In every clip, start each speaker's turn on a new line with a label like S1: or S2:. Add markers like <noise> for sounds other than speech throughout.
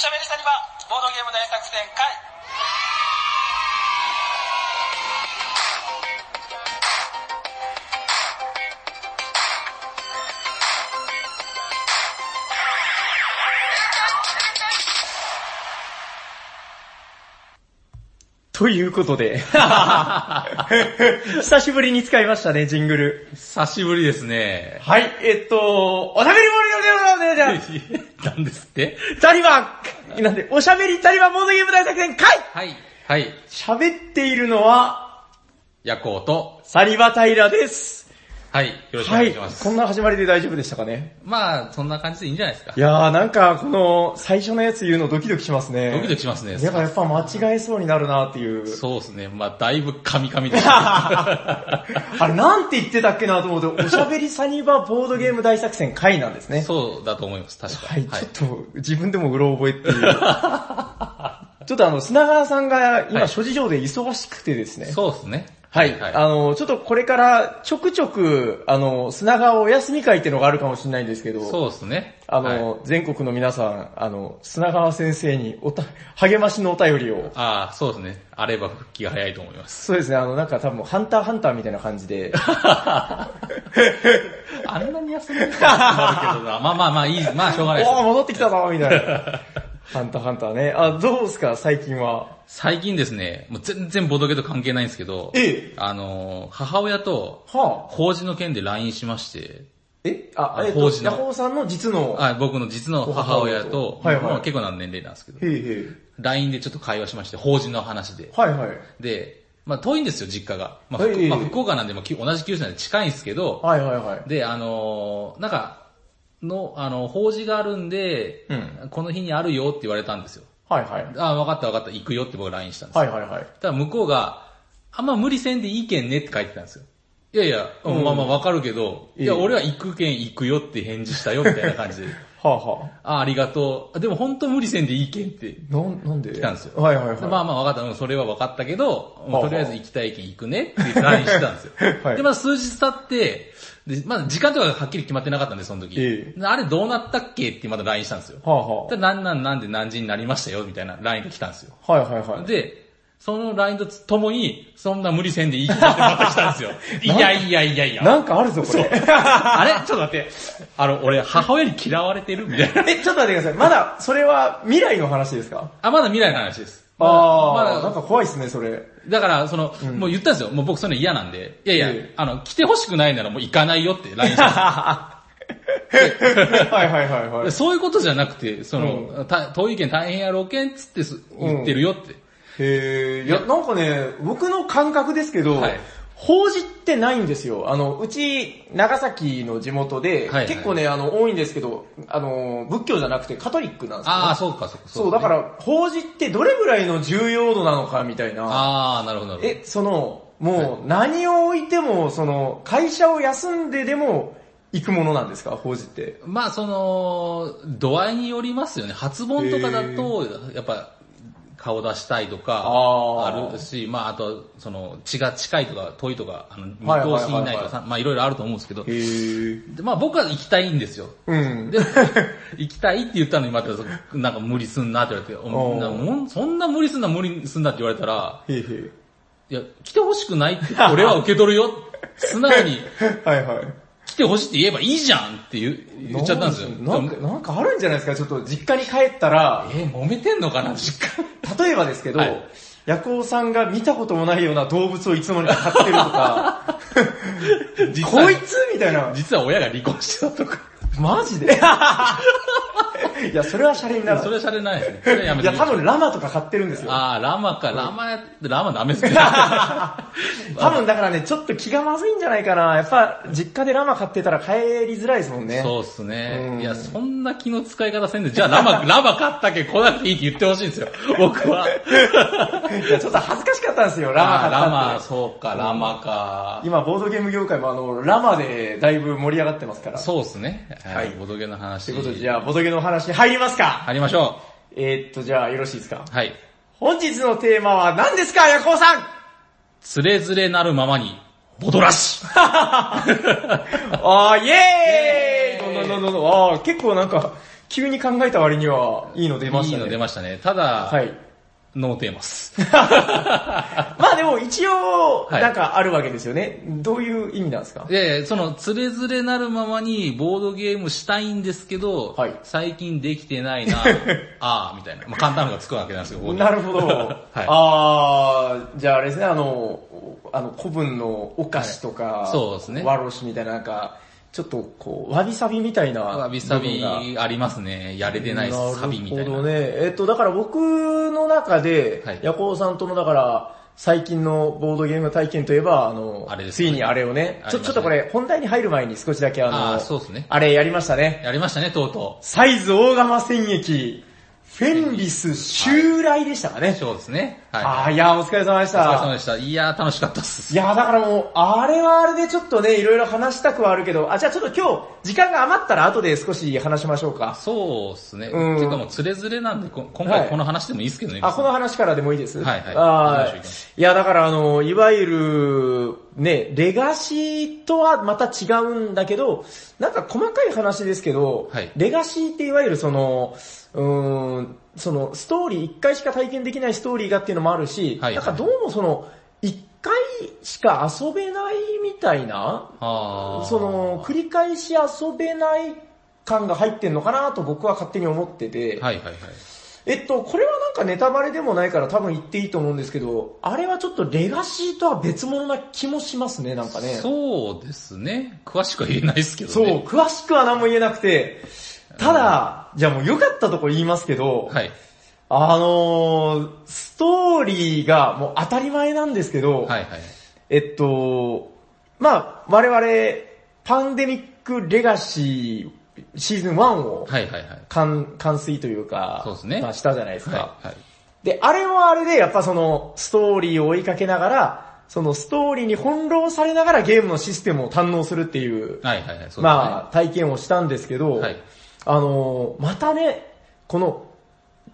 S1: しゃべりさにはボードゲーム大作戦会
S2: ということで。 <laughs> 久しぶりに使いましたね、ジングル。
S3: 久しぶりですね。
S2: はい、えっと、おしゃべりボードゲーム大作戦
S3: なんですって
S2: タリバンなんで、おしゃべりタリバンボードゲーム大作戦会
S3: はい。はい。
S2: 喋っているのは、
S3: 夜行と、
S2: サリバタイラです。
S3: はい。よろしくお
S2: は
S3: 願い
S2: い、
S3: します。
S2: こんな始まりで大丈夫でしたかね。
S3: まあ、そんな感じでいいんじゃないですか
S2: い。やーなんか、この、最初のやつ言うのドキドキしますね。
S3: ドキドキしますね。
S2: やっぱやっぱ間違えそうになるなっていう。
S3: そうですね。まあ、だいぶカミカミでした。
S2: あれなんて言ってたっけなと思って、おしゃべりサニバボードゲーム大作戦会なんですね。
S3: <laughs> そうだと思います。確か
S2: はい、
S3: はい。
S2: ちょっと、自分でもうろ覚えって
S3: <laughs>
S2: いう。ちょっとあの、砂川さんが
S3: は
S2: 今
S3: い
S2: 諸事情で忙しくてですね。
S3: そうですね。
S2: はい、
S3: はい。
S2: あの、ちょっとこれからちょくちょく、あの、砂川お休み会っていうのがあるかもしれないんですけど、
S3: そうですね。
S2: あ
S3: はい
S2: の、全国の皆さん、あの、砂川先生におた、励ましのお便りを、
S3: ああ、そうですね。あれば復帰が早いと思います。
S2: そうですね、あの、なんか多分、ハンターハンターみたいな感じ
S3: <laughs>
S2: で、
S3: あんなに休みなるけど <laughs> な。まあまあまあいい、まあしょうがないです
S2: おー、。戻ってきたぞみたいな。ハンターハンターね。あ、どうですか、最近は。
S3: 最近ですね、もう全然ボドゲと関係ないんですけど、
S2: え
S3: あの、母親と、
S2: はあ、
S3: 法事の件で LINE しまして、
S2: え、あ、
S3: あ
S2: えっと、
S3: 法事
S2: ヤ
S3: の
S2: ホーさんの実の、
S3: あ僕の実の母親
S2: お
S3: と、
S2: 母親とはいはい
S3: もう結構な年齢なんですけど
S2: へ、いへい。
S3: LINE でちょっと会話しまして、法事の話で。
S2: はいはい。
S3: で、まあ遠いんですよ、実家が。まあ、
S2: はい
S3: 福まあ福岡なんで、まあき同じ九州なんで近いんですけど、
S2: はいはいはい。
S3: で、あのーなんか、の、あの、法事があるんで、
S2: うん
S3: この日にあるよって言われたんですよ。
S2: はいはい。
S3: あ分かった分かった、行くよって僕 LINE したんですよ
S2: はいはいはい。
S3: ただ向こうが、あんま無理せんでいいけんねって書いてたんですよ。いやいや、うんまあまあわかるけど、
S2: いい
S3: いや、俺は行くけん行くよって返事したよみたいな感じで、
S2: はあは
S3: あ、ありがとう。でも本当無理せんでいいけんって。
S2: あ。なん、なんで
S3: 来たんですよ
S2: はいはいはい。
S3: まあまあ分かった、うんそれは分かったけど、
S2: はあ
S3: もうとりあえず行きたいけん行くねって LINE してたんですよ。
S2: <laughs> はい
S3: で、まあ数日経って、で、まだ時間とかがはっきり決まってなかったんで、その時。
S2: ええ
S3: であれどうなったっけってまた LINE したんですよ。
S2: はあは
S3: ただなんなんなんで何時になりましたよみたいな LINE が来たんですよ。
S2: あ。はいはいはい。
S3: で、そのラインとともに、そんな無理せんでいいって言ってまた来たん
S2: <laughs>
S3: ですよ。いやいやいやいや。
S2: なんかあるぞ、これ。
S3: <laughs> あれちょっと待って。あの、俺、母親に嫌われてるみたい
S2: <laughs>
S3: な。
S2: え、ちょっと待ってください。まだ、それは未来の話ですか
S3: あ、まだ未来の話です。まだま
S2: ああ、
S3: だ
S2: なんか怖いっすね、
S3: <laughs>
S2: それ。
S3: だから、その、もう言ったんですよ。もう僕それ嫌なんで。いやいや、
S2: ええ
S3: あの、来てほしくないならもう行かないよって LINE したんですよ
S2: はいはいはいはい。
S3: そういうことじゃなくて、その、た遠い意見大変やろうけんっつってす言ってるよって。
S2: へえ、いや、なんかね、僕の感覚ですけど、
S3: はい
S2: 法事ってないんですよ。あの、うち、長崎の地元で、
S3: はいはい
S2: 結構ね、あの、多いんですけど、あの、仏教じゃなくてカトリックなんですよ、ね。
S3: ああ、そうか、そうか。。
S2: そう、だからら、法事ってどれぐらいの重要度なのかみたいな。
S3: ああ、なるほど、なるほど。
S2: え、その、もう何を置いても、その、会社を休んででも行くものなんですか法事って。
S3: まあその、度合いによりますよね。初盆とかだと、やっぱ、顔出したいとか、
S2: あー
S3: あるし、まああと、その、血が近いとか遠いとか、あの、見
S2: はいはいはいはい
S3: 通しないとかさ、まあいろいろあると思うんですけど、
S2: へえ。
S3: でまあ僕は行きたいんですよ。
S2: うん。
S3: で、行きたいって言ったのにまた、なんか無理すんなって言われて
S2: お
S3: お
S2: ー
S3: なもん、そんな無理すんな無理すんなって言われたら、
S2: へーへ
S3: いや、来てほしくないって俺は受け取るよ。素直に、
S2: ーはいはい。
S3: 来てほしいって言えばいいじゃんって言う言っちゃったんですよ。
S2: なんか、なんかあるんじゃないですかちょっと実家に帰ったら、
S3: えー、揉めてんのかな実家。
S2: 例えばですけど
S3: はい、
S2: 夜行さんが見たこともないような動物をいつの間にか飼ってるとか、
S3: <laughs> 実は
S2: こいつみたいな。
S3: 実は親が離婚してたとか。
S2: マジで <laughs> いや、それはシャレになる
S3: そ。れはしゃれないですね。それはやめ
S2: い
S3: て
S2: や、
S3: みま
S2: 多
S3: しょう
S2: 分ラマとか買ってるんですよ。
S3: あー、ラマか、ラマやって、ラマダメですけど。あ
S2: 多分だからね、ちょっと気がまずいんじゃないかな。やっぱ、実家でラマ買ってたら帰りづらいですもんね。
S3: そうっすね
S2: う。ん
S3: いや、そんな気の使い方せんで、じゃあラマ、ラマ買ったけ来なくていいって言ってほしいんですよ。僕は。
S2: <laughs> いや、ちょっと恥ずかしかったんですよ、ラマ買
S3: あー
S2: った
S3: ラ
S2: って。
S3: マ、そうか、ラマか。
S2: 今、ボードゲーム業界もあの、ラマでだいぶ盛り上がってますから。と
S3: そうっすね。はいい。ボドゲの話。
S2: いうことで、じゃあ、ボードゲームの話入りますか。
S3: 入りましょ
S2: えー、っと、じゃあ、よろしいですか。
S3: う。はい。
S2: 本日のテーマは何ですか、ヤコウさん
S3: つれづれなるままに、ボドラシ
S2: あー、イェーイ
S3: イエーイ
S2: どんどんどんどんどん、あー、結構なんか、急に考えた割には、いいの出ました
S3: いいの出
S2: ね。
S3: ましたね。ただ、
S2: はい。 <laughs>
S3: ノーテーマっす。 <laughs>
S2: まあでも一応、
S3: はい
S2: なんかあるわけですよね。どういう意味なんですか
S3: で、その、つれづれなるままにボードゲームしたいんですけど、
S2: はい
S3: 最近できてないな、
S2: <laughs>
S3: ああ、みたいな。まあ、簡単なのがつくわけなんですけど、ここに
S2: なるほど。
S3: い
S2: あー、じゃああれですね、あの、あの、古文のお菓子とか、
S3: いそうですね
S2: 和ろしみたいな、なんか、ちょっとこう、わびさびみたいな。
S3: わびさびありますね。やれてないサビみた
S2: る
S3: い
S2: ほ
S3: な。
S2: どね。えっと、だから僕の中で
S3: はい、
S2: ヤコウさんとのだから、最近のボードゲーム体験といえば、あの、
S3: あれです
S2: つ
S3: ね
S2: いにあれをね、ち
S3: ありました
S2: ょ、
S3: ね
S2: ちょっとこれ、本題に入る前に少しだけあの、
S3: あーそうですね
S2: あれやりましたね。
S3: やりましたね、とうと
S2: サイズ大釜戦役、フェンリス襲来でしたか
S3: う。
S2: ね。
S3: そうですね。はい。
S2: あーいやーお疲れ様でし
S3: お疲れ様
S2: た。
S3: でした。いやー、楽しかったっす。
S2: いやーだからもう、あれはあれでちょっとね、いろいろ話したくはあるけど、あ、じゃあちょっと今日、時間が余ったら後で少し話しましょうか。
S3: そうですね。
S2: うん
S3: てかもう、つれづれなんで、こ今
S2: は
S3: 回
S2: い
S3: この話でもいいですけどね。
S2: あ、この話からでもいいです
S3: はいは
S2: あ
S3: い行きましょう行きまし
S2: ーいや、だからあの、いわゆる、ね、レガシーとはまた違うんだけど、なんか細かい話ですけど、
S3: はい
S2: レガシーっていわゆるその、うーん、その、ストーリー、一回しか体験できないストーリーがっていうのもあるし、
S3: はい
S2: なんかどうもその、一回しか遊べないみたいな、
S3: あー
S2: その、繰り返し遊べない感が入ってんのかなと僕は勝手に思ってて、
S3: はいはいはい。
S2: えっと、これはなんかネタバレでもないから多分言っていいと思うんですけど、あれはちょっとレガシーとは別物な気もしますね、なんかね。
S3: そうですね。詳しくは言えないですけどね。
S2: そう、詳しくは何も言えなくて、ただ、じゃあもう良かったとこ言いますけど、
S3: はい。
S2: あのー、ストーリーがもう当たり前なんですけど、
S3: はいはい。
S2: えっと、まあ我々、パンデミックレガシーシーズン1を
S3: はいはいはい。
S2: 完、完遂というか、
S3: そうですね
S2: まあしたじゃないですか。
S3: はいはい。
S2: で、あれはあれで、やっぱその、ストーリーを追いかけながら、そのストーリーに翻弄されながらゲームのシステムを堪能するっていう、
S3: はいはいはい。そうですね
S2: まあ、体験をしたんですけど、
S3: はい
S2: あのーまたね、この、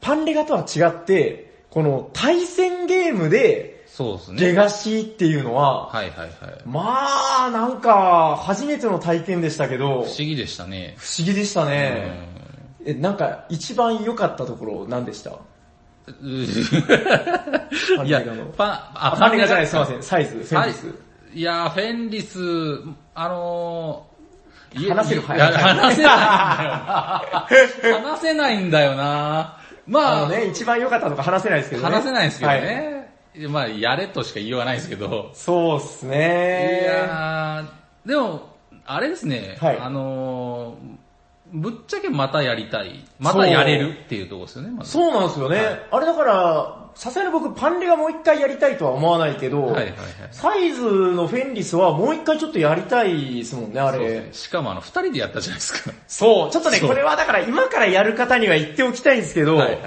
S2: パンレガとは違って、この対戦ゲームで、
S3: そうです
S2: レ
S3: ね。
S2: ガシーっていうのは、
S3: はいはいはい。
S2: まあ、なんか、初めての体験でしたけど、
S3: 不思議でしたね。
S2: 不思議でした
S3: う
S2: ね。
S3: ん
S2: え、なんか、一番良かったところ、何でした
S3: うんいや
S2: パンデガの、
S3: <laughs> パ、
S2: あ、
S3: あ
S2: パンレガじゃない、すい
S3: か
S2: ません、サイズ、フェンス。
S3: いやー、フェンリス、あのー、い
S2: 話せる
S3: い
S2: 早
S3: や
S2: い
S3: 話せないんだよな。話せないん
S2: <laughs>
S3: だよな。
S2: あ
S3: ま
S2: の
S3: あ、
S2: ね、一番良かったとか話せないですけどね。
S3: 話せないですけど
S2: はい
S3: ね。まあ、やれとしか言いようがないですけど。
S2: そうっす
S3: い
S2: ね。
S3: やー、でも、あれですね、
S2: はい
S3: あのー、ぶっちゃけまたやりたい。またやれるっていうところですよね、まず
S2: そうなんですよね。あれだから、さすがに僕パンレがもう一回やりたいとは思わないけど、
S3: はいはいはい。
S2: サイズのフェンリスはもう一回ちょっとやりたいですもんね、あ
S3: そうですね
S2: れ。
S3: しかもあの、二人でやったじゃないですか。
S2: そう、ちょっとね、
S3: そう
S2: これはだから今からやる方には言っておきたいんですけど、
S3: はいはい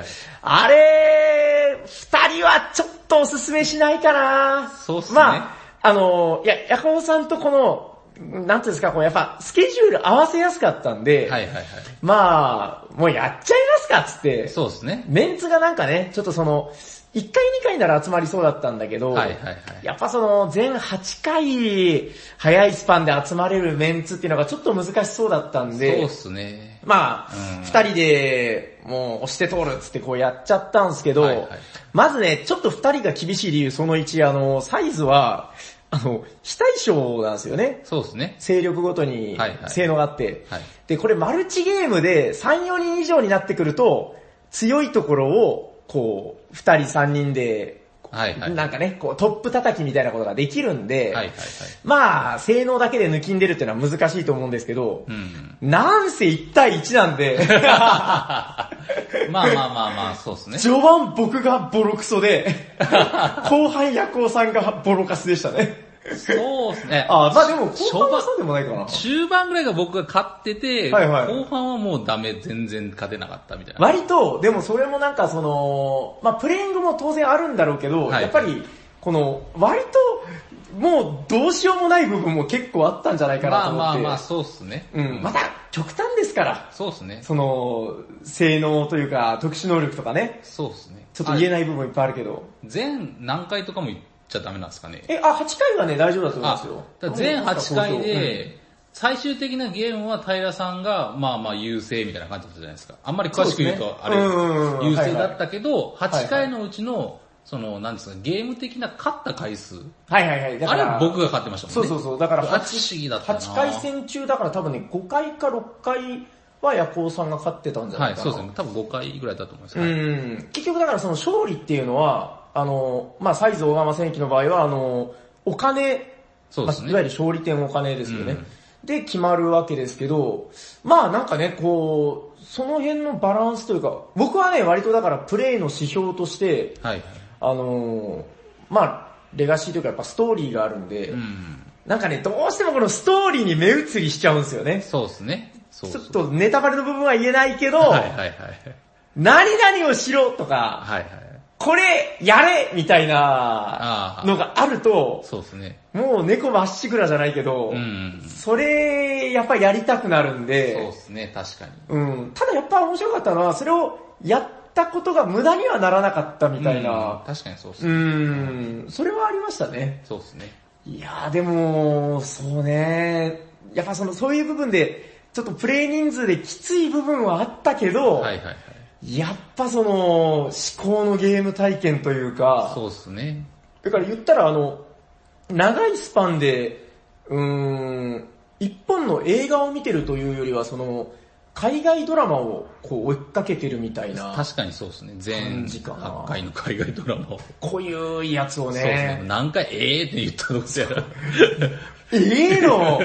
S2: あれ、二人はちょっとおすすめしないかな
S3: そうっすね
S2: まあ、あの、いや、ヤコウさんとこの、なんていうんですか、こうやっぱスケジュール合わせやすかったんで、
S3: はいはいはい。
S2: まあ、もうやっちゃいますかっつって、
S3: そうですね。
S2: メンツがなんかね、ちょっとその、1回2回なら集まりそうだったんだけど、
S3: はいはいはい。
S2: やっぱその、全8回、早いスパンで集まれるメンツっていうのがちょっと難しそうだったん
S3: そう
S2: で
S3: っ、すね。
S2: ま
S3: う
S2: あ、
S3: ん
S2: 2人で、もう押して通るっつってこうやっちゃったんですけど、
S3: はいはい
S2: まずね、ちょっと2人が厳しい理由、その1、あの、サイズは、あの、非対称なんですよね。
S3: そうですね。
S2: 勢力ごとに
S3: はいはい
S2: 性能があって、
S3: はい
S2: で、これマルチゲームで3、4人以上になってくると、強いところを、こう、2人、3人で、
S3: はいはい。
S2: なんかね、こう、トップ叩きみたいなことができるんで、
S3: はいはいはい。
S2: まあ、性能だけで抜きんでるっていうのは難しいと思うんですけど、
S3: うん。
S2: なんせ1対1なんで、
S3: <laughs> まあまあまあまあ、そ
S2: <laughs>
S3: うですね。
S2: 序盤僕がボロクソで、後半夜行さんがボロカスでしたね。
S3: そうですね。
S2: あ、まあでも、
S3: 初
S2: 後
S3: 盤
S2: 半はそうでもないかな。
S3: 中盤ぐらいが僕が勝ってて、
S2: はいはい
S3: 後半はもうダメ、全然勝てなかったみたいな。
S2: 割と、でもそれもなんかその、まあプレイングも当然あるんだろうけど、
S3: はい
S2: やっぱり、この、割と、もうどうしようもない部分も結構あったんじゃないかな
S3: ま
S2: と
S3: あ
S2: 思って。
S3: まあまあ、そうですね。
S2: うん、また、極端ですから、
S3: そうですね。
S2: その、性能というか特殊能力とかね、
S3: そうですね。
S2: ちょっと言え
S3: い。
S2: ない部分いっぱいあるけど。
S3: 全何回とかも言っちゃダメなんですかね。
S2: え、あ、8回はね、大丈夫だと思いますよ。
S3: だから全8回で、最終的なゲームは平さんが、まあまあ優勢みたいな感じだったじゃないですか。あんまり詳しく言うと、あれ、
S2: そうですねうんうんうん
S3: 優勢だったけど、
S2: いはい
S3: 8回のうちの、その、なんですか、ゲーム的な勝った回数。
S2: はいはいはい。だ
S3: あ
S2: か
S3: れ
S2: ら
S3: は僕が勝ってましたもん
S2: そう
S3: ね。
S2: そうそう。だから
S3: あれ不思議だったな。
S2: 8回戦中だから多分ね、5回か6回はヤコウさんが勝ってたんじゃな
S3: はいい、
S2: か
S3: そう
S2: な。
S3: ですね。多分5回ぐらいだと思います。
S2: う
S3: はい
S2: ん。結局だからその勝利っていうのは、あの、まあサイズ大釜戦記の場合は、あの、お金、
S3: そうです
S2: まあいわゆ
S3: ね。
S2: る勝利点お金ですよね。
S3: うん
S2: で、決まるわけですけど、まあなんかね、こう、その辺のバランスというか、僕はね、割とだからプレイの指標として、
S3: はい。
S2: あのーまあレガシーというかやっぱストーリーがあるんで、
S3: うん。
S2: なんかね、どうしてもこのストーリーに目移りしちゃうんですよね。
S3: そうですね。そうそう
S2: ちょっとネタバレの部分は言えないけど、
S3: はいはいはい。
S2: 何々をしろとか、
S3: はいはい。
S2: これやれみたいな
S3: あー
S2: のがあると、
S3: そうですね。
S2: もう猫まっしぐらじゃないけど、
S3: うん。
S2: それやっぱやりたくなるん
S3: そうで
S2: で、
S3: すね、確かに。
S2: うん、ただやっぱ面白かったのは、それをやったことが無駄にはならなかったみたい
S3: うん
S2: な、
S3: 確かにそうです
S2: うん、
S3: ね。
S2: それはありましたね。
S3: そうですね。
S2: いやーでも、そうねやっぱその、そういう部分で、ちょっとプレイ人数できつい部分はあったけど、
S3: はいはいはい。
S2: やっぱその、思考のゲーム体験というか、
S3: そうですね。
S2: だから言ったらあの、長いスパンで、うーん、一本の映画を見てるというよりは、その、海外ドラマをこう追っかけてるみたいな、
S3: 確かにそうですね。全
S2: 感じかな
S3: 8回の海外ドラマを。
S2: こういうやつを
S3: そうですね。
S2: ね、
S3: 何回えーって言ったのかしら。
S2: <laughs> ええの、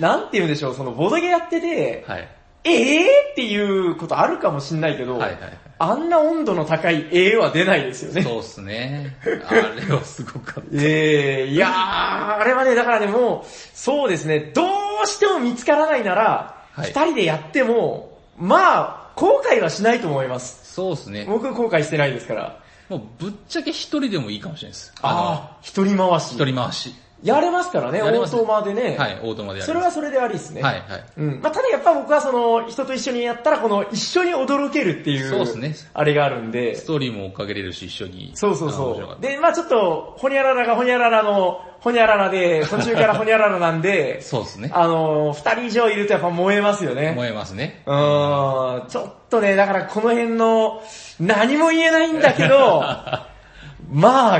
S2: なんて言うんでしょう、そのボドゲやってて、
S3: はい。
S2: ええー、っていうことあるかもしんないけど、
S3: はいはいはい。
S2: あんな温度の高いええーは出ないですよね。
S3: そうですね。あれはすごかっ
S2: ええいやー、あれはね、だからね、もう、そうですね、どうしても見つからないなら、二、
S3: はい
S2: 人でやっても、まあ、後悔はしないと思います
S3: た。。そうですね。
S2: 僕後悔してないですから。
S3: もうぶっちゃけ一人でもいいかもしれないです。
S2: ああ、一人回
S3: の
S2: し
S3: 一。人回し。
S2: やれますからね、オ
S3: やれま
S2: ー
S3: す
S2: トマでね。
S3: はい、オートマでやり
S2: それ
S3: ま
S2: は
S3: す。
S2: それでありですね。
S3: はいはい。
S2: うん。まあ、ただやっぱ僕はその、人と一緒にやったら、この、一緒に驚けるっていう、
S3: そうですね
S2: あれがあるんで。
S3: ストーリーも追っかけれるし、一緒に。
S2: そうそう
S3: あの面白か
S2: そ
S3: っ
S2: う。
S3: た、
S2: で、まあちょっと、ほにゃららがほにゃららの、ほにゃららで、途中からほにゃららなんで
S3: そうですね。
S2: あのー、二人以上いるとやっぱ燃えますよね。
S3: 燃えますね。
S2: うーん、ちょっとね、だからこの辺の、何も言えないんだけど、
S3: <laughs>
S2: まあ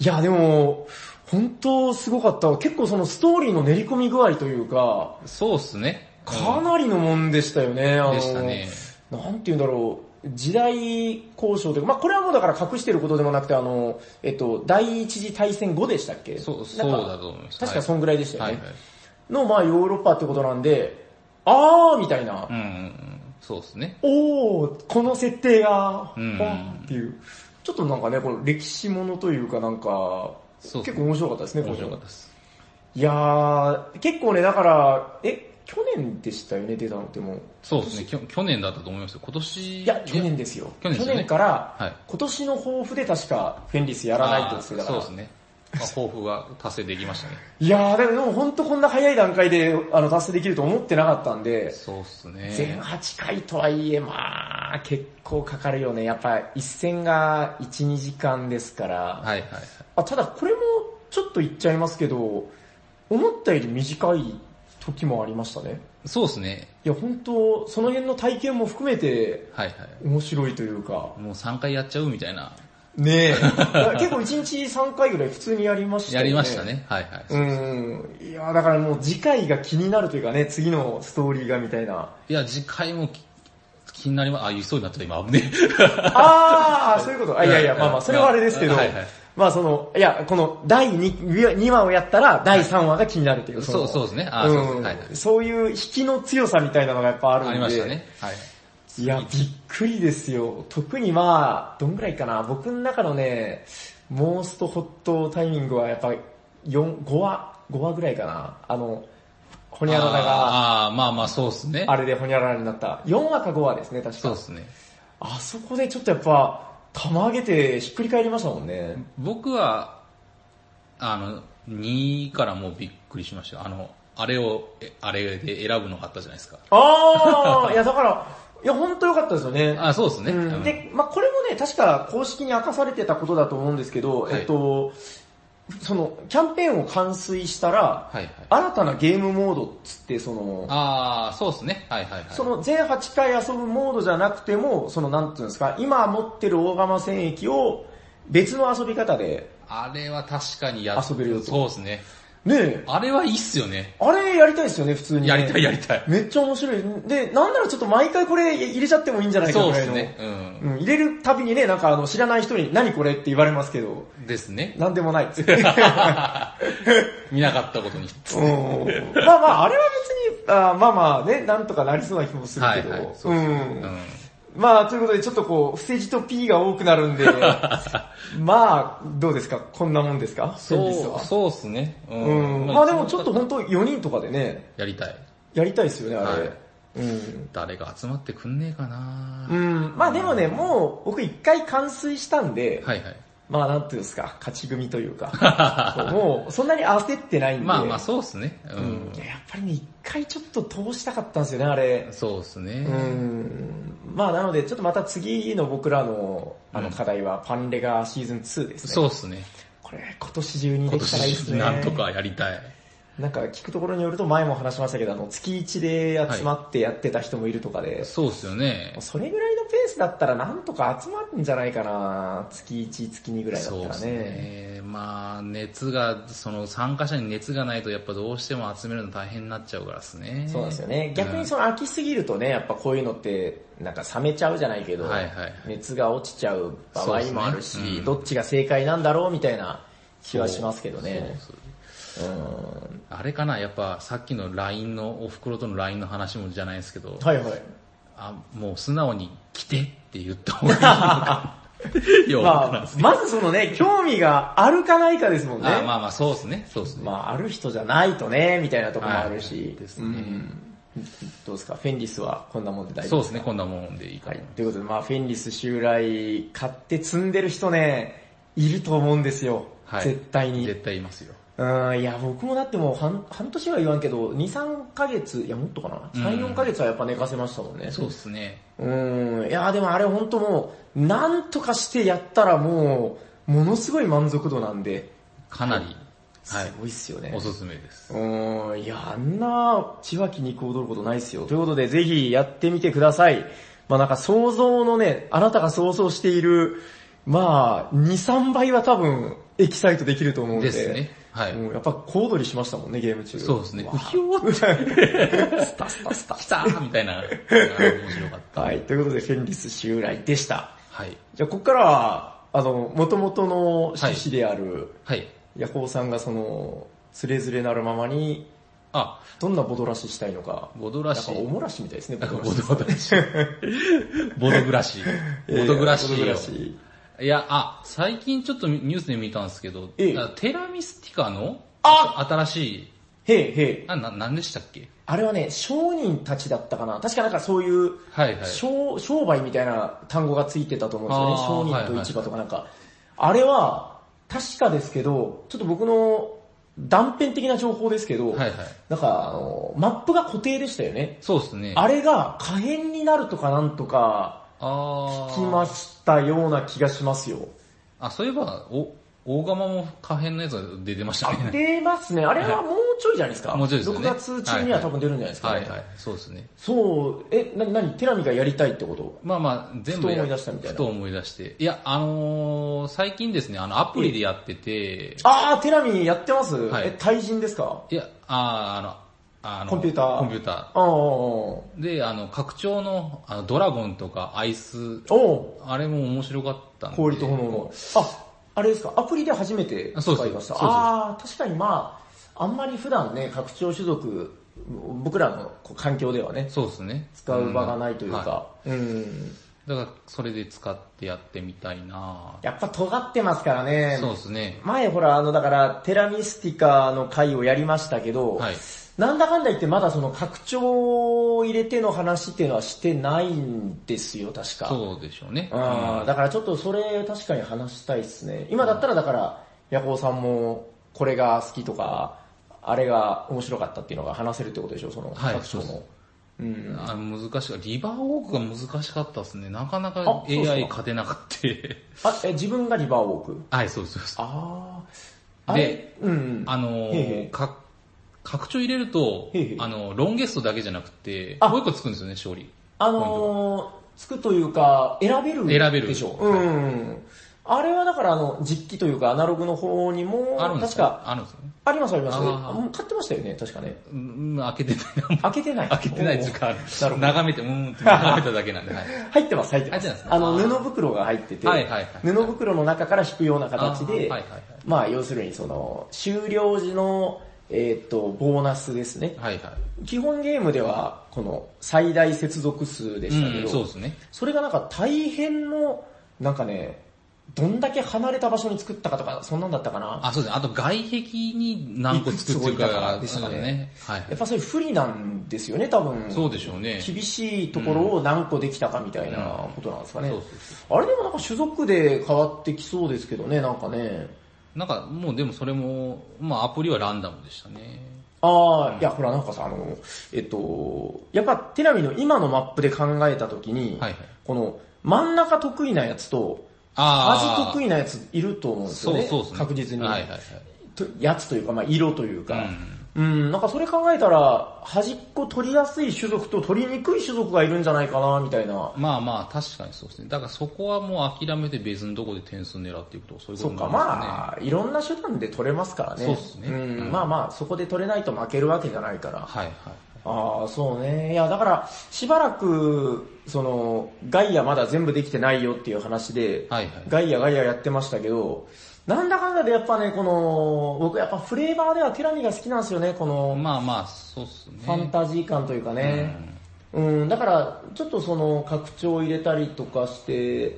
S2: いやでも、本当すごかったわ。結構そのストーリーの練り込み具合というか、
S3: そうですね。
S2: かなりのもんでしたよね。あの
S3: でしたね
S2: なんて言うんだろう。時代交渉というか、まあこれはもうだから隠してることでもなくて、あの、えっと、第一次大戦後でしたっけ
S3: そう、そ
S2: な
S3: うん
S2: か
S3: だと思います。
S2: 確かそんぐらいでしたよ
S3: はい
S2: ね。
S3: はいはい。
S2: の、まあヨーロッパってことなんで、あーみたいな
S3: う、んうんうん、そうですね。
S2: おー、この設定が、
S3: うん
S2: ほんっていう。ちょっとなんかね、この歴史ものというかなんか、
S3: そう
S2: 結構面白かったですね、
S3: 面白か
S2: こ
S3: ったです。
S2: れいやー、結構ね、だから、え、去年でしたよね、出たのってもう。
S3: そうですね、きょ去年だったと思いますよ。今年。
S2: いや、去年ですよ。
S3: 去年ですよね
S2: から、
S3: はい
S2: 今年の抱負で確か、フェンリスや
S3: や
S2: らないって言ってたか
S3: そう
S2: ら。
S3: ですね。まあ、抱負が達成できましたね。
S2: いやー、でもでも本当こんな早い段階で、あの、達成できると思ってなかったんで、
S3: そうです
S2: 全
S3: ね。
S2: 8回とはいえ、まあ結構かかるよね。やっぱ、一戦が1、2時間ですから。
S3: はいはいはい。
S2: あただ、これも、ちょっと言っちゃいますけど、思ったより短い時もありましたね。
S3: そうですね。
S2: いや、本当その辺の体験も含めて、
S3: はいはい。
S2: 面白いというか。
S3: もう3回やっちゃうみたいな。
S2: ねえ。結構1日3回ぐらい普通にやりました
S3: や
S2: よね。
S3: りました。ね。はいはい。
S2: うん。いや、だからもう次回が気になるというかね、次のストーリーがみたいな。
S3: いや、次回もき気になります。あ、言いそうになった今危ね
S2: あー、そういうこと。あいやいや、まあまあ、それはあれですけど
S3: はいはい。
S2: まあその、いや、この第 2, 2話をやったら第3話が気になるという。
S3: え。 <laughs> そう、そう
S2: う。
S3: ですね。あ、そうですね。はいはい
S2: うん、。そういう引きの強さみたいなのがやっぱあるんで。
S3: ありましたね。はい。
S2: いや、びっくりですよ。特にまあ、どんぐらいかな。僕の中のね、モーストホットタイミングはやっぱ、四5話、5話ぐらいかな。あの、ほにゃららが、
S3: あーあー、まあまあそうですね。
S2: あれでほにゃららになった。4話か5話ですね、確
S3: そう
S2: か
S3: で。すね。
S2: あそこでちょっとやっぱ、玉上げてひっくり返りましたもんね。
S3: 僕は、あの、2からもうびっくりしましたよ。あの、あれを、えあれで選ぶのがあったじゃないですか。
S2: あー、いやだから、いや本当良かったですよね。
S3: あ、そうですね。
S2: う
S3: うん
S2: ん、で、まあこれもね、確か公式に明かされてたことだと思うんですけど、
S3: はい
S2: えっと、その、キャンペーンを完遂したら、
S3: はいはい。
S2: 新たなゲームモードっつって、その、
S3: あー、そうですね。はいはいはい。
S2: その全8回遊ぶモードじゃなくても、そのなんていうんですか、今持ってる大釜戦役を別の遊び方で、
S3: あれは確かにやっ
S2: 遊べるよと
S3: そうですね。
S2: ねえ、
S3: あれはいいっすよね。
S2: あれやりたいですよね、普通に、ね。
S3: やりたいやりたい。
S2: めっちゃ面白い。で、なんならちょっと毎回これ入れちゃってもいいんじゃないか
S3: そ
S2: ぐ
S3: うで
S2: らい
S3: す
S2: の。
S3: ね。
S2: うん、入れるたびにね、なんかあの知らない人に何これって言われますけど、
S3: うん。ですね。
S2: なんでもないっつって。うんま
S3: 見なかったことに。
S2: あまあ、あれは別に、あまあまあね、なんとかなりそうな気もする
S3: は
S2: け
S3: い
S2: ど。
S3: はい。そううですねうん
S2: ん。まあ、ということで、ちょっとこう、伏せ字と P が多くなるん
S3: <laughs>
S2: で、まあ、どうですかこんなもんですか先日
S3: そう、
S2: は。
S3: そうっすね。う
S2: うん。まあでもちょっと本当4人とかでね、
S3: やりたい。
S2: やりたいですよね、あれ。
S3: はい
S2: うん。
S3: 誰が集まってくんねえかな
S2: うん。まあでもね、もう僕一回完遂したんで、
S3: はいはい。
S2: まあなんていうんですか、勝ち組という
S3: <laughs>
S2: か、そうもうそんなに焦ってないんで。
S3: まあまあそうっすね。う
S2: うん
S3: ん
S2: い。ややっぱりね、一回ちょっと通したかったんですよね、あれ。
S3: そうっすね
S2: う。ん。まあなので、ちょっとまた次の僕らのあの課題はパンレガシーズン2ですね。
S3: そうっすね。
S2: これ今年中に
S3: 今
S2: できたらいいです
S3: 年
S2: ね。
S3: なんとかやりたい。
S2: なんか聞くところによると前も話しましたけど、あの月1で集まってやってた人もいるとかで、
S3: そうっすよね。
S2: それぐらいのペースだったらなんとか集まるんじゃないかな月1、月2ぐらいだ
S3: そう
S2: った
S3: で
S2: ら
S3: す
S2: ね。
S3: ね。まあ、熱が、その参加者に熱がないと、やっぱどうしても集めるの大変になっちゃうからですね。
S2: そうなんですよね。逆にその飽きすぎるとね、やっぱこういうのって、なんか冷めちゃうじゃないけど、
S3: はいはい
S2: 熱が落ちちゃう場合もあるし、
S3: そうですねうん
S2: どっちが正解なんだろうみたいな気はしますけどね。
S3: そうそう
S2: うん
S3: あれかな、やっぱさっきの LINE の、お袋との LINE の話もじゃないですけど、
S2: はいはい。
S3: あもう素直に来てって言った方がいいのか。ようわか
S2: <laughs> まあ
S3: らんです、
S2: まずそのね、興味があるかないかですもんね。
S3: あまあまあ、そうですね。そうですね。
S2: まあ、ある人じゃないとね、みたいなところもある
S3: は
S2: し
S3: い。です
S2: う
S3: ね
S2: んどうですかフェンリスはこんなもんで大丈夫で
S3: そうですすね、こんなもんでいいか
S2: は。
S3: ない
S2: ということで、まあ、フェンリス襲来買って積んでる人ね、いると思うんですよ。
S3: はい
S2: 絶対に。
S3: 絶対いますよ。
S2: うん、いや、僕もだってもう半半年は言わんけど、2、3ヶ月、いや、もっとかな。3、
S3: うん
S2: 4ヶ月はやっぱ寝かせましたもんね。
S3: そうですね。
S2: うん、いや、でもあれ本当もう、なんとかしてやったらもう、ものすごい満足度なんで、
S3: かなり、
S2: す
S3: はい、
S2: ごいっすよね。
S3: おすすめです。
S2: うーん、いや、あんな、血は気に踊ることないですよ。ということで、ぜひやってみてください。まあなんか想像のね、あなたが想像している、まあ、2、3倍は多分、エキサイトできると思うんで。
S3: ですね。はい。
S2: うんやっぱ小躍りしましたもんね、ゲーム中。
S3: そうですね
S2: うひょー <laughs> スタスタスタ。
S3: 来たーみたいな、 <laughs> 面白かった。
S2: はい、ということで、フェンリス襲来でした。
S3: はい。
S2: じゃあ、ここからは、あの、元々の趣旨である、
S3: はい。
S2: ヤコウさんがその、つれづれなるままに、
S3: あ、
S2: どんなボドらししたいのか、
S3: ボドラ
S2: なん
S3: シ
S2: か、おもらしみたいですね、
S3: ボ
S2: ボ
S3: ド
S2: ド
S3: ボ
S2: らし。
S3: ド <laughs> ボドラシ。ボドグラシ。ボドグラシ
S2: えーボドグラ
S3: を。
S2: シ
S3: いや、あ、最近ちょっとニュースで見たんですけど、
S2: ええ
S3: あテラミスティカの
S2: あ
S3: 新しい、
S2: へえへえ。
S3: あ、な、なんでしたっけ
S2: あれはね、商人たちだったかな。確かなんかそういう、
S3: はいはい。
S2: 商商売みたいな単語がついてたと思うんですよね。
S3: あー
S2: 商人と市場とかなんか。あれは、確かですけど、ちょっと僕の断片的な情報ですけど、
S3: はいはい。
S2: なんかあの、マップが固定でしたよね。
S3: そうですね。
S2: あれが可変になるとかなんとか
S3: あー
S2: 聞きましたような気がしますよ。
S3: あ、そういえば、お、大釜も可変のやつが出てましたね。
S2: 出ますね。あれはもうちょいじゃないですか。
S3: もうちょいですよね
S2: 6月中には多分出るんじゃないですか。
S3: はいはい。そうですね。
S2: そう、え、な、なに、テラミがやりたいってこと
S3: まあまあ、全
S2: ふと
S3: 部
S2: 思い出したみたいな
S3: ふと思い出して。いや、あのー、最近ですね、あの、アプリでやってて、
S2: あー、テラミやってます、
S3: はい
S2: え、対人ですか
S3: いや、あーあの、あの、
S2: コンピューター
S3: コンピュータ
S2: あー、お
S3: ー。で、あの、拡張の、あの、ドラゴンとかアイス、
S2: ー、
S3: あれも面白かったんで。
S2: 氷と炎の。あ、あれですか、アプリで初めて使
S3: そうそう
S2: いました。
S3: そうそう
S2: あー、確かにまああんまり普段ね、拡張種族、僕らのこう環境ではね、
S3: そうですね。
S2: 使う場がないという
S3: うんは
S2: か、うん。
S3: いだから、それで使ってやってみたいな
S2: やっぱ尖ってますからね。
S3: そうですね。
S2: 前ほら、あの、だから、テラミスティカの回をやりましたけど、
S3: はい
S2: なんだかんだ言ってまだその拡張を入れての話っていうのはしてないんですよ、確か。
S3: そうでしょうね。
S2: あーだからちょっとそれ確かに話したいですね。今だったらだから、ヤコウさんもこれが好きとか、あれが面白かったっていうのが話せるってことでしょ、その
S3: はい
S2: 拡張
S3: そう
S2: の。うん。
S3: あの難しかリバーウォークが難しかったですね。なかな
S2: あ
S3: か
S2: そうっすか
S3: AI 勝てなくて。 <laughs>
S2: あ、え、自分がリバーウォーク
S3: はい、そうですそうです。
S2: ああれ
S3: で、
S2: うん。
S3: あの
S2: へえ
S3: ー、か、拡張入れると
S2: へえ、
S3: あの、ロンゲストだけじゃなくて、
S2: あ
S3: もう一個つくんですよね、勝利。
S2: あのー、つくというか、選べる
S3: 選べる
S2: でしょ。うん。あれはだからあの、実機というかアナログの方にも、
S3: あるんです
S2: 確
S3: か
S2: か、
S3: あるんですよね。
S2: ありますあります。
S3: あー
S2: もう買ってましたよね、確かね。
S3: うん、開けてない。
S2: 開けてない。
S3: 開けてない時間あ
S2: なる
S3: る。
S2: ほど
S3: 眺めて、うーんって眺めただけなんで、はい。
S2: おー入ってます、入ってます。
S3: 入ってますね
S2: あの、
S3: あー
S2: 布袋が入ってて、
S3: はいはいはい
S2: 布袋の中から引くような形で、
S3: あはいはいはい
S2: まあ、要するにその、終了時の、えーっと、ボーナスですね。
S3: はいは
S2: 基本ゲームでは、この、最大接続数で
S3: い。
S2: したけ
S3: う
S2: ど、
S3: ん、そうですね。
S2: それがなんか大変の、なんかね、どんだけ離れた場所に作ったかとか、そんなんだったかな。
S3: あ、そうですね。あと外壁に何個作ってるかが、
S2: いくつ置いたかでしたね
S3: うんね。はい。
S2: やっぱそれ不利なんですよね、多分。
S3: そうでしょうね。
S2: 厳しいところを何個できたかみたいなことなんですかね。
S3: うんそうそう
S2: あれでもなんか種族で変わってきそうですけどね、なんかね。
S3: なんかもうでもそれも、まあアプリはランダムでしたね。
S2: ああ、いや、ほらなんかさ、あの、えっと、やっぱテラミの今のマップで考えたときに、
S3: はいはい
S2: この真ん中得意なやつと、
S3: あ
S2: 端得
S3: 意
S2: 意なやついると思うんですよ
S3: そう
S2: ね。
S3: そうですね。
S2: 確実に。
S3: はいはいはい。
S2: とやつというか、まあ、色というか、
S3: う
S2: うん、なんかそれ考えたら、端っこ取りやすい種族と取りにくい種族がいるんじゃないかな、みたいな。
S3: まあまあ確かにそうですね。だからそこはもう諦めて別のとこで点数狙っていくとかそういう
S2: そ
S3: こと
S2: っ
S3: に
S2: か、
S3: なりま
S2: まあ、いろんな手段で取れますからね。
S3: そうっすね
S2: ん
S3: うん
S2: まあまあ、そこで取れないと負けるわけじゃないから。
S3: すね。はいはい。
S2: ああ、そうね。いや、だから、しばらく、その、ガイアまだ全部できてないよっていう話で、
S3: はいはい
S2: ガイアガイアやってましたけど、なんだかんだでやっぱね、この、僕やっぱフレーバーではテラミが好きなんですよね、この、
S3: まあまあ、そうっすね。
S2: ファンタジー感というかね。うん、だから、ちょっとその、拡張を入れたりとかして、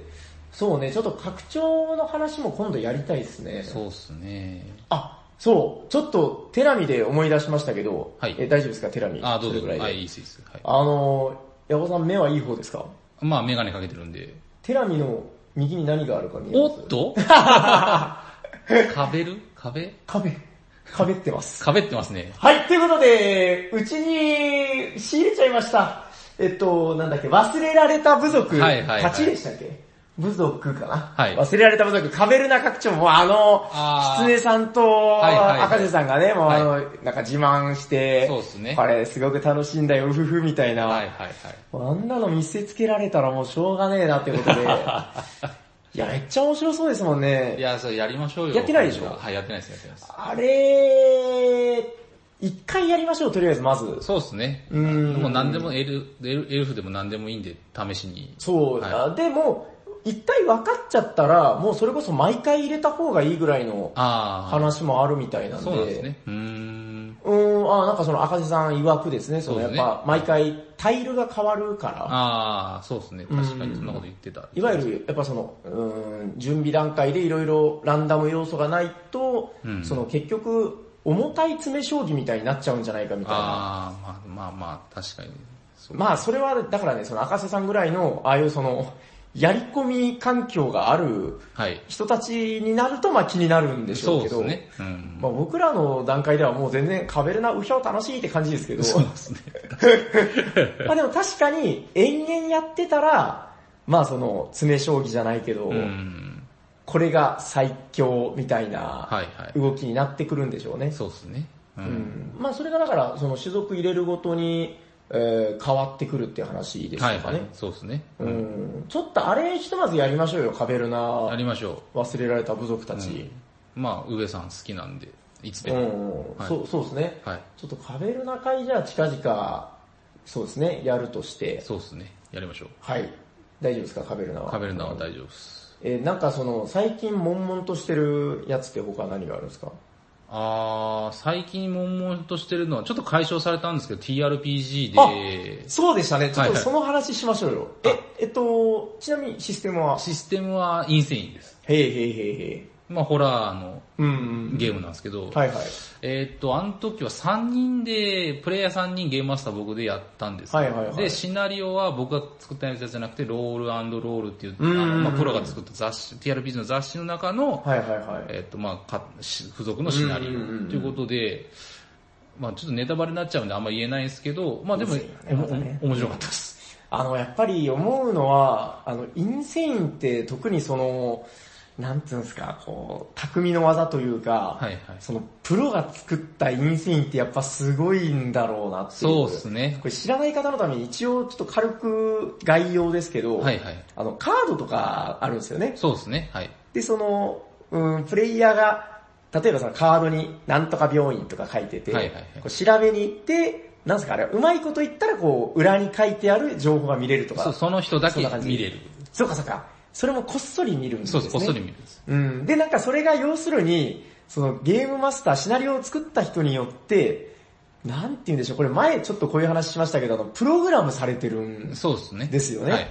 S2: そうね、ちょっと拡張の話も今度やりたいですね。
S3: そうっすね。
S2: あ、そう、ちょっと、テラミで思い出しましたけど、
S3: はい
S2: え大丈夫ですか、テラミ。
S3: あ、どう
S2: そ
S3: ぞ。
S2: れぐらいで
S3: はい、いいっすいいっす。はい。
S2: あの、ヤコさん目はいい方ですか
S3: まあメガネかけてるんで。
S2: テラミの右に何があるか見えま
S3: お
S2: す
S3: っと壁る壁
S2: 壁。壁ってます。
S3: 壁ってますね。
S2: はい、ということで、うちに仕入れちゃいました。えっと、なんだっけ、忘れられた部族、
S3: はいはいはい
S2: 勝ちでしたっけ部族かな、
S3: はい
S2: 忘れられた部族、カベルナ拡張もあの、
S3: あー
S2: 狐さんと、
S3: はいはいはい
S2: 赤瀬さんがね、もうあの、
S3: は
S2: なんか自慢して、
S3: そうっすね
S2: これすごく楽しいんだよ、うふふみたいな、
S3: はいはいはい。
S2: あんなの見せつけられたらもうしょうがねえなってこと
S3: <laughs>
S2: で、いや、めっちゃ面白そうですもんね。
S3: いや、それやりましょうよ。
S2: やってないでしょ
S3: はい、やってないです、やってないです。
S2: あれー、一回やりましょう、とりあえず、まず。
S3: そうですね。
S2: ん
S3: もう何でもエル、エルエルフでも何でもいいんで、試しに。
S2: そう、
S3: は
S2: でも、一体分かっちゃったら、もうそれこそ毎回入れた方がいいぐらいの
S3: あ
S2: 話もあるみたいな
S3: あ、
S2: んで。
S3: そうなんですね。うーん。
S2: うーん、あなんかその赤瀬さん曰くですね、その
S3: そ
S2: や
S3: う
S2: っ
S3: ですね
S2: ぱ毎回タイルが変わるから、
S3: ああ、そうですね。確かにそんなこと言ってた。
S2: いわゆるやっぱその、うーん、準備段階でいろいろランダム要素がないと、
S3: うん
S2: その結局、重たい詰め将棋みたいになっちゃうんじゃないかみたいな。
S3: ああ、まあまあまあ、確かに。そう
S2: まあそれは、だからね、その赤瀬さんぐらいの、ああいうその、やり込み環境がある
S3: はい。
S2: 人たちになると、まあ気になるんでしょ
S3: そう
S2: う
S3: で
S2: け
S3: す
S2: ど、
S3: ね。うん。
S2: まあ僕らの段階ではもう全然カベルナウヒョウ楽しいって感じですけど、
S3: そうですね。
S2: <laughs> まあでも確かに延々やってたら、まあその、詰め将棋じゃないけど、
S3: うん。
S2: これが最強みたいな
S3: はいはい。
S2: 動きになってくるんでしょうね。
S3: そうですね。う。
S2: うんんまあそれがだから、その種族入れるごとに、えー変わってくるっていう話です
S3: はい
S2: とか
S3: はい
S2: ね。。
S3: そうですね。
S2: うんちょっとあれひとまずやりましょうよ、カベル
S3: や
S2: ナ、
S3: りましょ
S2: 忘れられた部族た
S3: う。う
S2: ち
S3: ん。まあ、上さん好きなんで、いつで
S2: うん
S3: も。、はい
S2: そうそうですね。
S3: はい。
S2: ちょっとカベルナ会じゃあ近々、そうですね、やるとして。
S3: そうですね。やりましょう。
S2: はい。大丈夫ですか、カベルナは。
S3: カベルナは大丈夫です。
S2: えーなんかその、最近悶々としてるやつって他何があるんですか
S3: あー、最近悶々としてるのは、ちょっと解消されたんですけど、TRPG で、
S2: そうでしたね、ちょっ
S3: はい
S2: と
S3: はい
S2: その話しましょうよ。
S3: あ
S2: え、えっと、ちなみにシステムは
S3: システムはインセインです。
S2: へいへいへいへい。
S3: まあ、ホラーの
S2: うんうん。
S3: ゲームなんですけど、
S2: はいはい。
S3: えーっと、あの時は3人で、プレイヤー3人、ゲームマスター僕でやったんですよ
S2: はいはいはい
S3: で、シナリオは僕が作ったやつじゃなくて、ロールロールっていう、あ
S2: んうんうん
S3: のまあ、プロが作った雑誌、TRPG の雑誌の中の、
S2: はいはいはい。
S3: えーっと、まあかし付属のシナリオ
S2: うんうんうんうん
S3: ということで、まあちょっとネタバレになっちゃうんであんま言えないんですけど、まあでも、
S2: そうですよねまだね
S3: おも面白かったです。
S2: あの、やっぱり思うのは、あの、インセインって特にその、なんつうんですか、こう、匠の技というか、
S3: はいはい
S2: そのプロが作ったインスインってやっぱすごいんだろうなっていう。
S3: そうですね
S2: こ。れ知らない方のために一応ちょっと軽く概要ですけど、
S3: はいはい。
S2: あの、カードとかあるんですよね。
S3: そうですね。はい。
S2: で、その、うん、プレイヤーが、例えばそのカードになんとか病院とか書いてて、
S3: はいはいはい
S2: こう調べに行って、なんすかあれ、うまいこと言ったらこう、裏に書いてある情報が見れるとか。
S3: そうその人だ
S2: そん
S3: け
S2: な感じ
S3: 見れる。
S2: そうかそうか。それもこっそり見るんです
S3: そ
S2: ね。
S3: うです、こっそり見るんです。
S2: うん。で、なんかそれが要するに、そのゲームマスター、シナリオを作った人によって、なんて言うんでしょう、これ前ちょっとこういう話しましたけど、あの、プログラムされてるんです。
S3: そうですね。
S2: ですよね
S3: はいはい。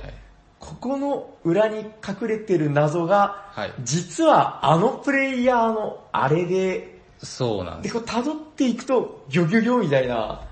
S2: ここの裏に隠れてる謎が、
S3: はい
S2: 実はあのプレイヤーのあれで、
S3: そうなん
S2: で、
S3: です。
S2: こう辿っていくと、ギョギョギョみたいな、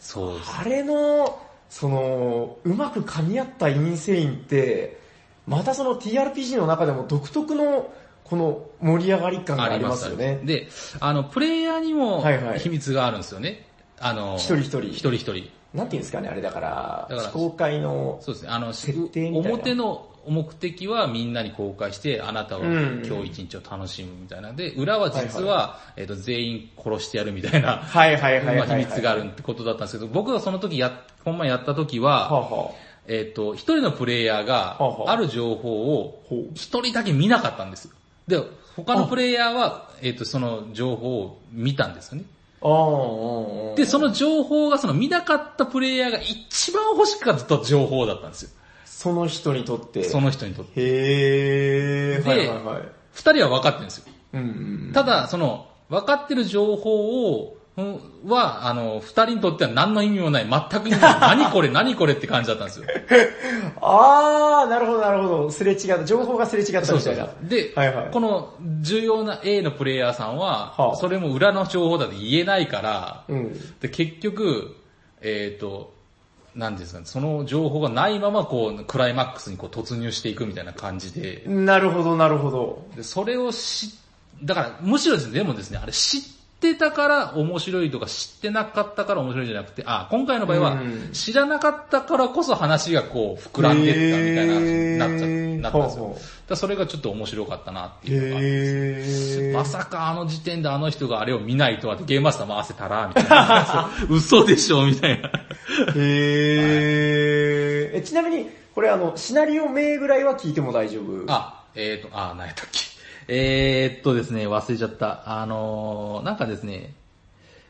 S3: そうです。
S2: あれの、その、うまく噛み合ったインセインって、またその TRPG の中でも独特の、この盛り上がり感がありますよ
S3: あ
S2: ね
S3: り。で、あの、プレイヤーにも
S2: はいはい
S3: 秘密があるんですよね。あの、
S2: 一人一人
S3: 一人一人。
S2: なんていうんですかね、あれだから、
S3: だから
S2: 非公開の、
S3: そうですね。あの、
S2: 設定みたいな
S3: 表の目的はみんなに公開して、あなたは
S2: うん
S3: 今日一日を楽しむみたいな。で、裏は実は、えっと、全員殺してやるみたいな、
S2: はいはいはいはい、
S3: ま
S2: は
S3: あ
S2: い。
S3: 秘密があるってことだったんですけど、僕がその時や、ほんまやった時
S2: はあ
S3: は、
S2: は
S3: えっと、一人のプレイヤーが
S2: はあは、あ
S3: ある情報を
S2: ほう、
S3: 一人だけ見なかったんですよ。で、他のプレイヤーは、えっと、その情報を見たんですよね。
S2: あ。ああ。
S3: で、そ
S2: の、
S3: の情報がその見なかったプレイヤーが一番欲しかった情報だったんですよ。
S2: その人にとって。
S3: その人にとって。
S2: へー。
S3: で
S2: はいはいはい。
S3: 二人は分かってるんですよ。
S2: うんうん。
S3: ただ、その、分かってる情報を、うんは、あの、二人にとっては何の意味もない、全く意味も
S2: <laughs>
S3: ない、何これ何これって感じだったんですよ。
S2: あー、なるほどなるほど。すれ違った。情報がすれ違ったみたいな。
S3: そうそうそう。で、
S2: はいはい
S3: この重要な A のプレイヤーさんは、
S2: はあ
S3: それも裏の情報だって言えないから、
S2: うん。
S3: で結局、えっ、と、なんですかね、その情報がないまま、こう、クライマックスにこう突入していくみたいな感じで、
S2: なるほど、なるほど。
S3: でそれを知、だから、むしろですね、でもですね、あれ知ってたから面白いとか知ってなかったから面白いじゃなくて、あ、今回の場合は
S2: うん
S3: 知らなかったからこそ話がこう膨らんでったみたいな話になっちゃ、
S2: へー
S3: なったんですよ。
S2: ほう
S3: だ
S2: ほう
S3: からそれがちょっと面白かったなっていうのがあって。
S2: へ
S3: まさかあの時点であの人があれを見ないとはってゲームマスター回せたら、みたい
S2: <laughs>
S3: な。嘘でしょ、みたいな。
S2: へー。え、ちなみに、これあの、シナリオ名ぐらいは聞いても大丈夫。
S3: あ、えっ、と、あ、何やったっけ。えー、っとですね、忘れちゃった。あのー、なんかですね、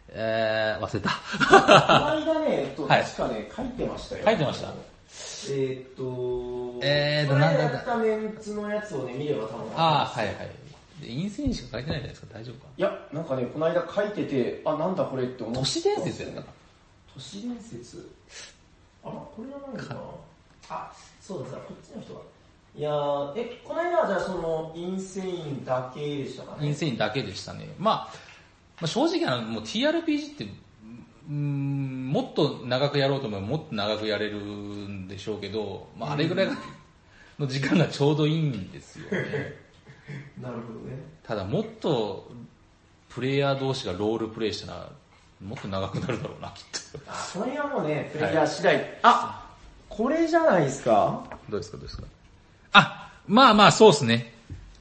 S3: えー、忘れた。
S2: この間ね、えっと、
S3: はい
S2: 確かね、書いてましたよ。
S3: <laughs> 書いてました
S2: えーっと、
S3: えーっと
S2: この間
S3: なんだ
S2: やったメンツのやつをね、見れば多分
S3: あ
S2: か
S3: ー、はいはい。で、陰性にしか書いてないじゃないですか、大丈夫か。
S2: る。いや、なんかね、この間書いてて、あ、なんだこれって思った。
S3: 都市伝説やったか。
S2: 都市伝説あら、これは何かなあ、そうだ、そうだこっちの人が。いやー、え、この間はじゃあその、インセインだけでしたかね。
S3: 陰性だけでしたね。まあ、まあ、正直あの、もう TRPG って、うんもっと長くやろうと思えばもっと長くやれるんでしょうけど、まああれぐらいが <laughs> の時間がちょうどいいんですよね。
S2: なるほどね。
S3: ただもっとプレイヤー同士がロールプレイしたらもっと長くなるだろうな、きっ
S2: あ、その辺はもうね、プレイヤー次第。あ、これじゃないですか。
S3: と。どうですかどうですかあ、まあまあそうですね。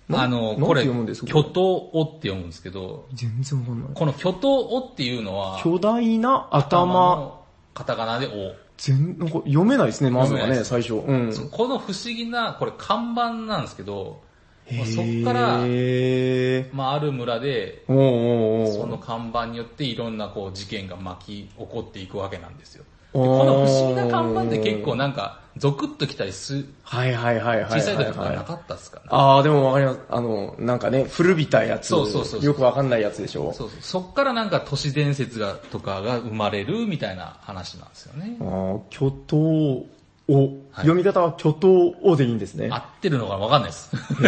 S2: な
S3: あの、
S2: なん
S3: これ、
S2: て読むんですかこれ
S3: 巨頭をって読むんですけど、
S2: 全然わかんない。
S3: この巨頭をっていうのは、
S2: 巨大な頭、
S3: のカタカナでお。
S2: 全、なんか読めないですね、まず
S3: 読
S2: は
S3: めな
S2: い
S3: で
S2: ね、
S3: す
S2: 最初。うん。
S3: そうこの不思議な、これ看板なんですけど、まあそ
S2: へ
S3: っ
S2: ー
S3: から、まあある村で、
S2: おうおうおう
S3: その看板によっていろんなこう事件が巻き起こっていくわけなんですよ。で
S2: あー
S3: この不思議な看板って結構なんか、ゾクッときたりす、
S2: はいはいはいはいはいはい。
S3: 小さい時からなかったっすかね。
S2: あー、でもわかります。あの、なんかね、古びたやつ。
S3: そうそうそうそう
S2: よくわかんないやつでしょ。
S3: そうそう。そっからなんか都市伝説が、とかが生まれるみたいな話なんですよね。
S2: ああ、巨頭を、
S3: はい
S2: 読み方は巨頭をでいいんですね。
S3: 合ってるのかわかんないです。 <laughs>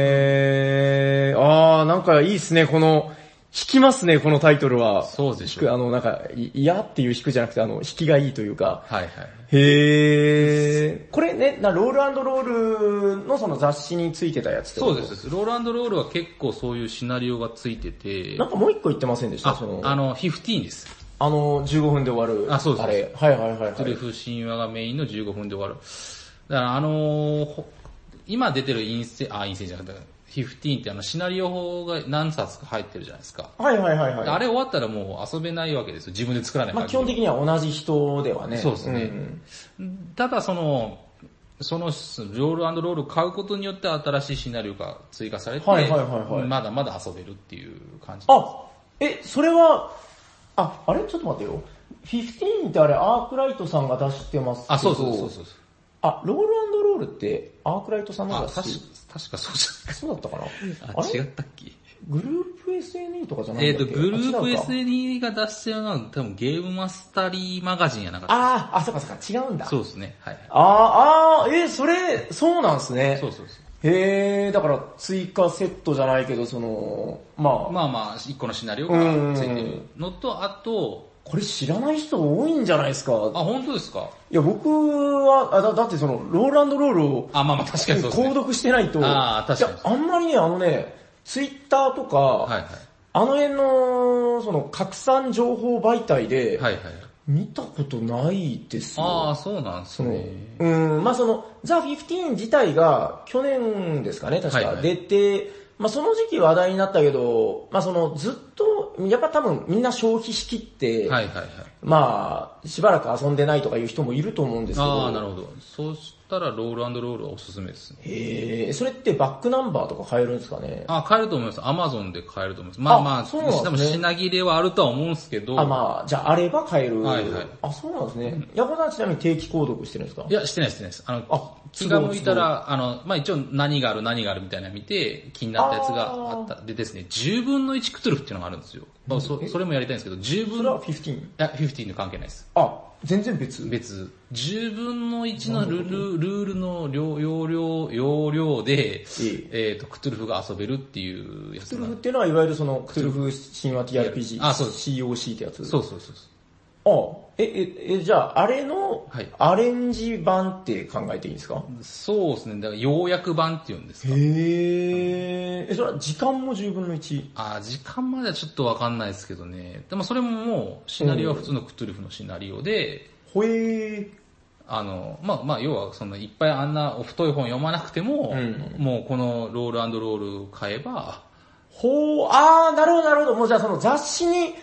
S2: へー。ああ、なんかいいっすね、この、引きますね、このタイトルは。
S3: そうでし
S2: 引く
S3: ょう。
S2: あの、なんか、い嫌っていう引くじゃなくて、あの、引きがいいというか。
S3: はいはい。
S2: へー。これね、な、ロールロールのその雑誌についてたやつってこ
S3: そ
S2: と
S3: うですそう。です。ロールロールは結構そういうシナリオがついてて、
S2: なんかもう一個言ってませんでしたそ
S3: あ
S2: の、、
S3: あの、15です。
S2: あの、15分で終わる。
S3: あそうです
S2: あれ。はいはいはい、は
S3: トゥル
S2: い。
S3: フ神話がメインの15分で終わる。だからあのーほ今出てる陰性、あ、陰性じゃなかった。15ってあのシナリオ法が何冊か入ってるじゃないですか。
S2: はいはいはい
S3: であ
S2: はい。
S3: れ終わったらもう遊べないわけですよ。自分で作らない
S2: まあ
S3: 限り
S2: 基本的には同じ人ではね。
S3: そうですね
S2: ん
S3: ただその、そのロールロール買うことによって新しいシナリオが追加されて、
S2: はいはいはいはい
S3: まだまだ遊べるっていう感じ。
S2: あ、え、それは、あ、あれちょっと待ってよ。15ってあれ、アークライトさんが出してますけど。
S3: あ、そうそうそうそうそう。
S2: あ、ロールロールってアークライトさんの方
S3: あ、
S2: が
S3: 確
S2: 好
S3: か
S2: き、
S3: 確かそうじ
S2: そうだったかな
S3: ゃない
S2: あ
S3: あ、違
S2: れ
S3: ったっけ
S2: グループ SNE とかじゃない
S3: え
S2: ん
S3: っ、
S2: だ
S3: と、
S2: っけ
S3: グルー
S2: あ
S3: プ
S2: 違うか
S3: SNE が出してるのは多分ゲームマスタリーマガジンやなかった。
S2: あー、あ、そっかそっか、違うんだ。
S3: そうですね。はい。
S2: あー、あー、えー、それ、そうなんすね。
S3: そうそうそう。
S2: へー、だから追加セットじゃないけど、その、まあ、
S3: まあまあ、一個のシナリオがついてるのと、あと、
S2: これ知らない人多いんじゃないです
S3: あ、
S2: か。
S3: 本当ですか
S2: いや、僕は、あだだってその、ローランドロールを
S3: あ、まあまあ確かにそうですね。
S2: 購読してないと、
S3: あー確かに
S2: いやあんまりね、あのね、ツイッターとか、
S3: はいは
S2: あの辺の、その、拡散情報媒体
S3: い。
S2: で、
S3: はいはい。
S2: 見たことないですよ。
S3: ああ、そうなんです
S2: その、
S3: ね。
S2: うん、まあその、ザ・フィフティーン自体が去年ですかね、確か、
S3: はいはい
S2: 出て、まあその時期話題になったけど、まあそのずっと、やっぱ多分みんな消費しきって、
S3: はいはいはい。
S2: まあしばらく遊んでないとかいう人もいると思うんですけど、
S3: ああ、なるほど。そうしたらロールロールはおすすめですね。
S2: へえ、それってバックナンバーとか変えるんですかね
S3: あ、買えると思います。アマゾンで買えると思います。まあまあ、
S2: そうなんですね
S3: 多分品切れはあるとは思うんですけど、
S2: あ、まあ、じゃああれば変える。
S3: はいはい
S2: あ、そうなんですね。ヤコさんちなみに定期購読してるんですか
S3: いや、してないですしてないです。あの、
S2: あ
S3: 気が向いたら、あの、まあ一応何がある何があるみたいなの見て、気になったやつがあった。でですね、10分の1クトゥルフっていうのがあるんですよ。まあそそれもやりたいんですけど、10
S2: そ
S3: 分
S2: れ
S3: の、
S2: は15。
S3: いや、15の関係ないです。
S2: あ、全然別。
S3: 別、10分の1のルルルールの量容量、容量で、えっ、と、クトゥルフが遊べるっていう
S2: ク
S3: や
S2: ト
S3: つ
S2: ゥル
S3: な
S2: フっていうのはいわゆるそのクトゥルフ神話 TRPG。
S3: あそうで
S2: COC ってやつ。
S3: そうそうそうそう。
S2: あえ、え、え、じゃあ、あれの
S3: はい、
S2: アレンジ版って考えていいんですか
S3: そうですね、だから要約版っていうんです
S2: へ
S3: か。
S2: え、え、それは時間も10分の1。
S3: あー時間まではちょっとわかんないですけどね。でもそれももう、シナリオは普通のクトゥルフのシナリオで、
S2: ほえー。
S3: あの、まあまあ、要は、その、いっぱいあんな太い本読まなくても、
S2: ん
S3: もうこのロールロールを買えば、
S2: ほう、あー、なるほどなるほど。もうじゃあその雑誌に、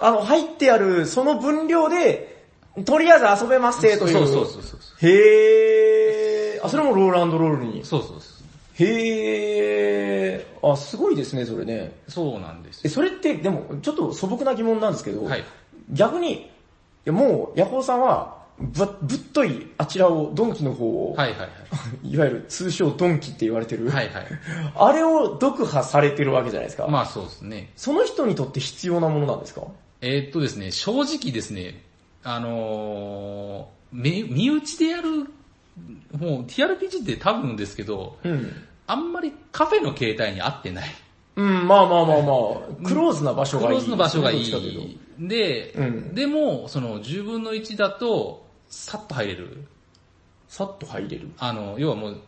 S2: あの、入ってある、その分量で、とりあえず遊べますせという。
S3: そうそうそうそう。
S2: へー。あ、それもローランドロールに。
S3: そうそうそう。
S2: へー。あ、すごいですね、それね。
S3: そうなんです
S2: え、
S3: よ。
S2: それって、でも、ちょっと素朴な疑問なんですけど、
S3: はい
S2: 逆に、いやもう、ヤコウさんは、ぶ、ぶっとい、あちらを、ドンキの方を、
S3: はいはいはい。
S2: い、わゆる通称ドンキって言われてる、
S3: はいはい。 <laughs>
S2: あれを読破されてるわけじゃないですか。
S3: まあそうですね。
S2: その人にとって必要なものなんですか
S3: えーっとですね、正直ですね、あのー、め身内でやる、もう TRPG って多分ですけど、
S2: うん。
S3: あんまりカフェの形態に合ってない。
S2: うん、まあまあまあまあ、クローズな場所
S3: ク
S2: がいい。
S3: ローズの場所がい
S2: どっちかというと
S3: い。で、
S2: うん
S3: でも、その10分の1だと、さっと入れる。
S2: さっと入れる。
S3: あの、要はもう、
S2: おう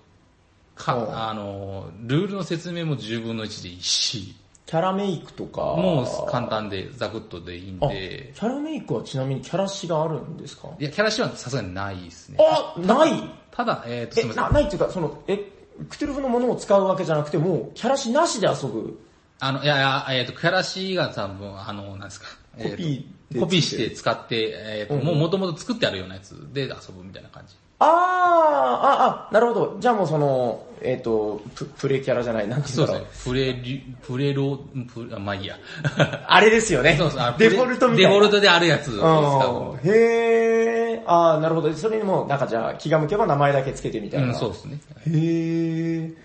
S3: か、あの、ルールの説明も10分の1でいいし、
S2: キャラメイクとか、
S3: もう簡単で、ザクッとでいいん
S2: あ、
S3: で
S2: キ、ャラメイクはちなみにキャラ詞があるんですか
S3: いや、キャラシはさすがにないですね。
S2: あ、ない
S3: ただ、えっ、と、す
S2: え、
S3: みません
S2: な、。ないっていうか、その、え、クトゥルフのものを使うわけじゃなくて、もう、キャラしなしで遊ぶ。
S3: あの、いやいや、えっ、と、キャラシが多分、あの、なんですか。えーと
S2: コピーで
S3: コピーして使って、えっ、
S2: うん
S3: と、もう元々作ってあるようなやつで遊ぶみたいな感じ。
S2: あー、あ、あ、なるほど。じゃあもうその、えっ、とプ、プレキャラじゃない、なんてい
S3: そううん
S2: だ
S3: で
S2: ろう。
S3: すね。プレリュ、プレロ、プレあまあいい
S2: <laughs>
S3: や。
S2: あれですよね。
S3: そうそうあの
S2: デフォルトみたいな。
S3: デフォルトであるやつを使う
S2: うん。へー。あー、なるほど。それにも、なんかじゃあ、気が向けば名前だけつけてみたいな。
S3: うん、そうですね。
S2: へー。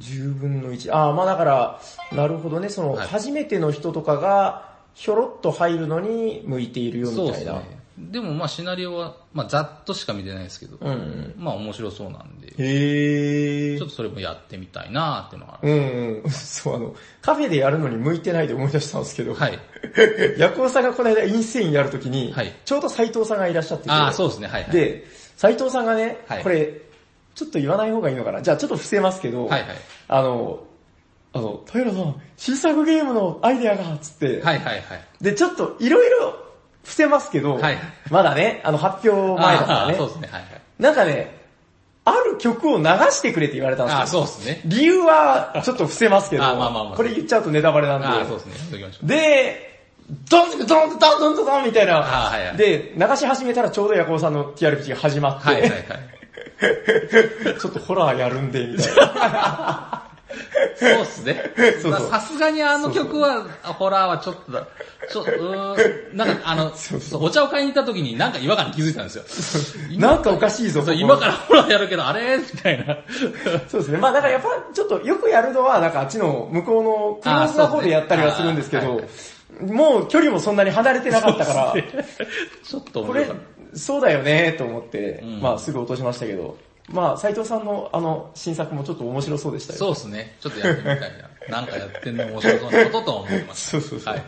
S2: 10分の1。あー、まあだから、なるほどね、その、
S3: はい
S2: 初めての人とかが、ひょろっと入るのに向いているよみたい
S3: そう
S2: な。
S3: ですね。でもまあシナリオは、まあざっとしか見てないですけど、
S2: うんうん。
S3: まあ面白そうなんで、ち
S2: へ
S3: ょ
S2: ー。
S3: っとそれもやってみたいなっていうのがある。
S2: うん <laughs> うん、そうあの、カフェでやるのに向いてないで思い出したんですけど、
S3: はい。
S2: <laughs> ヤコウさんがこの間インセインやるときに、
S3: はい
S2: ちょうど斉藤さんがいらっしゃってて、
S3: ああ、そうですね、はいはい。
S2: で、斉藤さんがね、
S3: はい
S2: これ、ちょっと言わない方がいいのかな。じゃあちょっと伏せますけど、
S3: はいはい。
S2: あの、あの、平さん、新作ゲームのアイデアが、つって、
S3: はいはいはい。
S2: で、ちょっといろいろ伏せますけど、
S3: はい
S2: まだね、あの発表前だから
S3: ああ、
S2: ね
S3: そう、ですね、はいはい。
S2: なんかね、ある曲を流してくれって言われたんですよ。
S3: あ、そうですね。
S2: 理由はちょっと伏せますけど、
S3: あまあまあまあ
S2: これ言っちゃうとネタバレなんで。
S3: あ、そうですね。やっときましょう。
S2: で、ドンドンドンドンドンドンみたいな。
S3: あはいはい
S2: で、流し始めたらちょうどヤコウさんの TRPG が始まって、
S3: はいはいはい。
S2: <laughs> ちょっとホラーやるんで、みたいな。
S3: そうですね
S2: そうそう。
S3: まあさすがにあの曲は、ホラーはちょっとだ、ちょ、うーん、なんかあの、お茶を買いに行った時になんか違和感に気づいたんですよ。 <laughs>
S2: なんかおかしいぞ、
S3: そう
S2: ここ
S3: 今からホラーやるけど、あれみたいな。
S2: そうですね。まあだからやっぱちょっとよくやるのは、なんかあっちの向こうのクローズな方でやったりはするんですけ
S3: あそう
S2: ど、もう距離もそんなに離れてなかったから、
S3: ちょっ
S2: こ
S3: と面白
S2: れ
S3: かっ、
S2: そうだよねと思って、
S3: ん
S2: まあすぐ落としましたけど、まあ斎藤さんのあの新作もちょっと面白そうでした
S3: た。
S2: よ。
S3: そうですね。ちょっとやってみたいな。なんかやってんの面白そうなこととは思います。
S2: そうそうそう
S3: はいはい。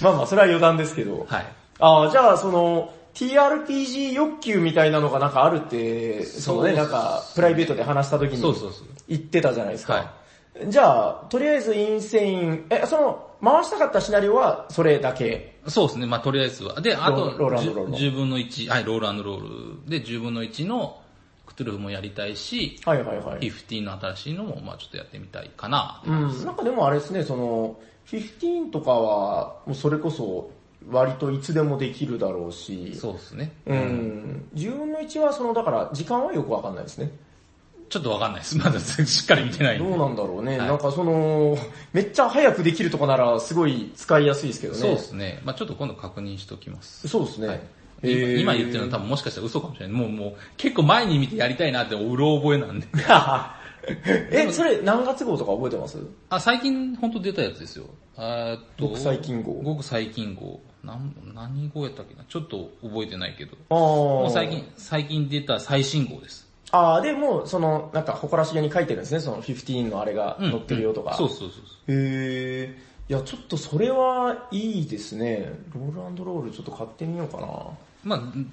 S2: まあまあそれは余談ですけど、
S3: はい。
S2: ああ、じゃあその、TRPG 欲求みたいなのがなんかあるって、そのね、
S3: そう
S2: なんか、プライベートで話した時
S3: そうそう
S2: に
S3: そう
S2: 言ってたじゃないですか。じゃあ、とりあえずインセイン、え、その、回したかったシナリオはそれだけ。
S3: そうですね、まあとりあえずは。で、あと、
S2: ロールロールロール
S3: 10分の1、はい、ロールロールで10分の1のクトゥルフもやりたいし、
S2: はいはいは
S3: フィ
S2: い。
S3: フティーンの新しいのも、まあちょっとやってみたいかな。
S2: うん、なんかでもあれですね、その、15とかは、もうそれこそ、割といつでもできるだろうし、
S3: そうですね。
S2: うん、10分の1はその、だから時間はよくわかんないですね。
S3: ちょっとわかんないです。まだしっかり見てないん
S2: ど
S3: で。
S2: うなんだろうね。
S3: はい
S2: なんかその、めっちゃ早くできるとかならすごい使いやすいですけどね。
S3: そうですね。まあちょっと今度確認しておきます。
S2: そうですね。
S3: 今今言ってるのは多
S2: 分。
S3: 分もしかしたら嘘かもしれない。もうもう結構前に見てやりたいなってうろ覚えなんで。
S2: <laughs> え、それ何月号とか覚えてます
S3: あ、最近本当出たやつですよ。えーっと。
S2: ごく最近号
S3: ごく最近号。なん何号やったっけなちょっと覚えてないけど。
S2: あ
S3: も
S2: も
S3: う最近、最近出た最新号です。
S2: ああ、でも、その、なんか誇らしげに書いてるんですね、その15のあれが載ってるよとか。
S3: そうそうそうそ
S2: へえ。いや、ちょっとそれはいいですね。ロールロールちょっと買ってみようかな。
S3: う。まあん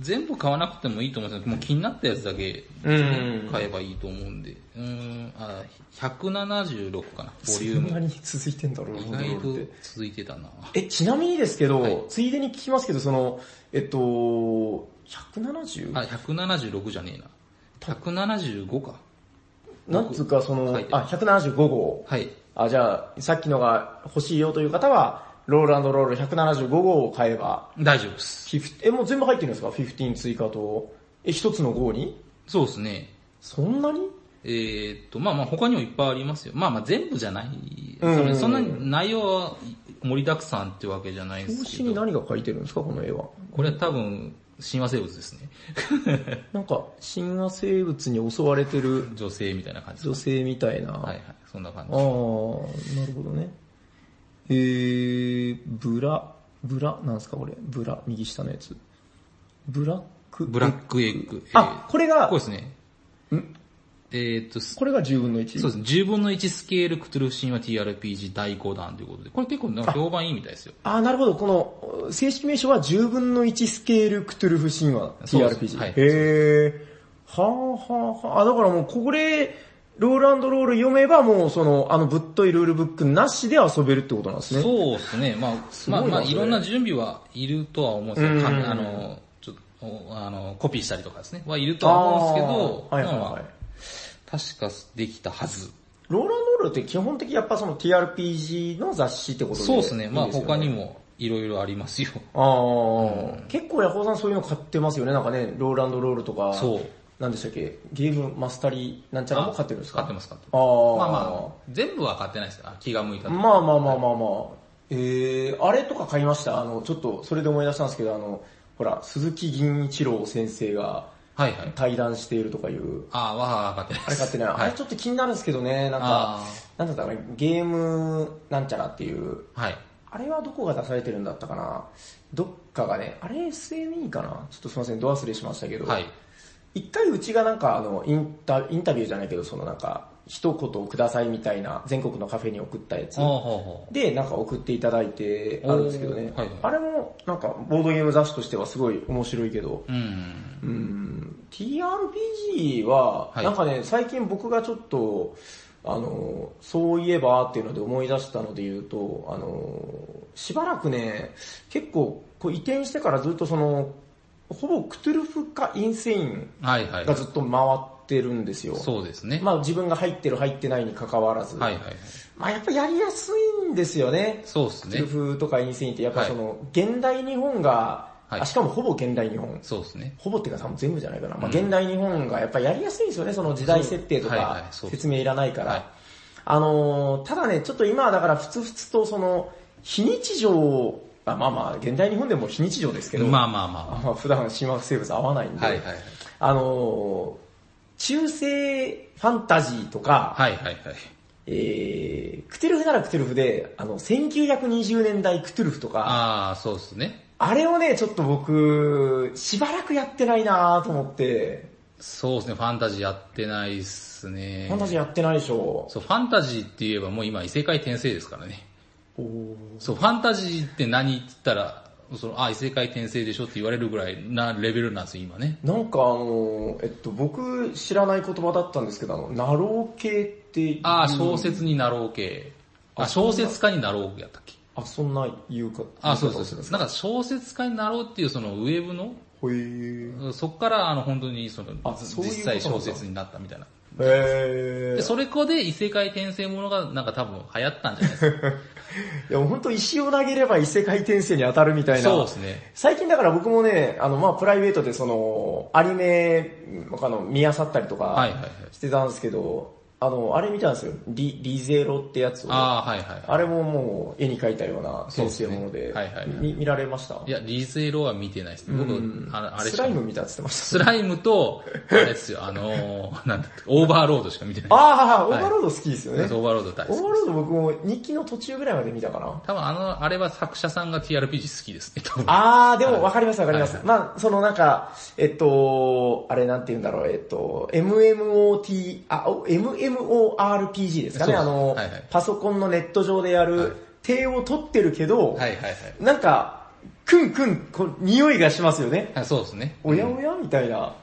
S3: 全部買わなくてもいいと思うんですけど、もう気になったやつだけ
S2: うん
S3: 買えばいいと思うんで。うん、あ、176かな、ボリュー
S2: そんな
S3: ム。
S2: に続いてんだろう、ロー
S3: 意
S2: ルロ
S3: 外
S2: ールって。
S3: と続いてたな。
S2: え、ちなみにですけど、
S3: はい
S2: ついでに聞きますけど、その、えっと、170?
S3: あ、176じゃねえな。175か。
S2: なんつうかその
S3: 書い、て
S2: あ、175号。
S3: はい。
S2: あ、じゃあ、さっきのが欲しいよという方は、ロールロール175号を買えば、
S3: 大丈夫です。
S2: 50え、もう全部入ってるんですか ?15 追加と。え、一つの号に
S3: そうですね。
S2: そんなに
S3: えーっと、まあまあ他にもいっぱいありますよ。まあまあ全部じゃない。
S2: うん
S3: そのそんなに内容は盛りだくさんってわけじゃないです
S2: 表
S3: け
S2: 紙に
S3: ど。
S2: 何が書いてるんですかこの絵は。
S3: これは多分、神話生物ですね。
S2: なんか、神話生物に襲われてる
S3: 女性みたいな感じで
S2: 女
S3: す。
S2: 性みたいな。
S3: はいはい。そんな感
S2: ああ、なるほどね。えー、ブラ、ブラ、なんですかこれ。ブラ、右下のやつ。ブラック。
S3: じ。ブラックエッグ。
S2: あ、これが、
S3: えーこうですね。えーっと、す
S2: これが10分の1。
S3: そうですね。10分の1スケールクトゥルフ神話 TRPG 第5弾ということで、これ結構なんか評判いいみたいですよ。
S2: あー、なるほど。この、正式名称は10分の1スケールクトゥルフ神話
S3: そうです
S2: TRPG。
S3: はい
S2: へー。はあはあはあ。あ、だからもうこれ、ロールロール読めばもうその、あのぶっといルールブックなしで遊べるってことなんですね。
S3: そうですね。まあ、
S2: ご
S3: ま
S2: い
S3: あ、
S2: な
S3: まあ、
S2: それ
S3: いろんな準備はいるとは思うんですけ
S2: うん
S3: ど、かあの、ちょっと、おあの、コピーしたりとかですね。はいるとは思うんですけど、
S2: あーはいはいはい
S3: まあまあ確かできたはず。
S2: ローランドロールって基本的にやっぱその TRPG の雑誌ってことで
S3: そうですね。まあ、
S2: いいですよ
S3: 他に。もいろいろありますよ。
S2: ああ、結構ヤホーさんそういうの買ってますよね。なんかね、ローランドロールとか。
S3: そう。
S2: なんでしたっけゲームマスタリーなんちゃらも買ってるんですか
S3: 買ってます、買って
S2: あ
S3: ま
S2: あ。
S3: す。まあまあ、全部は買ってないですから、気が向いたと。
S2: まあまあまあまあまあ。えー、あれとか買いましたあの、ちょっと、それで思い出したんですけど、あの、ほら、鈴木銀一郎先生が
S3: はいはい。
S2: 対談しているとかいう、
S3: ああ、わは買ってない
S2: あれ買ってない、
S3: は
S2: あ
S3: い
S2: れちょっと気になるんですけどね、なんか
S3: あ、
S2: なんだったかな、ゲームなんちゃらっていう、
S3: はい。
S2: あれはどこが出されてるんだったかなどっかがね、あれ SME かなちょっとすいません、ド忘れしましたけど、
S3: はい。
S2: 一回うちがなんかあのインタ、インタビューじゃないけど、そのなんか、一言くださいみたいな、全国のカフェに送ったやつ。
S3: ほうほう
S2: で、なんか送っていただいてあるんですけどね。
S3: おーはい
S2: あれも、なんか、ボードゲーム雑誌としてはすごい面白いけど、
S3: ほう。うん。
S2: TRPG は、
S3: はい
S2: なんかね、最近僕がちょっと、あの、そういえばっていうので思い出したので言うと、あの、しばらくね、結構、こう移転してからずっとその、ほぼクトゥルフかインセイン
S3: はいはい
S2: が。ずっと回っってるんですよ。
S3: そうですね。
S2: まあ自分が入ってる入ってないに関わらず。
S3: はいはいはい。
S2: まあやっぱやりやすいんですよね。
S3: そうですね
S2: ク。トゥルフとかインセインってやっぱその、現代日本が、
S3: はい
S2: あしかもほぼ現代日本。
S3: そうですね。
S2: ほぼっていうか多分全部じゃないかな。まあ、
S3: うん
S2: 現代日本がやっぱやりやすいんですよね、その時代設定と
S3: そうはいは
S2: か
S3: いそう
S2: 説明いらないから。
S3: はい
S2: あのーただね、ちょっと今はだからふつふつとその、非日常を、あまあまあ、現代日本でも非日常ですけど、
S3: まあまあ
S2: あ
S3: ま
S2: んま普段神話生物合わないんで、
S3: あ。はいはいはい。
S2: あのー中世ファンタジーとか、
S3: はいはいはい。
S2: えー、クトゥルフならクトゥルフで、あの、1920年代クトゥルフとか、
S3: ああ、そうですね。
S2: あれをね、ちょっと僕、しばらくやってないなと思って、
S3: そうですね、ファンタジーやってないっすね。
S2: ファンタジーやってないでしょ。
S3: そう、ファンタジーって言えばもう今異世界転生ですからね。
S2: おー
S3: そう、ファンタジーって何って言ったら、その、あ、異世界転生でしょって言われるぐらいなレベルなんですよ、今ね。
S2: なんかあの、えっと、僕知らない言葉だったんですけど、あの、ナロー系って。
S3: ああ、小。説になろう系。あ、
S2: あそう
S3: 小
S2: なんだ
S3: 説家になろうやったっけ。
S2: あ、そんな言うか。
S3: あ、そう
S2: 言方
S3: そう
S2: するん
S3: そう。
S2: か
S3: なんか小説家になろうっていうそのウェブの、
S2: ほいー。
S3: そっからあの本当にその、
S2: あそう
S3: 実
S2: いうことなんだ
S3: 際小説になったみたいな。
S2: へ
S3: で、
S2: ー。
S3: それこで異世界転生ものがなんか多分流行ったんじゃない
S2: <laughs>
S3: ですか。
S2: いや、ほんと石を投げれば異世界転生に当たるみたいな。
S3: そうですね。
S2: 最近だから僕もね、あの、まあプライベートでその、アニメ、あの、見漁ったりと
S3: はいはいは
S2: か
S3: い
S2: してたんですけど、あの、あれ見たんですよ。リ、リゼロってやつを。
S3: ああ、はいはいは
S2: あれももう絵に描いたような先生もので、
S3: そうですねはいはいはい
S2: み見られました
S3: い。いや、リゼロは見てないですね。僕
S2: うん、
S3: あのあれし
S2: ス
S3: か
S2: ライム見たって言ってました。
S3: スライムと、あれですよ、
S2: <laughs>
S3: あのー、なんだっけオーバーロードしか見てない。
S2: ああ、オ
S3: はい
S2: ーバーロード好きですよね。
S3: オーバーロード大
S2: オーバー
S3: 好き。
S2: ロード僕も日記の途中ぐらいまで見たかな。
S3: 多分あの、あれは作者さんが TRPG 好きですね、多分。
S2: あー、でもわかりますわかります。
S3: はい
S2: まあ、そのなんか、えっと、あれなんて言うんだろう、えっと、MMOT、あ、お MMORPG ですかね、
S3: そう
S2: あの、
S3: はいはい
S2: パソコンのネット上でやる、
S3: はい
S2: 手を取ってるけど、
S3: はいはいはい
S2: なんか、くんくん、こう匂いがしますよね。
S3: あ。そうですね。
S2: おやおやみたいな。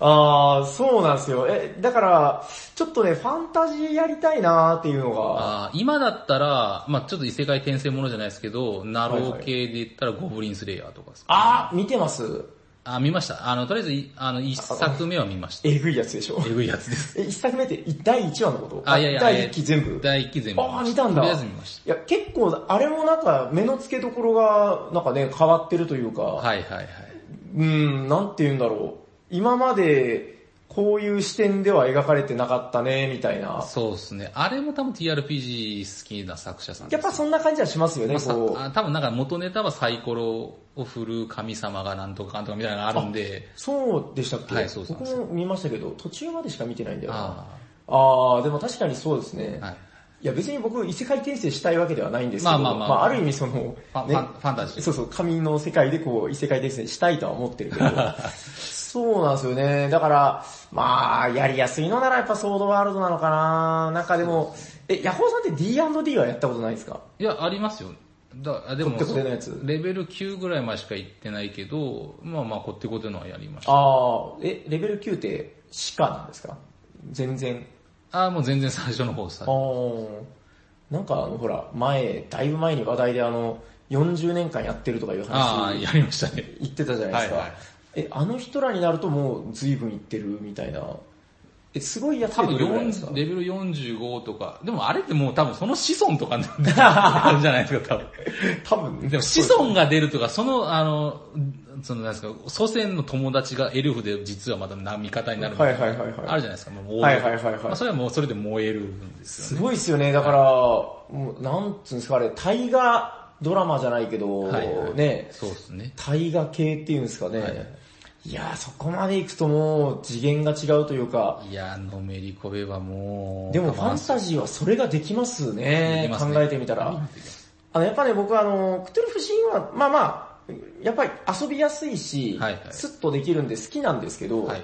S2: あー、そうなんですよ。え、だから、ちょっとね、ファンタジーやりたいなーっていうのが、
S3: あー今だったら、まあちょっと異世界転生ものじゃないですけど、ナロー系で言ったらゴブリンスレイヤーとかですか、
S2: あー、見てます。
S3: あ、見ました。あの、とりあえずい、あの、一作目は見ました。
S2: えぐいやつでしょ。
S3: えぐいやつです。
S2: え、一作目ってい第1話のこと
S3: あ、いやいや。
S2: 第1期全部
S3: 第一期全部ま
S2: ああ、
S3: し
S2: 見たんだ。
S3: とりあえず見ました。
S2: いや、結構、あれもなんか、目の付けどころが、なんかね、変わってるというか、
S3: はいはいはい。
S2: うーん、なんて言うんだろう。今まで、こういう視点では描かれてなかったね、みたいな。
S3: そうですね。あれも多分 TRPG 好きな作者さんです
S2: やっぱそんな感じはしますよね、
S3: さ
S2: こう。
S3: あ多分なんか元ネタはサイコロを振る神様がなんとかかんとかみたいなのがあるんで、
S2: そうでしたっけ、
S3: はいそうそう
S2: 僕も見ましたけど、途中までしか見てないんだよな。
S3: あ
S2: あー、でも確かにそうですね。
S3: あ、はい。
S2: いや別に僕異世界転生したいわけではないんですけど、
S3: まあまあまあ
S2: る意味その、ね
S3: ファファンファンタジー
S2: そうそう、紙の世界でこう異世界転生したいとは思ってる
S3: <laughs>
S2: けど、そうなんですよね。だから、まあ、やりやすいのならやっぱソードワールドなのかななんかでも、え、ヤホーさんって D&D はやったことないですか
S3: いや、ありますよ。だあでも
S2: こってこてのやつ
S3: レベル9ぐらいまでしか行ってないけど、まあまあ、こってこてのはやりました。
S2: ああえ、レベル9ってしかなんですか全然。
S3: ああ、もう全然最初の方さ
S2: あ。ーなんかあの、ほら、前、だいぶ前に話題であの、40年間やってるとかいう
S3: ああ、
S2: 話
S3: やりましたね。
S2: 言ってたじゃないですか。
S3: はいはい
S2: え、あの人らになるともう随分いってるみたいな。え、すごいやつ
S3: 多分
S2: どれぐらいですか
S3: 4レベル45とか、でもあれってもう多分その子孫とかにな
S2: <laughs>
S3: ってあるじゃないですか、多分。
S2: 多分。<laughs>
S3: でも子孫が出るとか、その、あの、そのなんですか、祖先の友達がエルフで実はまた味方になるみたいな
S2: はいはいはいはい
S3: あるじゃないですか、もう。
S2: はいはいはいはい
S3: まあ、それはもうそれで燃えるんです
S2: す
S3: よね。
S2: ごいですよね。だから、もうなんつうんですかあれ、大河ドラマじゃないけど、
S3: はいはい
S2: ね、
S3: そうですね。
S2: 大河系っていうんですかね。
S3: はい
S2: い
S3: はい
S2: やー、そこまで行くともう次元が違うというか、
S3: いやー、のめりこべはもう。
S2: でもファンタ
S3: ジ
S2: ジーはそれができますね。
S3: できますね
S2: 考えてみたら。あの、やっぱね、僕はあの、クトゥルフシーンは、まあまあ、やっぱり遊びやすいし、
S3: はいはい
S2: スッとできるんで好きなんですけど、
S3: はい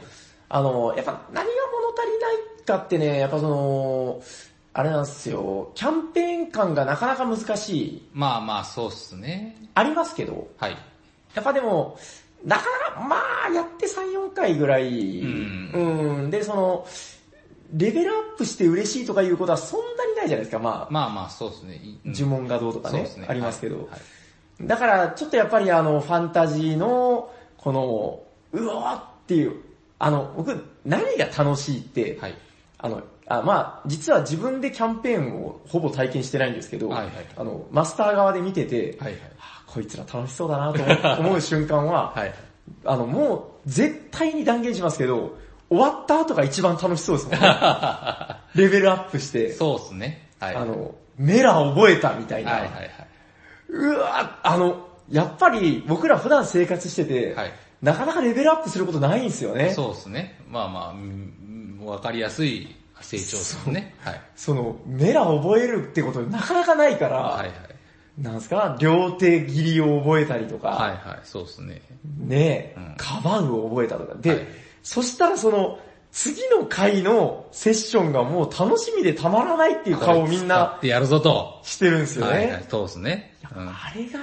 S2: あの、やっぱ何が物足りないかってね、やっぱその、あれなんですよ、キャンペーン感がなかなか難しい、
S3: まあまあ、そうっすね。
S2: ありますけど、
S3: はい。
S2: やっぱでも、なかなか、まあ、やって3、4回ぐらい、
S3: うん
S2: うんで、その、レベルアップして嬉しいとかいうことはそんなにないじゃないですか、まあ、
S3: まあまあ、そうっすね。いうん
S2: 呪文がどうとか
S3: そう
S2: ね
S3: っ、す
S2: ありますけど、
S3: はいはい
S2: だから、ちょっとやっぱりあの、ファンタジーの、この、うおーっていう、あの、僕、何が楽しいって、
S3: はい。
S2: あの、あまあ、実は自分でキャンペーンをほぼ体験してないんですけど、
S3: はいはい
S2: あの、マスター側で見てて、
S3: はいはい
S2: あこいつら楽しそうだなと
S3: <laughs>
S2: 思う思う瞬間は、
S3: はい。
S2: あの、もう絶対に断言しますけど、終わった後が一番楽しそうですもん
S3: <laughs>
S2: ね。レベルアップして、
S3: そうですね。はい。
S2: あの、メラ覚えたみたいな、
S3: はいはいはい。
S2: うわあの、やっぱり僕ら普段生活してて、
S3: はい
S2: なかなかレベルアップすることないんですよね。
S3: そうですね。まあまあうん、わかりやすい成長ですね。はい。
S2: その、メラ覚えるってことなかなかないから、
S3: はいはい。
S2: なんですか、両手切りを覚えたりとか、
S3: はいはい、そうですね。
S2: ねえ、
S3: うん
S2: カバンを覚えたとか。で、
S3: はい
S2: そしたらその、次の回のセッションがもう楽しみでたまらないっていう顔をみん
S3: 使
S2: な
S3: ってやるぞと。
S2: してるんですよね。
S3: はいはい、そうですね。うん
S2: あれが、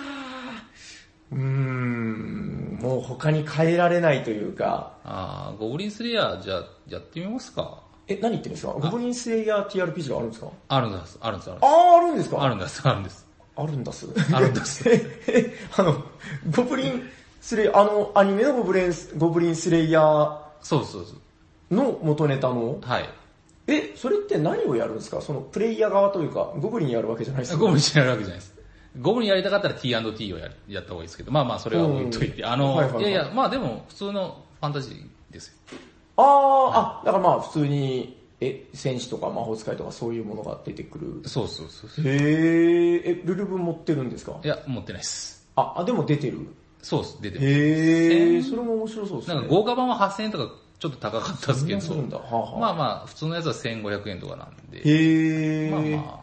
S2: うーん、もう他に変えられないというか、
S3: あーゴブリンスレイヤー、じゃあ、やってみますか。
S2: え、何言ってるんですかゴブリンスレイヤー TRPG があるんですか
S3: あるんです、あるんです、あるん
S2: あ
S3: です。
S2: ー、あるんですか
S3: あるんです、あるんです。
S2: あるんだっす。
S3: あるんだっす
S2: <laughs> え。あの、ゴブリンスレイ、あの、アニメのゴブリンスゴブリンスレイヤー
S3: そうです、そうです。
S2: の元ネタの、
S3: はい。
S2: え、それって何をやるんですかそのプレイヤー側というか、ゴブリンやるわけじゃないですか
S3: ゴブリンやるわけじゃないです。ゴブリンやりたかったら T&T をややった方がいいですけど、まあまあ、それは置いといて。
S2: うん
S3: あの、
S2: はい
S3: い
S2: はいはい
S3: やいや、まあでも、普通のファンタジーですよ。
S2: あー、あ、だからまあ普通に、え、戦士とか魔法使いとかそういうものが出てくる。
S3: そうそうそうそう。
S2: へー、え、ルルブ持ってるんですか
S3: いや、持ってないです。
S2: あ、あ、でも出てる。
S3: そうです、出てます
S2: へ
S3: え
S2: ー、それも面白そうですね。
S3: なんか豪華版は8000円とかちょっと高かったですけど、
S2: そんなもんだはあはあ
S3: まあまあ、普通のやつは1500円とかなんで、
S2: へー。
S3: まあま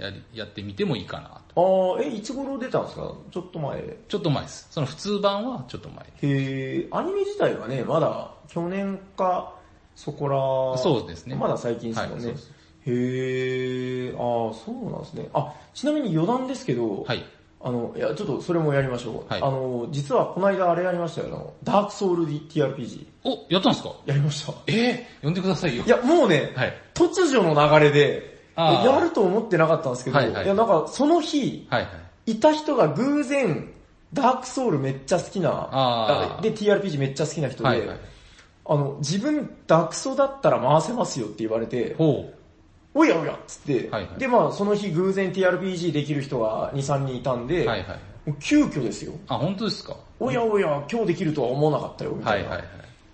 S3: あ、やりやってみてもいいかなと。
S2: あー、え、いつ頃出たんですかちょっと前。へ
S3: ちょっと前です。その普通版はちょっと前。
S2: ー、アニメ自体はね、まだ去年かそこら、
S3: そうですね
S2: まだ最近ですもんね。
S3: はいそうです
S2: へー、あー、そうなんですね。あ、ちなみに余談ですけど、
S3: はい。
S2: あの、いや、ちょっとそれもやりましょう。
S3: はい
S2: あの、実はこの間あれやりましたよ、あの、ダークソウル TRPG。
S3: お、やったんですか
S2: やりました。
S3: ええ呼んでくださいよ。
S2: いや、もうね、
S3: はい
S2: 突如の流れで、
S3: あー
S2: やると思ってなかったんですけど、
S3: はいいはい
S2: や、なんかその日、
S3: はいはい。
S2: いた人が偶然、ダークソウルめっちゃ好きな、
S3: あー
S2: で、TRPG めっちゃ好きな人で、
S3: はいはい。
S2: あの、自分ダークソだったら回せますよって言われて、
S3: ほ
S2: おやおやっつって、
S3: はいはい
S2: で、まあその日偶然 TRPG できる人が2、3人いたん
S3: う。
S2: で、
S3: はいはい。
S2: もう急遽ですよ。
S3: あ、本当ですか
S2: おやおや、今日できるとは思わなかったよ、み
S3: は
S2: た
S3: い
S2: いな。
S3: はいはい。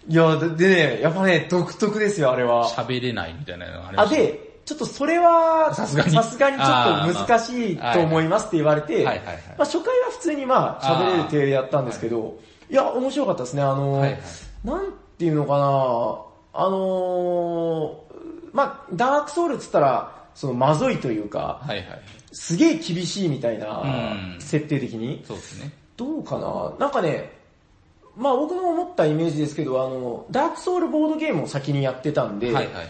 S2: いや、ででね、やっぱね、独特ですよ、あれは。
S3: 喋れないみたいなのがありま
S2: あ、
S3: したね
S2: で、ちょっとそれは、
S3: さすがに
S2: ちょっと難しいと思いますって言われて、
S3: あーまあはいはいはい
S2: まあ初回は普通にまあ喋れる程度やったんですけど、いや、面白かったですね、あの、
S3: はいはい
S2: なんていうのかな、あのーまあダークソウルっつったら、そのまぞいというか、
S3: はいはい。
S2: すげえ厳しいみたいな
S3: う、ん
S2: 設定的に。
S3: そうですね。
S2: どうかななんかね、まあ僕の思ったイメージですけど、あの、ダークソウルボードゲームを先にやってたんで、
S3: はいはいはい。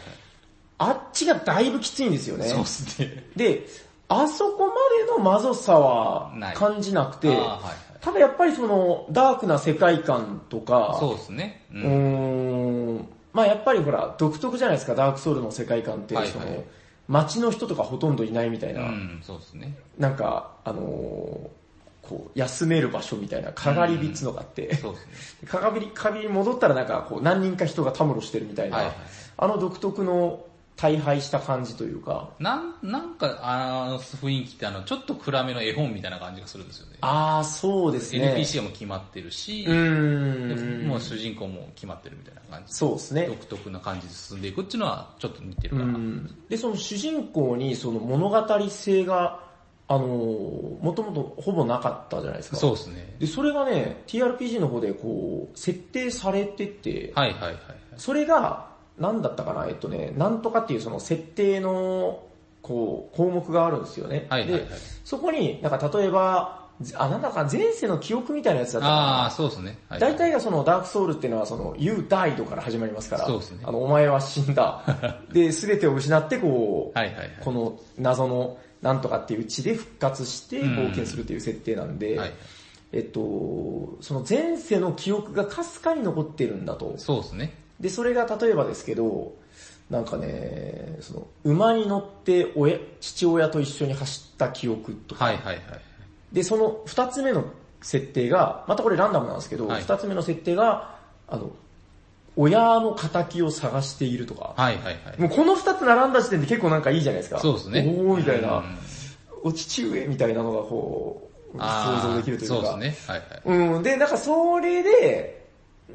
S2: あっちがだいぶきついんですよね。
S3: そうですね。
S2: で、あそこまでの魔女さは
S3: ない
S2: 感じなくて、
S3: あーはいはい
S2: ただやっぱりそのダークな世界観とか、
S3: そうですね。う。
S2: うんーん、まあやっぱりほら独特じゃないですか、ダークソウルの世界観って、
S3: はいはい
S2: その街の人とかほとんどいないみたいうな、
S3: ん、そうですね。
S2: なんか、あのーこう、休める場所みたいな、かがり火っつうのがあって、
S3: そうです
S2: <laughs>
S3: ね。
S2: かがり、かがり戻ったらなんかこう、何人か人がたむろしてるみたいな、
S3: はいはい
S2: あの独特の大敗した感じというか、
S3: なん、なんか、あの、雰囲気ってあの、ちょっと暗めの絵本みたいな感じがするんですよね。
S2: ああ、そうですね。
S3: NPC も決まってるし、
S2: うーん。
S3: もう主人公も決まってるみたいな感じ。
S2: そうですね。
S3: 独特な感じで進んでいくっていうのは、ちょっと似てる
S2: う
S3: かな。
S2: ん。で、その主人公にその物語性が、あのー、もともとほぼなかったじゃないですか。
S3: そうですね。
S2: で、それがね、TRPG の方でこう、設定されてて、
S3: はいはいはい。
S2: それが、何だったかなえっとね、なんとかっていうその設定の、こう、項目があるんですよね。
S3: はいはいはい
S2: で、そこに、なんか例えば、あ、なんだか前世の記憶みたいなやつだったかな
S3: ああ、そうですね。はい
S2: 大体がそのダークソウルっていうのはその You died から始まりますから、
S3: そうですね
S2: あのお前は死ん
S3: <laughs>
S2: だ。で、すべてを失ってこう、
S3: はいはいはい。
S2: この謎のなんとかっていう地で復活して
S3: うん
S2: 冒険するっていう設定なんで、
S3: はい。
S2: えっと、その前世の記憶がかすかに残ってるんだと。
S3: そうですね。
S2: で、それが例えばですけど、なんかね、その馬に乗って親、父親と一緒に走った記憶とか、
S3: はいはいはい。
S2: で、その二つ目の設定が、またこれランダムなんですけど、二、
S3: はい
S2: つ目の設定が、あの、親の仇を探しているとか、
S3: はいはいはい。
S2: もうこの二つ並んだ時点で結構なんかいいじゃないですか。
S3: そうですね。
S2: おーみたいな、
S3: うん
S2: お父上みたいなのがこう、
S3: あー
S2: 想像できるというか。
S3: そうですね。はいはい。
S2: うん、で、なんかそれで、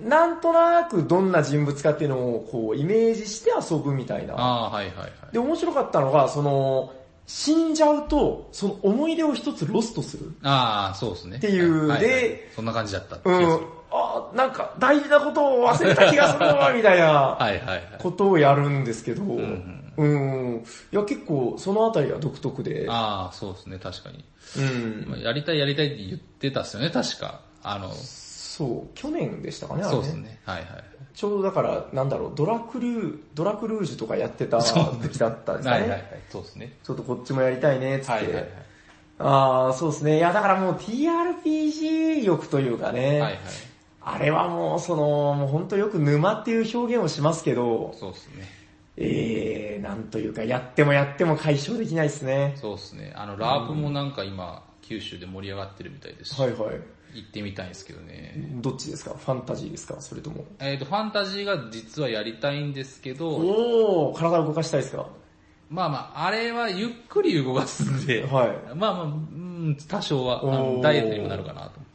S2: なんとなくどんな人物かっていうのをこうイメージして遊ぶみたいな。
S3: ああ、はいはいはい。
S2: で、面白かったのが、その、死んじゃうと、その思い出を一つロストする。
S3: ああ、そうですね。
S2: っていう
S3: はいはいはい
S2: で、
S3: そんな感じだったって
S2: う
S3: 気がする。
S2: ん。あ、なんか大事なことを忘れた気がするわ、みたいな
S3: はいはいはい。
S2: ことをやるんですけど、うんん。いや、結構そのあたりは独特で、
S3: ああ、そうですね、確かに。
S2: うん。
S3: まあやりたいやりたいって言ってたっすよね、確か。あの、
S2: そう、去年でしたかね、あれ
S3: そうですね。はいはい。
S2: ちょうどだから、なんだろう、ドラクルー、ドラクルージュとかやってた
S3: そう
S2: 時だったんですか
S3: は
S2: ね。
S3: いはいはい。そうですね。
S2: ちょっとこっちもやりたいね、つって。
S3: はいはいはい。
S2: ああ、そうですね。いや、だからもう TRPG 欲というかね、
S3: はいはい。
S2: あれはもうその、もう本当よく沼っていう表現をしますけど、
S3: そうですね。
S2: えー、なんというか、やってもやっても解消できないですね。
S3: そうですね。あの、ラープもなんか今、九州で盛り上がってるみたいですし、
S2: はいはい。
S3: 行ってみたいんですけどね。
S2: どっちですかファンタジーですかそれとも。
S3: えっ、と、ファンタジーが実はやりたいんですけど、
S2: おー、体を動かしたいですか
S3: まあまあ、あれはゆっくり動かすんで、
S2: はい
S3: まあまあ、うん、多少は、あの
S2: おー
S3: ダイエットにもなるかなと思って。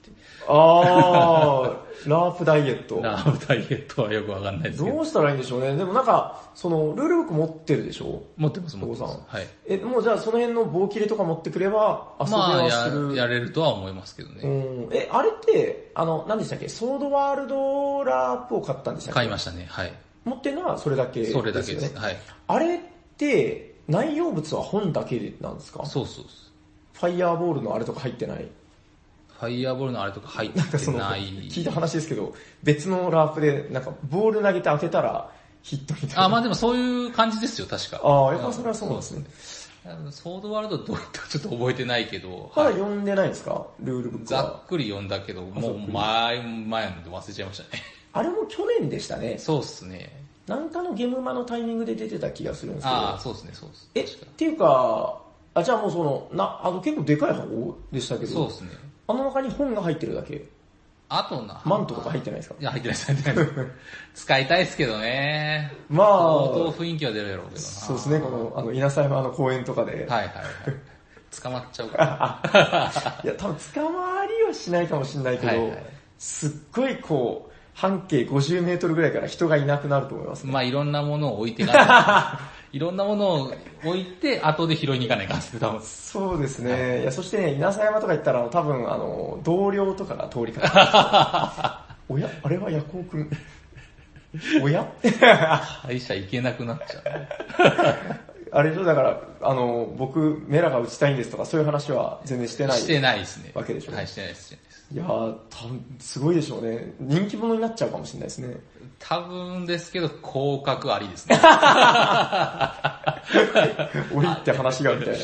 S2: あ
S3: <laughs>
S2: ー、ラープダイエット。
S3: ラープダイエットはよくわかんないですけど。
S2: どうしたらいいんでしょうね。でもなんか、その、ルールブック持ってるでしょ
S3: 持ってます、持ってま
S2: お
S3: す
S2: 父。
S3: はい。
S2: え、もうじゃあその辺の棒切れとか持ってくれば、遊び
S3: まあ
S2: は
S3: や
S2: す、る。
S3: やれるとは思いますけど
S2: う
S3: ね。
S2: ん。え、あれって、あの、何でしたっけソードワールドラープを買ったんでしたっけ
S3: 買いましたね、はい。
S2: 持ってるのはそれだけです
S3: そ
S2: よ、ね。
S3: れだけです。はい。
S2: あれって、内容物は本だけなんですか
S3: そうそうそう。
S2: ファイヤーボールのあれとか入ってない
S3: ファイヤーボールのあれとか入っ
S2: なんか <laughs>
S3: て
S2: その
S3: ない。
S2: 聞いた話ですけど、別のラープで、なんか、ボール投げて当てたら、ヒットみたいな。
S3: あ、まあでもそういう感じですよ、確か。
S2: ああ、やっぱそれはそうなんですね。
S3: あのソードワールドどういったかちょっと覚えてないけど、
S2: まだ
S3: はい
S2: 読んでないんですかルールブック
S3: ざ
S2: は。
S3: っくり読んだけど、もう前、前なんで忘れちゃいましたね。
S2: あれも去年でしたね。
S3: そうっすね。
S2: なんかのゲームマのタイミングで出てた気がするんですけ
S3: ああ、
S2: ど。
S3: そうっすね、そうっす。
S2: え、っ
S3: 確か
S2: ていうか、あ、じゃあもうその、な、あの結構でかい箱でしたけ
S3: そう
S2: ど
S3: っ、すね。
S2: あの中に本が入ってるだけ。
S3: あとな。
S2: マントとか入ってないですか
S3: いや、入ってないです、入ってな
S2: <laughs>
S3: いです。使いたいですけどね。
S2: まあ
S3: 相当雰囲気は出るやろうけどな。
S2: そうですね、この、あの、稲妻の公園とか <laughs> で。
S3: はいはいはい。捕まっちゃうから。
S2: いや、多分捕まりはしないかもしれないけ
S3: はい
S2: ど
S3: はい、
S2: すっごいこう、半径50メートルぐらいから人がいなくなると思い <laughs> ますね。
S3: まあいろんなものを置いてい
S2: <laughs>
S3: かない。いろんなものを置いて、後で拾いに行かないかんです多分。
S2: そうですね。いや、そしてね、稲佐山とか行ったら、多分、あの、同僚とかが通りかかる。 <laughs> おやあれは夜行くん。おや
S3: 会社行けなくなっちゃう。
S2: あれでしょだから、あの、僕、メラが打ちたいんですとか、そういう話は全然してない。
S3: してないですね。
S2: わけでしょ
S3: はい、してないです、してないです。
S2: いやー、多分、すごいでしょうね。人気者になっちゃうかもしれないですね。
S3: 多分ですけど、広角ありで
S2: <laughs>
S3: すね。
S2: 降りって話が、みたいな。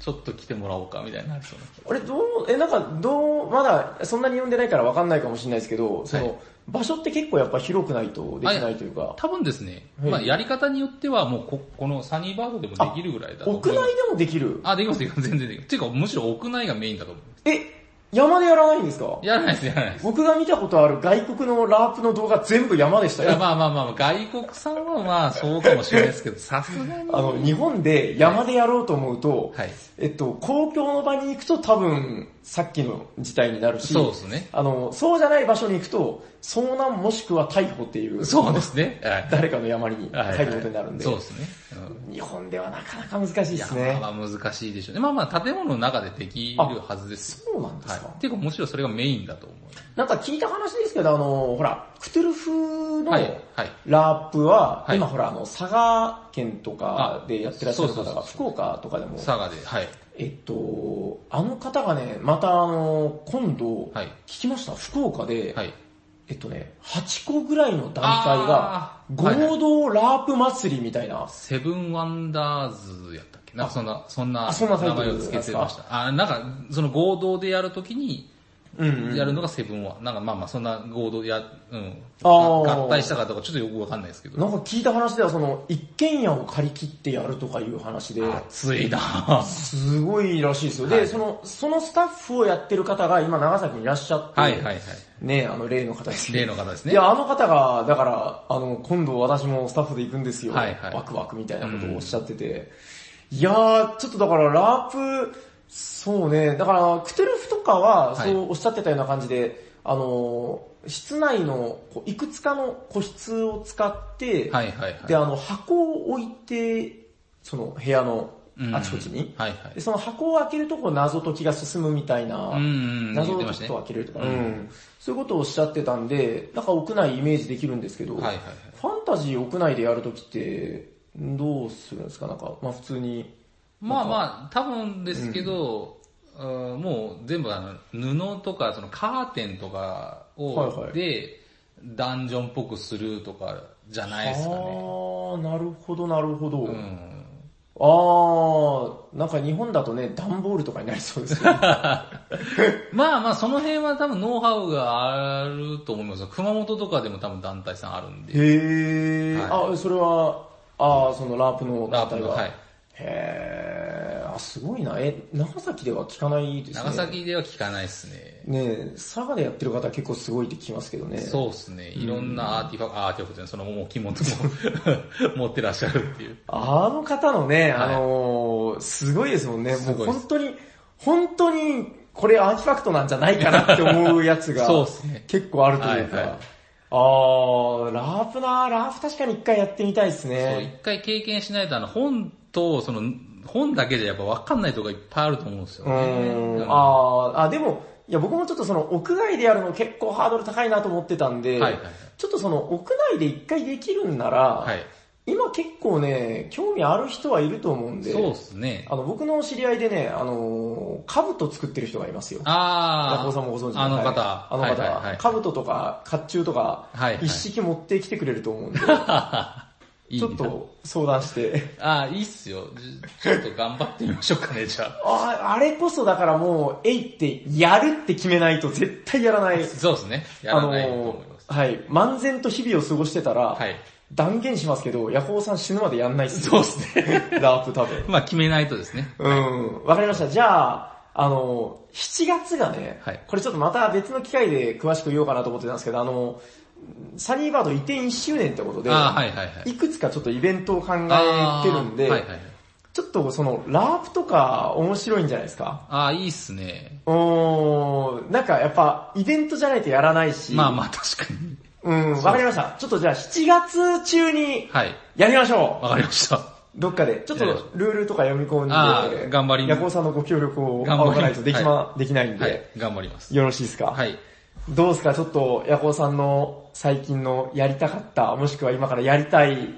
S3: ちょっと来てもらおうか、みたいになりそうな。
S2: あれ、どう、え、なんか、どう、まだ、そんなに読んでないからわかんないかもしれないですけど、その、
S3: はい
S2: 場所って結構やっぱ広くないとできないというか。
S3: 多分ですね、
S2: はい
S3: まあやり方によってはもうこ、このサニーバードでもできるぐらいだと思
S2: 屋
S3: い
S2: 内
S3: ま。
S2: ですもできる。
S3: あ、できます、できます、 <laughs> 全然できる。っていうか、むしろ屋内がメインだと思う。
S2: え、山でやらないんですか
S3: やらないです、やらないです。
S2: 僕が見たことある外国のラープの動画全部山でした
S3: いや
S2: よ。
S3: まあまあまあ、外国さんはまあそうかもしれないですけど、さすがに。
S2: あの、日本で山でやろうと思うと、
S3: はい
S2: えっと、公共の場に行くと多分、さっきの事態になるし、
S3: そうですね。
S2: あの、そうじゃない場所に行くと、遭難もしくは逮捕っていう、
S3: そうですね。はい
S2: 誰かの山に
S3: はい
S2: 入ることになるんで、
S3: そうですね。うん
S2: 日本ではなかなか難しいです
S3: いや
S2: ね。
S3: まあまあ難しいでしょうね。まあまあ建物の中でできるはずですよ。
S2: そうなんですか、
S3: はい。っていうかむしろそれがメインだと思う。
S2: なんか聞いた話ですけど、あの、ほら、クトゥルフの
S3: はい。はい。
S2: ラープは、
S3: はい
S2: 今ほら、あの、佐賀県とかでやってらっしゃる
S3: あ
S2: 方
S3: そうそうそ
S2: が、
S3: う
S2: 福岡とかでも、
S3: 佐賀で、はい。
S2: えっと、あの方がね、またあの、今度、
S3: はい
S2: 聞きました、福岡で、
S3: はい。
S2: えっとね、8個ぐらいの団体が
S3: あ、ーはいはい
S2: 合同ラープ祭りみたいな、
S3: セブンワンダーズやったっけなんかそんな、そんな
S2: あそんなタイ
S3: 名
S2: トル
S3: 前をつけてました。あ、なんかその合同でやるときに、
S2: うんうん
S3: やるのがセブンは。なんかまあまあそんな合同や、うん。
S2: あー
S3: 合体したかとかちょっとよくわかんないですけど。
S2: なんか聞いた話ではその、一軒家を借り切ってやるとかいう話で、
S3: 熱いな
S2: すごいらしいですよ。で、その、そのスタッフをやってる方が今長崎にいらっしゃって、
S3: はいはいはい。
S2: ね、あの例の方ですね。
S3: 例の方ですね。
S2: いや、あの方が、だから、あの、今度私もスタッフで行くんですよ。
S3: はいはい
S2: ワクワクみたいなことをおっしゃってて。いやー、ちょっとだから、ラープ、そうね、だから、クテルフとかは、
S3: はい
S2: そうおっしゃってたような感じで、あのー、室内の、こういくつかの個室を使って、
S3: はいはいはい。
S2: で、あの、箱を置いて、その部屋の
S3: うん
S2: あちこちに、
S3: はいはい
S2: で。その箱を開けるとこう謎解きが進むみたいな、
S3: うんうん
S2: 謎
S3: 言っ
S2: をちょっ
S3: てました
S2: と
S3: ね
S2: 開けるとか、
S3: うん
S2: うんそういうことをおっしゃってたんで、なんか屋内イメージできるんですけど、
S3: はいはいはい
S2: ファンタジー屋内でやるときって、どうするんですかなんか、まあ普通に。
S3: まあまあ、多分ですけど、うんもう全部あの布とかそのカーテンとかを、
S2: はいはい
S3: でダンジョンっぽくするとかじゃないですかね。
S2: あー、なるほどなるほど。
S3: うん
S2: あー、なんか日本だとね、段ボールとかになりそうですよね。
S3: まあまあその辺は多分ノウハウがあると思いますよ。熊本とかでも多分団体さんあるんで。
S2: へー、
S3: は
S2: あ、それは、あー、そのラープの
S3: ラ
S2: 団
S3: ープ
S2: 体
S3: の
S2: が。
S3: はい
S2: へー、あ、すごいな。え、長崎では聞かないですね。
S3: 長崎では聞かないですね。
S2: ねえ、佐賀でやってる方は結構すごいって聞きますけどね。う。
S3: そうですね。いろんなアーティファクト、アーティファクトじゃないそのもう着物も <laughs> 持ってらっしゃるっていう。
S2: あの方のね、
S3: はい
S2: あのーすごいですもんね。も
S3: す
S2: う
S3: ごいです
S2: 本当に、本当に、これアーティファクトなんじゃないかなって思うやつが、
S3: そうっすね
S2: 結構あるというか。
S3: はいはい
S2: あー、ラープなラープ確かに一回やってみたいです
S3: そう、
S2: ね。
S3: 一回経験しないと、あの、本と、その、本だけじゃやっぱ分かんないとこがいっぱいあると思うんですよ
S2: う
S3: ね。
S2: ー、
S3: うんん
S2: あーあ、でも、いや僕もちょっとその屋外でやるの結構ハードル高いなと思ってたんで、
S3: はいはいはい
S2: ちょっとその屋内で一回できるんなら、
S3: はい。
S2: 今結構ね、興味ある人はいると思うんで、
S3: そうですね
S2: あ。の、僕の知り合いでね、あのー、兜作ってる人がいますよ。
S3: あ
S2: 中尾
S3: ー。
S2: さんもご存知の
S3: あの方。
S2: はいあの
S3: はいはいは
S2: 方、
S3: い
S2: 兜とか甲冑とか
S3: はいは、い
S2: 一式持ってきてくれると思うんで、
S3: <laughs> いい
S2: ち
S3: な
S2: ょっ。と相談して。 <laughs>
S3: あー、いいっすよ。じちょっと頑張ってみましょうかね、じゃあ。
S2: ああれこそだからもう、えいって、やるって決めないと絶対やらない。
S3: そうですね。や
S2: あ
S3: ら
S2: の
S3: ないと思います。
S2: ー、はい、漫然と日々を過ごしてたら、
S3: はい。
S2: 断言しますけど、ヤホーさん死ぬまでやんないっす
S3: そ
S2: よ。
S3: うですね。
S2: <laughs> ラープ多分。
S3: まあ決めないとですね。
S2: うん、わかりました。じゃあ、あの、7月がね、
S3: はい
S2: これちょっとまた別の機会で詳しく言おうかなと思ってたんですけど、あの、サニーバード移転1周年ってことで、
S3: あー、はいはいはい。
S2: いくつかちょっとイベントを考
S3: あ
S2: え
S3: ー
S2: てるんで、
S3: はいはいはい。
S2: ちょっとその、ラープとか面白いんじゃないですか
S3: あー、いいっすね。
S2: おーなんかやっぱ、イベントじゃないとやらないし、
S3: まあまあ確かに。
S2: うん、わかりました。ちょっとじゃあ7月中に、
S3: はい。
S2: やりましょう
S3: わかりました。
S2: どっかで、ちょっと
S3: ええ
S2: ルールとか読み込
S3: あ
S2: んで、
S3: あ頑張りま
S2: ヤ
S3: す
S2: コウさんのご協力を
S3: 頑張ります
S2: 仰がないとできま、できないんで、
S3: はい。頑張ります。
S2: よろしいですか、
S3: はい。
S2: どうですかちょっとヤコウさんの最近のやりたかった、もしくは今からやりたい、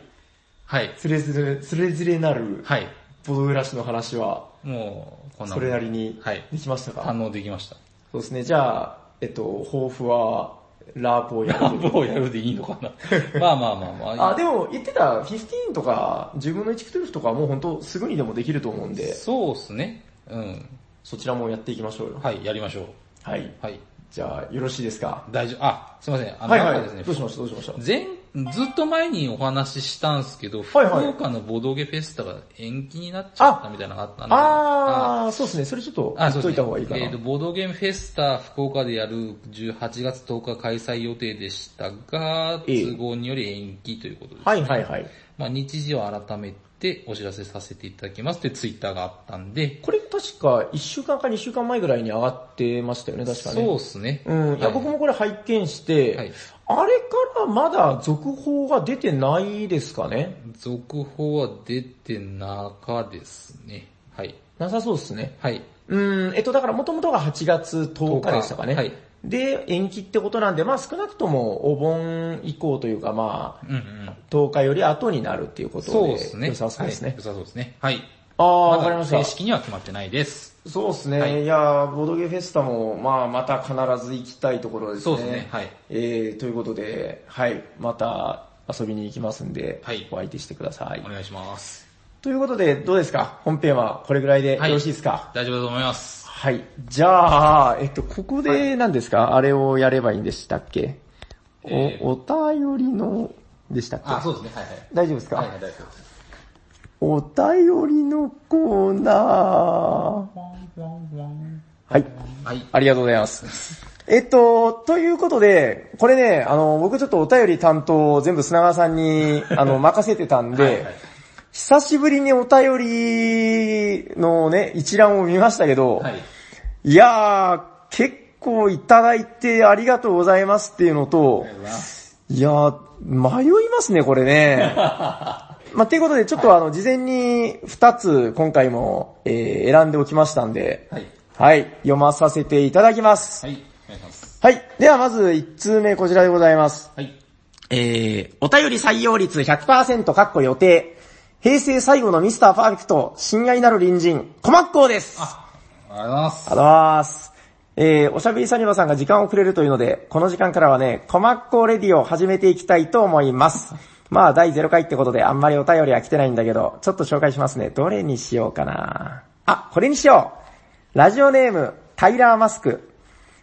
S3: はい。
S2: つれづれ、つれづれなる、
S3: はい。
S2: ボドウラシの話は、
S3: もう、こんなも
S2: そ
S3: ん
S2: れなりに
S3: はい。
S2: できましたか、
S3: 反応できました。 <laughs>
S2: そうですね、じゃあ、えっと、抱負は、ラープをやるという。
S3: もうやるでいいのかな。まあまあまあまあ。
S2: あ、でも言ってた、15とか、10分の1クトゥルフとかはもう本当すぐにでもできると思うんで、
S3: そうっすね。うん。
S2: そちらもやっていきましょうよ。
S3: はい、やりましょう。
S2: はい
S3: はい。
S2: じゃあ、よろしいですか
S3: 大丈夫。あ、すいません。あの、
S2: はいは
S3: な
S2: い
S3: んか。
S2: ど
S3: で
S2: う
S3: す
S2: し
S3: ね、
S2: ましたどうしました
S3: 前、ずっと前にお話ししたんですけど、
S2: はいはい
S3: 福岡のボドゲフェスタが延期になっちゃったみたいなのがあったんで。
S2: あー、そうですね。それちょっと、
S3: あ、
S2: 言
S3: そ
S2: っと
S3: うで
S2: い
S3: す
S2: た
S3: ね
S2: 方がいいかな。
S3: えっ、と、ボードゲームフェスタ福岡でやる18月10日開催予定でしたが、
S2: ええ
S3: 都合により延期ということです。
S2: はいはいはい。
S3: まあ、日時は改めてお知らせさせていただきますというツイッターがあったんで、
S2: これ確か1週間か2週間前ぐらいに上がってましたよね、確かね。
S3: そうですね。
S2: うん、いや、
S3: はい
S2: 僕もこれ拝見して、
S3: はい
S2: あれからまだ続報が出てないですかね
S3: 続報は出てなかですね。はい。
S2: なさそうですね。
S3: はい。
S2: うん、えっと、だから元々が8月10日でしたかね。
S3: 10日はい
S2: で、延期ってことなんで、まあ少なくともお盆以降というか、まあ、
S3: うんうん。
S2: 10日より後になるっていうことで、
S3: そうですね。
S2: 良さそうですね。
S3: はい良さそうですね。はい。
S2: ああ、
S3: あ
S2: わかりました。
S3: 正式には決まってないです。
S2: そうですね、、
S3: はいい
S2: やーボードゲーフェスタも、まあ、また必ず行きたいところですね。
S3: そうですねはい
S2: えー、ということで、はい、また遊びに行きますんで、
S3: はい
S2: お相手してください
S3: お。願いします。
S2: ということで、どうですか本編はこれぐらいでよ
S3: はい
S2: ろしいですか、
S3: 大丈夫だと思います。
S2: はい。じゃあ、えっと、ここで何ですか、あれをやればいいんでしたっけ
S3: えー
S2: お、お便りの、でしたっけ
S3: あ、そうですね。はいはい。
S2: 大丈夫ですか、
S3: はいはい、大丈夫です。
S2: お便りのコーナー。はい。
S3: はい。
S2: ありがとうございます。えっと、ということで、これね、あの、僕ちょっとお便り担当を全部砂川さんに、あ
S3: <laughs>
S2: の、任せてたんで、
S3: はいはい
S2: 久しぶりにお便りのね、一覧を見ましたけど、
S3: はい。
S2: いやー、結構いただいてありがとうございますっていうのと
S3: ありがとう、ございます。
S2: いやー、迷いますね、これ <laughs> ね。まあ、ということで、ちょっとあの、事前に2つ今回も、えー選んでおきましたんで、
S3: はい。
S2: はい、読まさせていただきます。
S3: はい。お願いします。
S2: はい、ではまず1通目こちらでございます。
S3: はい。
S2: えー、お便り採用率100%かっこ予定。平成最後のミスターパーフェクト、親愛なる隣人、コマッコーです。あ
S3: あ、ありがとうございま
S2: り
S3: す。
S2: がとうございます。えー、おしゃべりサニバさんが時間をくれるというので、この時間からはね、コマッコーレディを始めていきたいと思います。まあ、第0回ってことであんまりお便りは来てないんだけど、ちょっと紹介しますね。どれにしようかな。あ、これにしよう。ラジオネーム、タイラー・マスク。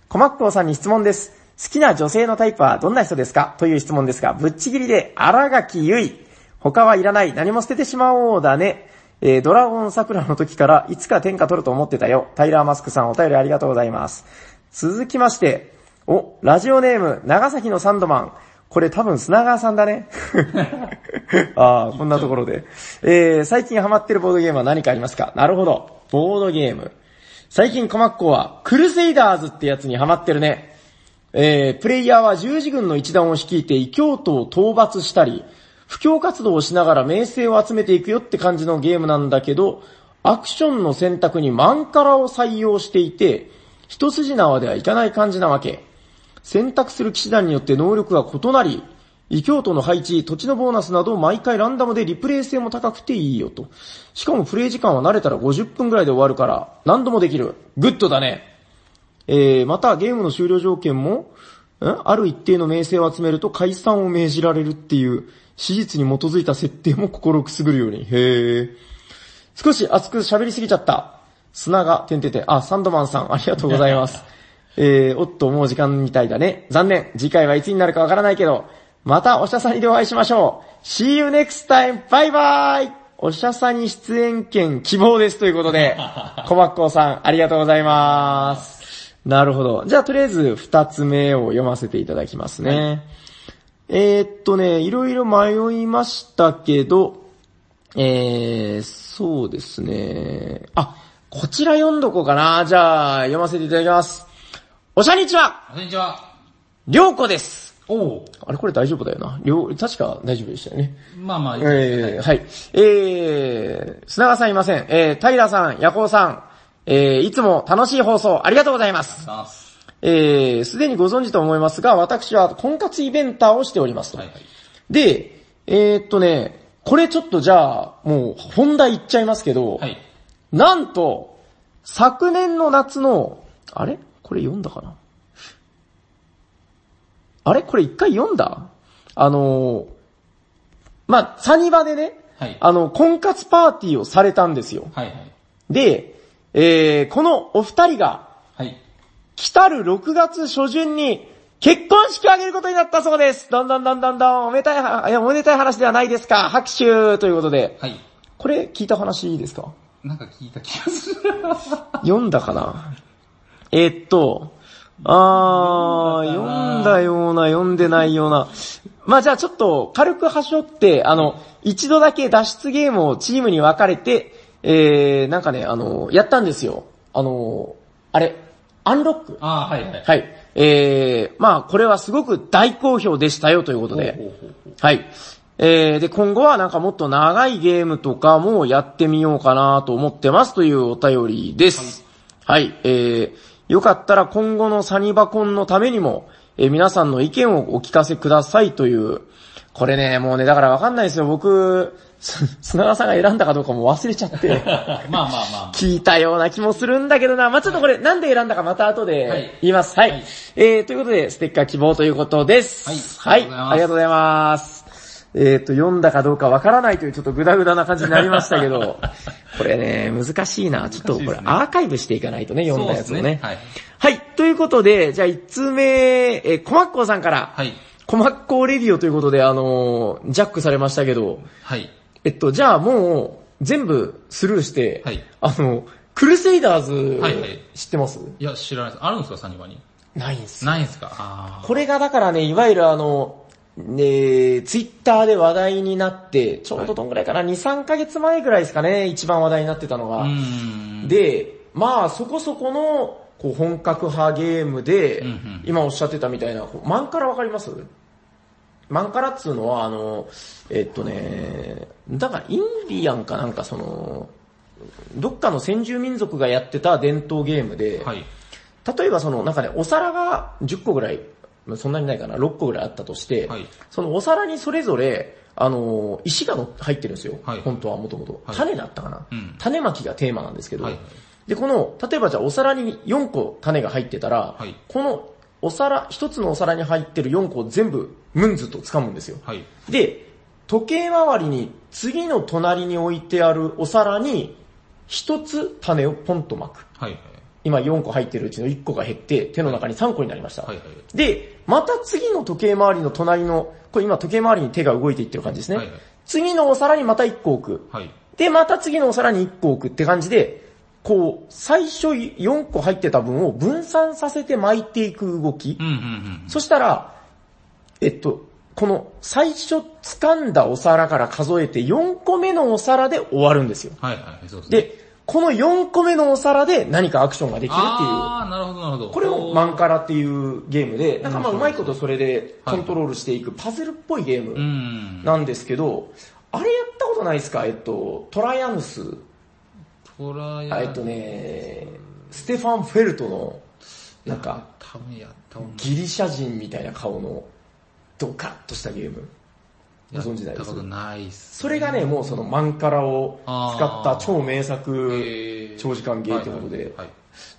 S2: コマッコーさんに質問です。好きな女性のタイプはどんな人ですかという質問ですが、ぶっちぎりで、荒垣結衣。他はいらない、何も捨ててしまおうだね。えードラゴン桜の時からいつか天下取ると思ってたよ。タイラーマスクさんお便りありがとうございます。続きまして、お、ラジオネーム、長崎のサンドマン。これ多分砂川さんだね。 <laughs> ああ、こんなところで。えー、最近ハマってるボードゲームは何かありますかなるほど。ボードゲーム。最近コマッコは、クルセイダーズってやつにハマってるね。えー、プレイヤーは十字軍の一団を率いて異教徒を討伐したり、布教活動をしながら名声を集めていくよって感じのゲームなんだけど、アクションの選択にマンカラを採用していて、一筋縄ではいかない感じなわけ。選択する騎士団によって能力が異なり、異教徒の配置、土地のボーナスなど毎回ランダムでリプレイ性も高くていいよと。しかもプレイ時間は慣れたら50分ぐらいで終わるから、何度もできる。グッドだね。えー、またゲームの終了条件も、んある一定の名声を集めると解散を命じられるっていう、史実に基づいた設定も心くすぐるように。へー。少し熱く喋りすぎちゃった。砂が、てんてんてん。あ、サンドマンさん、ありがとうございます。えー、おっと、もう時間みたいだね。残念。次回はいつになるかわからないけど、またおしゃさにでお会いしましょう。See you next time! バイバイおしゃさに出演権希望ですということで、コマッコーさん、ありがとうございます。なるほど。じゃあ、とりあえず、二つ目を読ませていただきますね。えーっとね、いろいろ迷いましたけど、えー、そうですね。あ、こちら読んどこうかな。じゃあ、読ませていただきます。おしゃにちは、
S3: こんにちは。
S2: りょうこです。
S3: おお。
S2: あれこれ大丈夫だよな。りょう、確か大丈夫でしたよね。
S3: まあまあ、
S2: えー、はい。えー、砂川さんいません。えー、平さん、ヤコウさん、えー、いつも楽しい放送ありがとうございます。
S3: ざいます。
S2: えー、すでにご存知と思いますが、私は婚活イベンターをしておりますと。
S3: はいはい
S2: で、えー、っとね、これちょっとじゃあ、もう本題いっちゃいますけど、
S3: はい。
S2: なんと、昨年の夏の、あれこれ読んだかなあれこれ一回読んだあのーまあ、サニバでね、
S3: はい
S2: あの、婚活パーティーをされたんですよ。
S3: はいはい。
S2: で、えー、このお二人が、
S3: はい。
S2: 来たる6月初旬に結婚式を挙げることになったそうです。どんどんどんどんどん、おめでたいは、いやおめでたい話ではないですか。拍手ということで。
S3: はい。
S2: これ聞いた話いいですか
S3: なんか聞いた気がする。
S2: 読んだかなえーっと、あー、読んだような、読んでないような。まあじゃあちょっと軽く端折って、あの、一度だけ脱出ゲームをチームに分かれて、えー、なんかね、あの、やったんですよ。あの、あれ、アンロック
S3: <laughs> ああ、はいはい。
S2: はい。えー、まあ、これはすごく大好評でしたよということ
S3: ほう
S2: で。
S3: ほうほう
S2: はい。えー、で、今後はなんかもっと長いゲームとかもやってみようかなと思ってますというお便りです。はい。えー、よかったら今後のサニバコンのためにも、えー皆さんの意見をお聞かせくださいという、これね、もうね、だからわかんないですよ。僕、す <laughs> 砂川さんが選んだかどうかもう忘れちゃって。
S3: まあまあまあ。
S2: 聞いたような気もするんだけどな。まあ、ちょっとこれ、なんで選んだかまた後
S3: はい
S2: で言います。はい。
S3: はい
S2: えー、ということで、ステッカー希望ということです。
S3: はい
S2: はい。ありがとうございます。えっ、と、読んだかどうかわからないというちょっとグダグダな感じになりましたけ
S3: <laughs>
S2: ど、これね、難しいな。ちょっとこ
S3: 難
S2: れ
S3: しいですね
S2: アーカイブしていかないとね、読んだやつを
S3: そうです
S2: ね
S3: ね。はい
S2: はい。ということで、じゃあ1通目、えー、コマッコーさんから、
S3: はい。
S2: コマッコーレディオということで、あのージャックされましたけど、
S3: はい。
S2: えっと、じゃあもう、全部スルーして、
S3: はい
S2: あの、クルセイダーズ、
S3: はいはい
S2: 知ってます
S3: いや、知らないです。あるんですか、サニバに。
S2: ないんすよ
S3: ないんですかあー
S2: これがだからね、いわゆるあの、ね、ツイッターで話題になって、ちょうどどんぐらいかな、2、3ヶ月前ぐらいですかね、一番話題になってたの
S3: う
S2: が。
S3: ーん。
S2: で、まあそこそこの、こう本格派ゲームで、
S3: うんうん
S2: 今おっしゃってたみたいな、こうマンカラわかりますマンカラっつうのは、あの、えっとね、だからインディアンかなんかその、どっかの先住民族がやってた伝統ゲームで、
S3: はい。
S2: 例えばその中でお皿が10個ぐらい、まあそんなにないかな、6個ぐらいあったとして、
S3: はい
S2: そのお皿にそれぞれ、あのー、石がの入ってるんですよ。
S3: はい
S2: 本当はもともと。
S3: はい
S2: 種だったかな、
S3: うん
S2: 種まきがテーマなんですけど、
S3: はい
S2: で、この、例えばじゃあお皿に4個種が入ってたら、
S3: はい
S2: このお皿、1つのお皿に入ってる4個を全部ムンズと掴むんですよ。
S3: はい。
S2: で、時計回りに次の隣に置いてあるお皿に1つ種をポンとまく。
S3: はい。
S2: 今4個入ってるうちの1個が減って、手の中に3個になりました。
S3: はい。はい。はい。
S2: で、また次の時計回りの隣の、これ今時計回りに手が動いていってる感じですね。
S3: はいはい
S2: 次のお皿にまた1個置く。
S3: はい。
S2: で、また次のお皿に1個置くって感じで、こう、最初4個入ってた分を分散させて巻いていく動き。
S3: うんうんうん。
S2: そしたら、えっと、この最初掴んだお皿から数えて4個目のお皿で終わるんですよ。
S3: はいはい。そうですね。
S2: で、この4個目のお皿で何かアクションができるっていう。
S3: あー、なるほどなるほど。
S2: これをマンカラっていうゲームで、なんかまあうまいことそれで
S3: は
S2: コ
S3: い
S2: ントロールしていくパズルっぽいゲー
S3: う
S2: ム
S3: ん。
S2: なんですけど、あれやったことないですかえっと、トライアヌス、
S3: トライ
S2: あ
S3: ア
S2: えっとね、ステファン・フェルトの、なんか、
S3: 多分やったことない
S2: ギリシャ人みたいな顔の、ドカッとしたゲーム。ご存知ない
S3: や
S2: で
S3: った
S2: す
S3: ことないっす。
S2: それがね、もうそのマンカラを使った超名作
S3: へー
S2: 長時間ゲーってことで、
S3: はいはいはい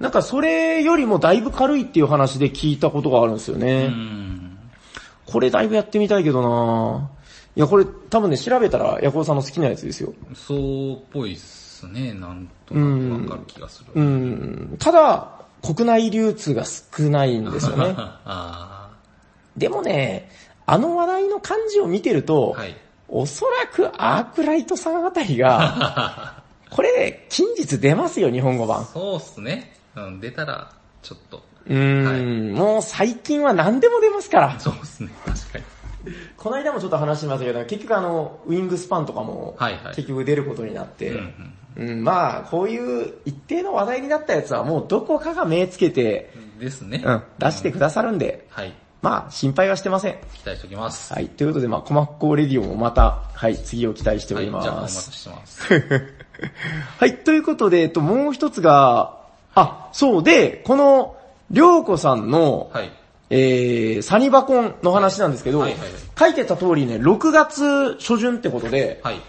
S2: なんかそれよりもだいぶ軽いっていう話で聞いたことがあるんですよね。
S3: うん。
S2: これだいぶやってみたいけどなぁいや、これ多分ね、調べたら、ヤコウさんの好きなやつですよ。
S3: そうっぽいっすね。なんとなくわかる気がする。
S2: うん。ただ、国内流通が少ないんですよ <laughs> ね。
S3: <laughs> あ
S2: でもね、あの話題の漢字を見てると、
S3: ーはい。
S2: おそらくアークライトさんあたりが、 <laughs> これね、近日出ますよ、日本語版。
S3: そうっすね。うん、出たら、ちょっと。
S2: うーん、もう最近は何でも出ますから。
S3: そうっすね。確かに。
S2: この間もちょっと話しましたけど、結局あの、ウィングスパンとかも
S3: はいは、い
S2: 結局出ることになって、
S3: うんうん
S2: うん、まあ、こういう一定の話題になったやつはもうどこかが目つけて、
S3: ですね。
S2: うん、出してくださるんで、
S3: はい。
S2: まあ、心配はしてません。
S3: 期待しておきます。
S2: はい、ということで、まあ、コマッコーレディオもまた、はい、次を期待してお
S3: はい。
S2: り
S3: じゃ
S2: ま
S3: あお待
S2: す。
S3: たせしてます。
S2: はい、ということで、えっと、もう一つが、あ、そうで、この、りょうこさんの、
S3: はい。
S2: えー、サニバコンの話なんですけど、
S3: はいはいはい
S2: 書いてた通りね、6月初旬ってことで、
S3: はい。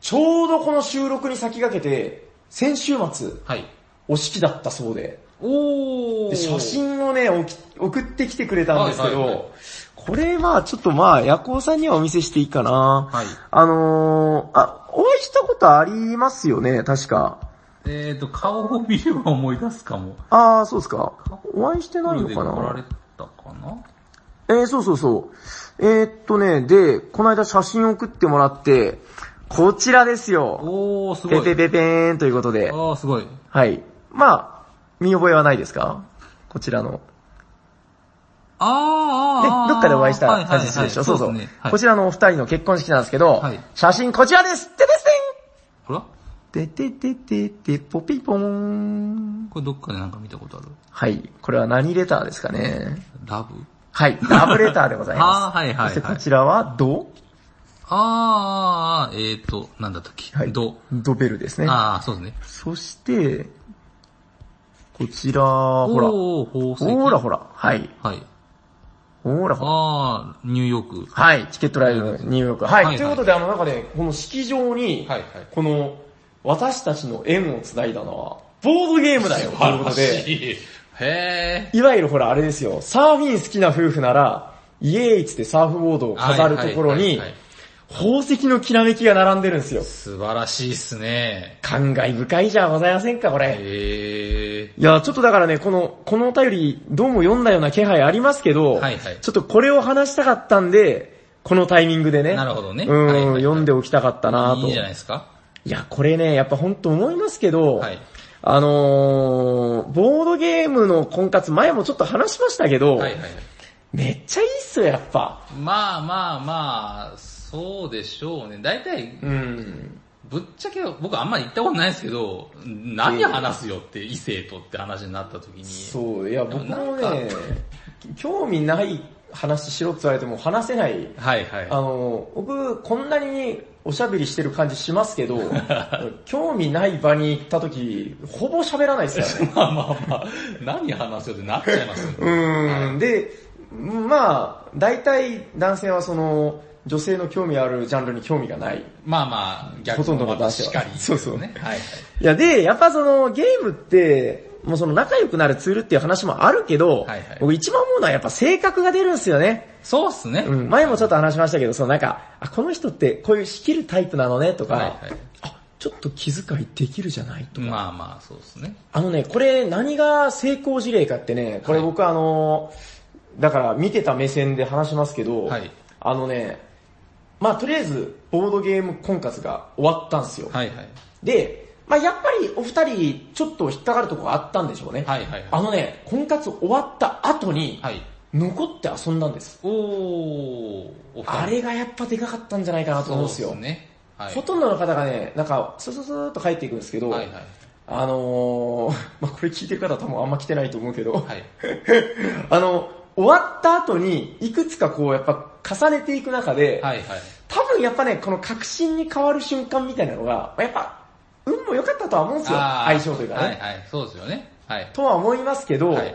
S2: ちょうどこの収録に先駆けて、先週末、
S3: はい。
S2: お式だったそうで、
S3: お
S2: で写真をね、おき送ってきてくれたんですけど、
S3: はいはいはい
S2: これまあちょっとまあ夜行さんにはお見せしていいかな。
S3: はい
S2: あのー、あ、お会いしたことありますよね、確か。
S3: えっと、顔を見れば思い出すかも。
S2: あー、そうですか。お会いしてないの
S3: で
S2: か
S3: 来られ
S2: な
S3: たかな
S2: えー、そうそうそう。えー、っとね、で、この間写真送ってもらって、こちらですよ。
S3: おー、すご
S2: ペペ
S3: い。
S2: ペペーンということで。
S3: あー、すごい。
S2: はい。まあ、見覚えはないですかこちらの。
S3: あ
S2: で、
S3: ー、あー。
S2: どっかでお会いした
S3: はいはい
S2: 感
S3: は
S2: じ
S3: い
S2: するでしょ、そうそう
S3: ですねはい
S2: こちらのお二人の結婚式なんですけど、
S3: はい
S2: 写真こちらですてです
S3: ほら
S2: てんててててて、ポピポーン。
S3: これどっかでなんか見たことある
S2: はい。これは何レターですかね
S3: ラブ
S2: はい。ラブレターでございます。
S3: あー、はいはい
S2: そして
S3: は
S2: こ
S3: い。
S2: ちらは、ド
S3: あー、あーえっと、なんだったっけ
S2: はい。
S3: ど。
S2: ドベルですね。
S3: あー、そうですね。
S2: そして、こちら、ほら。
S3: おー、宝石。
S2: ほらほら。はい。
S3: はい。
S2: ほらほら。
S3: あー、ニューヨーク。
S2: はい、チケットライブのニューヨーク。はい、
S3: はいはい
S2: ということで、あの、なんかね、この式場に、
S3: はいはい
S2: この、私たちの縁を繋いだのは、ボードゲームだよ、ということで、
S3: い。へ
S2: いわゆるほら、あれですよ、サーフィン好きな夫婦なら、イエーイっつってサーフボードを飾るところ
S3: はい
S2: に
S3: はいはいはい、
S2: 宝石のきらめきが並んでるんですよ。
S3: 素晴らしいっすね。
S2: 感慨深いじゃございませんか、これ。
S3: え
S2: いや、ちょっとだからね、この、このお便り、どうも読んだような気配ありますけど、
S3: はいはい
S2: ちょっとこれを話したかったんで、このタイミングでね。
S3: なるほどね
S2: うん、
S3: はいはいはい
S2: 読んでおきたかったな
S3: ー、
S2: と。
S3: いいんじゃないですか
S2: いや、これね、やっぱ本当思いますけど、
S3: はい
S2: あのー、ボードゲームの婚活、前もちょっと話しましたけど、
S3: はいはいはい。
S2: めっちゃいいっすよ、やっぱ。
S3: まあまあまあ、そうでしょうね。大体、
S2: うん。
S3: ぶっちゃけ僕あんまり行ったことないですけど、何話すよって異性とって話になった時に。
S2: そう、いや、僕も
S3: なん
S2: ね
S3: か、
S2: 興味ない話しろって言われても話せない
S3: はいはい。
S2: あの、僕、こんなにおしゃべりしてる感じします
S3: <laughs>
S2: けど、興味ない場に行った時、ほぼ喋らないですからね。
S3: まあまあまあ、何話すよってなっちゃいますよね。
S2: うーん。で、まあ、大体男性はその、女性の興味あるジャンルに興味がない。
S3: まあまあ、逆
S2: ほとんどの男性
S3: し
S2: は
S3: かりです
S2: そう
S3: ね。
S2: そう
S3: はいはい。
S2: いや、で、やっぱその、ゲームって、もうその仲良くなるツールっていう話もあるけど、
S3: はいはい
S2: 僕一番思うのはやっぱ性格が出るんですよね。
S3: そうっすね。
S2: うん、前もちょっと話しましたけど、そのなんか、あ、この人ってこういう仕切るタイプなのねとか、
S3: はいはい
S2: あ、ちょっと気遣いできるじゃないとか、
S3: まあまあ、そうっすね。
S2: あのね、これ何が成功事例かってね、これ僕あの、だから見てた目線で話しますけど、
S3: はい
S2: あのね、まあとりあえずボードゲーム婚活が終わったんですよ。
S3: はいはい。
S2: で、まあやっぱりお二人ちょっと引っかかるとこがあったんでしょうね。
S3: はいはいはい
S2: あのね、婚活終わった後に、
S3: はい。
S2: 残って遊んだんです。
S3: おー、お二人
S2: あれがやっぱでかかったんじゃないかなと思うんですよ。
S3: そうっね。はい。
S2: ほとんどの方がね、なんか、スースースーっと帰っていくんですけど、
S3: はいはい。
S2: あのー、 <laughs> まあこれ聞いてる方は多分あんま来てないと思うけど、
S3: はい。
S2: <laughs> あの、終わった後に、いくつかこう、やっぱ重ねていく中で、
S3: はいはい。
S2: 多分やっぱね、この確信に変わる瞬間みたいなのが、やっぱ、運も良かったとは思うんですよ。
S3: あー
S2: 相性というかね。
S3: はいはい。そうですよね。はい。
S2: とは思いますけど、
S3: はい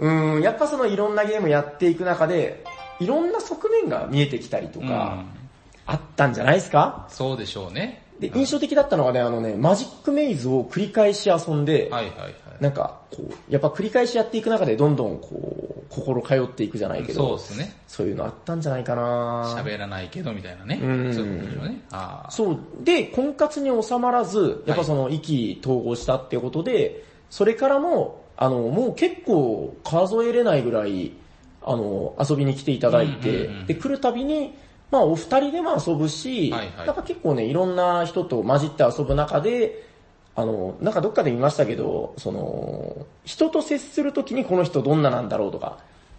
S3: う
S2: ーん、やっぱそのいろんなゲームやっていく中で、いろんな側面が見えてきたりとか、
S3: うん
S2: あったんじゃないですか
S3: そうでしょうね。
S2: で、印象的だったのがね、あのね、マジックメイズを繰り返し遊んで、
S3: はいはいはい。
S2: なんか、こう、やっぱ繰り返しやっていく中でどんどんこう、心通っていくじゃないけ
S3: そう
S2: ど、
S3: ですね。
S2: そういうのあったんじゃないかな
S3: 喋らないけどみたいなね。
S2: うん
S3: そういうことでしょうね。あー
S2: そう。で、婚活に収まらず、やっぱその、意気統合したっていうことで、それからも、あの、もう結構数えれないぐらい、あの、遊びに来ていただいて、
S3: うんうんうん
S2: で、来るたびに、まあ、お二人でも遊ぶし、
S3: はいはい
S2: なんか結構ね、いろんな人と混じって遊ぶ中で、あの、なんかどっかで見ましたけど、その、人と接するときにこの人どんななんだろうとか、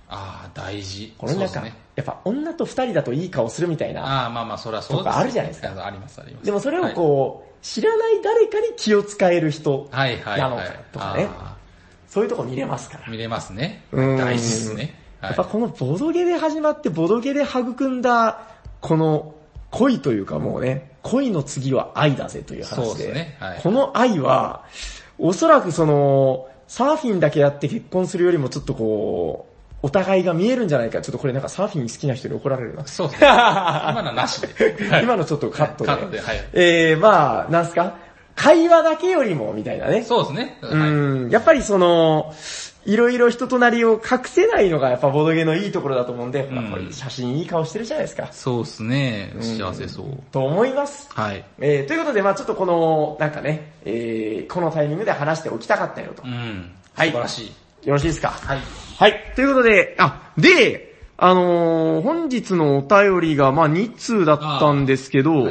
S3: あー、大事。
S2: これなん
S3: そ
S2: か、
S3: うですね。
S2: やっぱ女と二人だといい顔するみたいな、
S3: ああ、まあまあ、それはそう
S2: とかあるじゃないですか
S3: あります、あります。
S2: でもそれを
S3: う、
S2: こう、知らない誰かに気を使える人、
S3: はい、はい、
S2: な
S3: はい
S2: の
S3: は
S2: か
S3: い。
S2: とかね
S3: あ
S2: そういうとこ見れますから。
S3: ー見れますね。
S2: うん
S3: 大事ですね。は
S2: や
S3: い
S2: っぱこのボドゲで始まって、ボドゲで育んだ、この恋というかもうね、恋の次は愛だぜという
S3: そ
S2: 話
S3: う
S2: で、
S3: ですねはい
S2: この愛は、おそらくその、サーフィンだけやって結婚するよりもちょっとこう、お互いが見えるんじゃないか。ちょっとこれなんかサーフィン好きな人に怒られるな。
S3: そう
S2: <laughs>
S3: ですね。今のはなしで。はい
S2: 今のちょっとカットで。
S3: カットではい
S2: えー、まあ、なんすか会話だけよりも、みたいなね。
S3: そうですね。
S2: う
S3: はい
S2: ん、やっぱりその、いろいろ人となりを隠せないのがやっぱボドゲのいいところだと思うんで、
S3: ん
S2: やっぱり写真いい顔してるじゃないですか。
S3: そうですね。幸せそう。
S2: と思います。
S3: はい。
S2: えー、ということで、まあちょっとこの、なんかね、えー、このタイミングで話しておきたかったよと。
S3: う
S2: よ
S3: ん。
S2: はい
S3: 素晴らしい。
S2: ろしいですか
S3: はい。
S2: はい。ということで、あ、で、あのー本日のお便りが、まあ2通だったんですけど、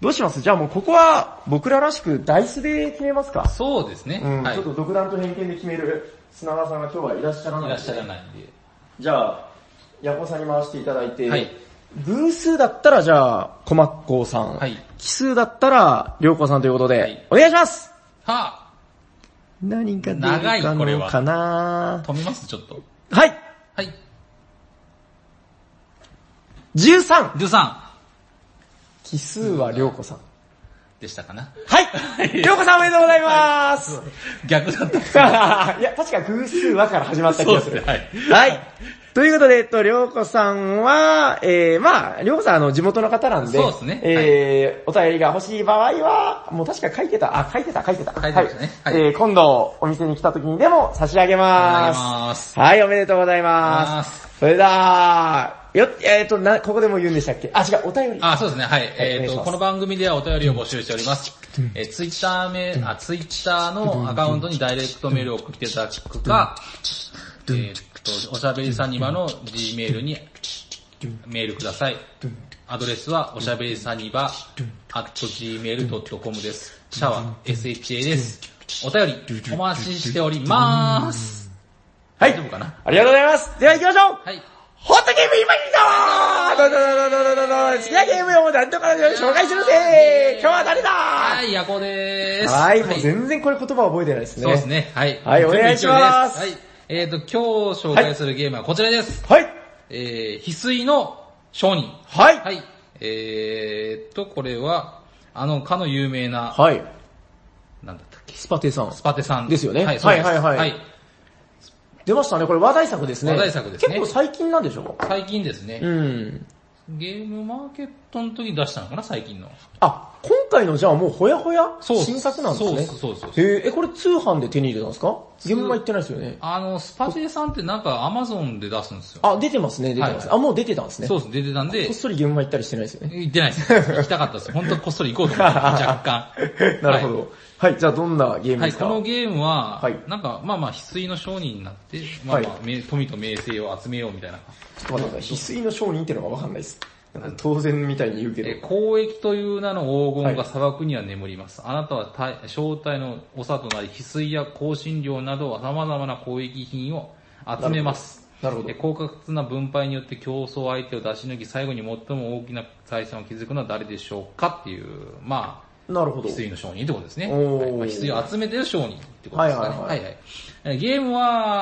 S2: どうしますじゃあもうここは僕ららしくダイスで決めますか
S3: そうですね。
S2: うん、
S3: はい。
S2: ちょっと
S3: い
S2: 独断と偏見で決める砂川さんが今日はいらっしゃらない。
S3: らっしゃらないんで。
S2: じゃあ、ヤコさんに回していただいて、
S3: はい
S2: 偶数だったらじゃあ、コマッコーさん、
S3: はい
S2: 奇数だったら、りょうこさんということで、
S3: はい
S2: お願いします
S3: は
S2: 何か出る
S3: 長い
S2: か
S3: これ
S2: の
S3: は
S2: かな
S3: ぁ、止めます、ちょっと。
S2: はい
S3: はい。
S2: !13!
S3: ルさ
S2: 奇数はりょうこさん。
S3: んでしたかな。
S2: はいりょうこさんおめでとうございます、
S3: 逆だった。
S2: <laughs> いや、確か偶数はから始まった気がする。
S3: そうですねはい
S2: はい。ということで、えっと、りょうこさんは、えー、まあ、りょうこさん、あの、地元の方なんで、
S3: そうですね
S2: えー、お便りが欲しい場合は、もう確か書いてた、あ、書いてた、書いてた。
S3: 書いてましたね
S2: はい
S3: はい
S2: えー、今度、お店に来た時にでも差し上げます。
S3: 差し上げます
S2: はい、おめでとうございま。
S3: ますす
S2: それだよ、えっと、な、ここでも言うんでしたっけあ、違う、お便り。
S3: あ、そうですね。はい。え
S2: お願
S3: っ
S2: いします
S3: と、この番組ではお便りを募集しております。えツイッター Twitter め、あ、ツイッターのアカウントにダイレクトメールを送っていただくか、えっと、おしゃべりさんにまの G メールにメールください。アドレスは、おしゃべりさにば、at gmail.com です。シャワー、sha です。お便り、お待ちしております。
S2: はい
S3: 大丈夫かな
S2: ありがとうございます。では行きましょう
S3: はい。
S2: ホットゲーム今にだどどどどどどど好きなゲームを何とか紹介するぜ今日は誰だ
S3: はい、やこでーす。
S2: はい、もう全然これ言葉覚えてないですね。
S3: そうです。ね。はい。
S2: はいお願いします
S3: 全部一緒ですはい。えっ、と、今日紹介するゲームはこちらです。
S2: はい
S3: えー、翡翠の商人。
S2: はい
S3: はい。えーっと、これは、あの、かの有名な、
S2: はい。
S3: なんだったっけ、
S2: スパテさん
S3: ス。パテさん。
S2: ですよね
S3: はい、そうです
S2: はいはいはい
S3: はい。
S2: 出ましたね、これ話題作ですね。
S3: 話題作ですね
S2: 結構最近なんでしょ
S3: 最近ですね
S2: う、ん。
S3: ゲームマーケットの時に出したのかな、最近の。
S2: あ、今回のじゃあもうほやほや
S3: そう
S2: 新作なんですね。
S3: そうそうそう
S2: へーえ、これ通販で手に入れたんですか現場行ってないですよね。
S3: あの、スパテさんってなんかアマゾンで出すんですよ。
S2: あ、出てますね、出てます。
S3: はい
S2: あ、もう出てたんですね。
S3: そう
S2: こ
S3: です、出てたんで
S2: っ、そり現場行ったりしてないですよ <laughs> ね。。
S3: 行ってないです。行きたかったです。本当こっそり行こうと思って、若干
S2: なるほど。はい、じゃあどんなゲーム
S3: は
S2: で
S3: い、
S2: すか
S3: このゲームは、
S2: はい
S3: なんか、まあまあ、翡翠の商人になって、まあまあ、
S2: は
S3: 名富と名声を集めようみたいな。
S2: ちょっと待ってください。翡翠の商人ってのがわかんないです。なんか当然みたいに言うけ
S3: え
S2: ど。
S3: 交易という名の黄金
S2: は
S3: が砂漠には眠ります。あなたは大正体の長となり、翡翠や香辛料など様々な交易品を集めます。
S2: なるほど
S3: え高確な分配によって競争相手を出し抜き、最後に最も大きな財産を築くのは誰でしょうかっていう、まあ、
S2: なるほど
S3: 翡。翠の商人ってことですね。
S2: おー
S3: はいまあ、翡翠を集めてる商人ってことですか
S2: はいはい
S3: ね。
S2: はい
S3: はいゲーム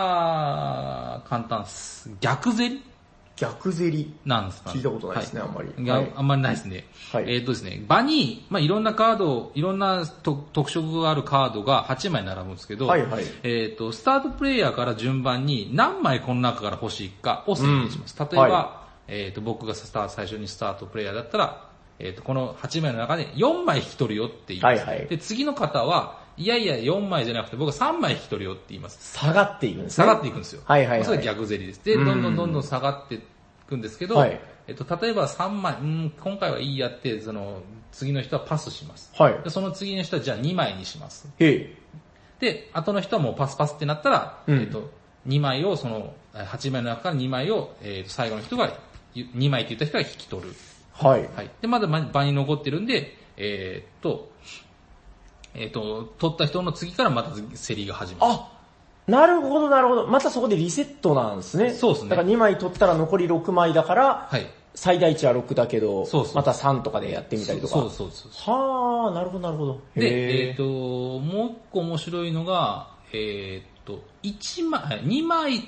S3: は、簡単です。逆競り
S2: 逆競り。
S3: なんですか、
S2: 聞いたことないですね、
S3: は
S2: あんまり。
S3: いが
S2: はい
S3: あんまりないですね。
S2: はい
S3: えっ、とですね、場に、まあ、いろんなカード、いろんなと特色があるカードが8枚並ぶんですけど、
S2: はいはい
S3: えっ、と、スタートプレイヤーから順番に何枚この中から欲しいかを選定します。
S2: うん
S3: 例えば、
S2: は
S3: えっ、と、僕がスター最初にスタートプレイヤーだったら、えっ、と、この8枚の中で4枚引き取るよって言います。
S2: はいはい
S3: で、次の方は、いやいや4枚じゃなくて僕は3枚引き取るよって言います。
S2: 下がっていくんですね。
S3: 下がっていくんですよ。
S2: はいはいはい
S3: それが逆競りです。で、
S2: うん
S3: どんどんどんどん下がっていくんですけど、
S2: はい
S3: えっと、例えば3枚、うん、今回はいいやって、その、次の人はパスします。
S2: はい
S3: でその次の人はじゃあ2枚にします。
S2: へえ。
S3: で、後の人はもうパスパスってなったら、
S2: うん
S3: えっと、2枚を、その、8枚の中から2枚を、えっと、最後の人が、2枚って言った人が引き取る。
S2: はい。
S3: はい。で、まだ場場に残ってるんで、えっと、えっと、取った人の次からまた競りが始まる。
S2: あなるほどなるほど。またそこでリセットなんですね。
S3: そうですね
S2: だから2枚取ったら残り6枚だから、
S3: はい。
S2: 最大値は6だけど、
S3: そうそう
S2: また3とかでやってみたりとか。
S3: そうそうそうそう。
S2: はー、なるほどなるほど。へ
S3: で、えっ、
S2: ー
S3: と、もう一個面白いのが、えっ、と、一枚、2枚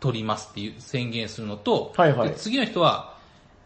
S3: 取りますっていう宣言するのと、
S2: はいはい
S3: で次の人は、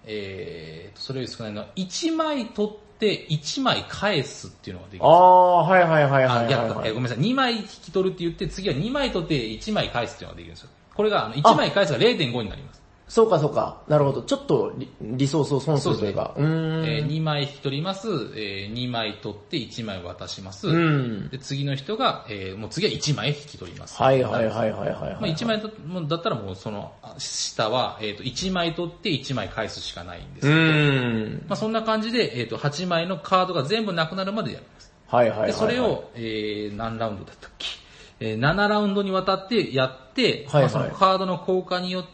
S3: えっ、と、それより少ないのは、1枚取って1枚返すっていうのができる。
S2: あー、はいはいはいはい
S3: あ、
S2: はい、
S3: 逆
S2: は
S3: かえご
S2: い。
S3: めんなさい、2枚引き取るって言って、次は2枚取って1枚返すっていうのができるんですよ。これが、あの1枚返すが0.5になります。
S2: そうかそうか。なるほど。ちょっとリリソースを損するというか。うーん。
S3: えー2枚引き取ります、え2枚取って1枚渡します、
S2: うん
S3: で次の人が、えーもう次は1枚引き取ります。
S2: はいはいはいはいはい、はい。
S3: まあ、1枚だもうだったらもうそのあ下は、えー、と1枚取って1枚返すしかないんです
S2: う
S3: よ。
S2: ーん。
S3: まあ、そんな感じで、えー、と8枚のカードが全部なくなるまでやります。
S2: はいはいはい、はい。
S3: でそれ、を、えー何ラウンドだったっけ、えー ?7 ラウンドにわたってやって、
S2: はいはい
S3: まあそのカードの効果によっ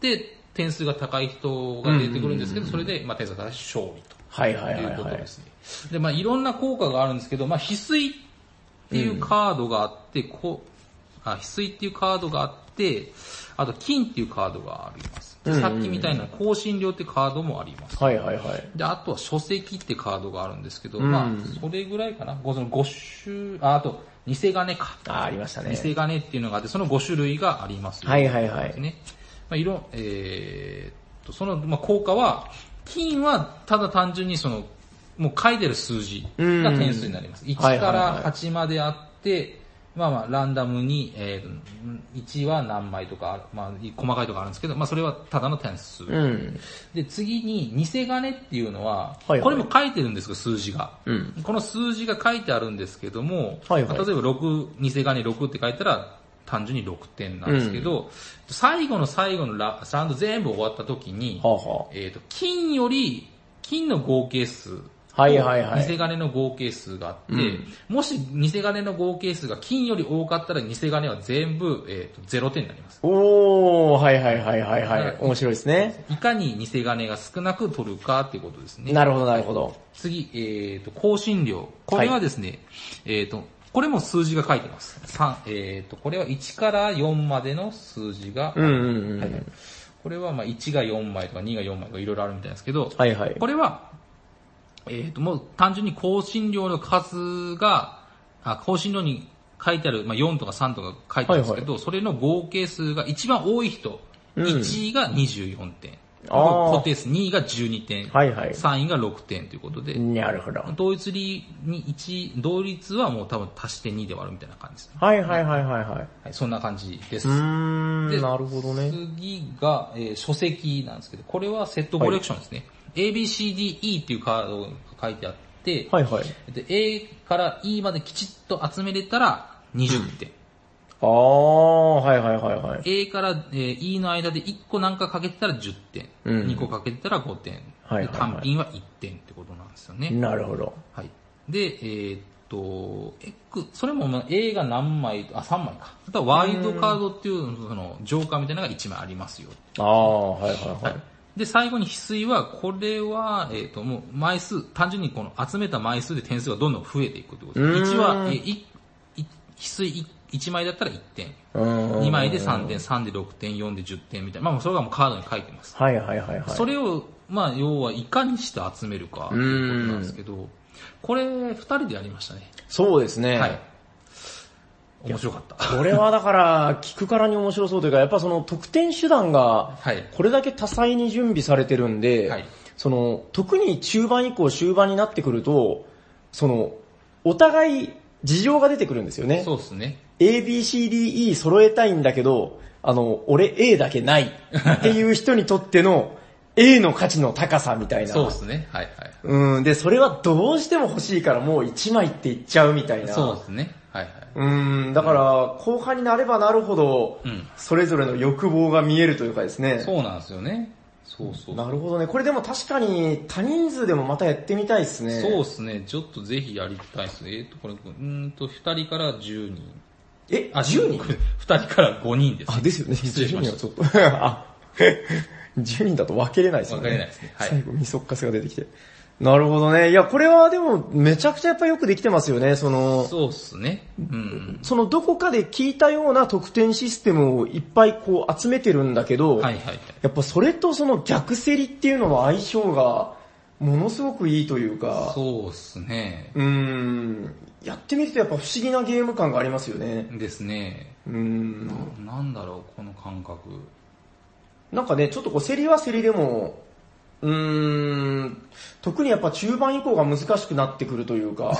S3: て点数が高い人が出てくるんですけど、それで、まあ、点数が高い人勝利と。
S2: はいはい
S3: と
S2: はいい、
S3: うこと
S2: は
S3: で
S2: い。
S3: すね。で、まあいろんな効果があるんですけど、まあ翡翠っていうカードがあって、こう、あ、翡翠っていうカードがあって、あと金っていうカードがあります。で
S2: うんうん
S3: さ
S2: うん
S3: っきみたいな香辛料ってカードもあります。
S2: はいはいはい。
S3: で、あとは書籍ってカードがあるんですけど、
S2: うん
S3: まあそれぐらいかな。ごその5種、あ、あと、偽金か。
S2: あ、ありましたね。
S3: 偽金っていうのがあって、その5種類がありますよ。
S2: はいはいは
S3: です
S2: い。
S3: ね。まあ、いろ、えーっと、その、まあ、効果は、金はただ単純にその、もう書いてる数字が点数になります。
S2: うん
S3: 1か
S2: はいはいはい
S3: ら8まであって、まあまあ、ランダムに、えー、1は何枚とかある、まあ、細かいとかあるんですけど、まあ、それはただの点数。
S2: うん。
S3: で、次に、偽金っていうのは、
S2: はいはい
S3: これも書いてるんですけど、数字が。
S2: うん
S3: この数字が書いてあるんですけども、
S2: はいはい
S3: まあ例えば6、偽金6って書いたら、単純に6点なんですけど、最後の最後のララウンド全部終わった時に、
S2: はあは
S3: えっ、と、金より、金の合計数。
S2: はいはいはい
S3: 偽金の合計数があっ
S2: う
S3: て、
S2: ん
S3: もし偽金の合計数が金より多かったら偽金は全部、えー、と0点になります。
S2: おー、はいはいはいはいはい
S3: は。い
S2: 面白いですね。
S3: いかに偽金が少なく取るかっていうことですね。
S2: なるほどなるほど。
S3: 次、えっ、と、更新料。これはですね、えっ、と、これも数字が書いてます。三えっ、と、これは1から4までの数字が、
S2: うんうんう
S3: はいはい
S2: ん。
S3: これはまあ1が4枚とか2が4枚とかいろいろあるみたいですけど、
S2: はいはい
S3: こ。れは、えっ、と、もう単純に更新料の数が、あ更新料に書いてある、まあ、4とか3とか書いてあるんですけど、それの合計数が一番多い人、
S2: うん
S3: 1位が24点、
S2: あー
S3: 固定数2位が12点、
S2: はいはい
S3: 3位が6点ということで、
S2: なるほど。
S3: 同一に1、同率はもう多分足して2で割るみたいな感じですね。
S2: はいはいはいはいはい。
S3: はい、そんな感じです。
S2: うーん、
S3: で
S2: なるほどね。
S3: 次が、えー書籍なんですけど、これはセットコレクションですね。ABCDE っていうカードが書いてあって、
S2: はいはい。
S3: で A から E まできちっと集めれたら20点。
S2: あー、はいはいはいはい。
S3: A から、えー E の間で1個なんかかけてたら10点。
S2: うん
S3: 2個かけてたら5点。
S2: はいはいはい
S3: で単品は1点ってことなんですよね。
S2: なるほど。
S3: はい。で、えーっと、X、それもまあ A が何枚、あ、3枚か。あとはワイドカードっていう、その、ジョーカーみたいなのが1枚ありますよ。
S2: あー、はいはいはい。
S3: で、最後に翡翠は、これは、えっ、と、もう枚数、単純にこの集めた枚数で点数がどんどん増えていくってこと
S2: うーん
S3: です。1は、えーいい翡翠1枚だったら1点。
S2: うーん
S3: 2枚で3点、3で6点、4で10点みたいな。まあそれがもうカードに書いてます。
S2: はいはいはいはい。
S3: それを、まあ要はいかにして集めるかっていうことなんですけど、これ2人でやりましたね。
S2: そうですね。
S3: はい。面白かった。
S2: これはだから、聞くからに面白そうというか、やっぱその得点手段が
S3: はい、
S2: これだけ多彩に準備されてるんで、
S3: はい
S2: その、特に中盤以降終盤になってくると、その、お互い事情が出てくるんですよね。
S3: そうですね。
S2: ABCDE 揃えたいんだけど、あの、俺 A だけないっていう人にとっての <laughs> A の価値の高さみたいな。
S3: そうですね。はいはい。
S2: うん、で、それはどうしても欲しいからもう1枚って言っちゃうみたいな。
S3: そうですね。はいはい。
S2: うん、だから、後半になればなるほど
S3: うん、
S2: それぞれの欲望が見えるというかですね。
S3: そうなんですよね。そうそう。
S2: なるほどね。これでも確かに、多人数でもまたやってみたいですね。
S3: そうですね、ちょっとぜひやりたいです。えっ、と、これ、うーんと、2人から10人。
S2: え、
S3: あ、10人 ?2 人から5人です、
S2: あ、ですよね。
S3: 失礼しました
S2: 10人はちょっと。あ、10人だと分けれないですよね。
S3: 分けれないですねはい
S2: 最後、ミソッカスが出てきて。なるほどね。いや、これはでも、めちゃくちゃやっぱよくできてますよね。その、
S3: そうですね。うん。
S2: そのどこかで聞いたような得点システムをいっぱいこう集めてるんだけど、
S3: はいはいはい。
S2: やっぱそれとその逆競りっていうのの相性がものすごくいいというか、
S3: そうですね
S2: う。ーん、やってみるとやっぱ不思議なゲーム感がありますよね。
S3: ですね。
S2: うーん、
S3: なんだろう、この感覚。
S2: なんかね、ちょっとこう競りは競りでも、うーん、特にやっぱ中盤以降が難しくなってくるというか、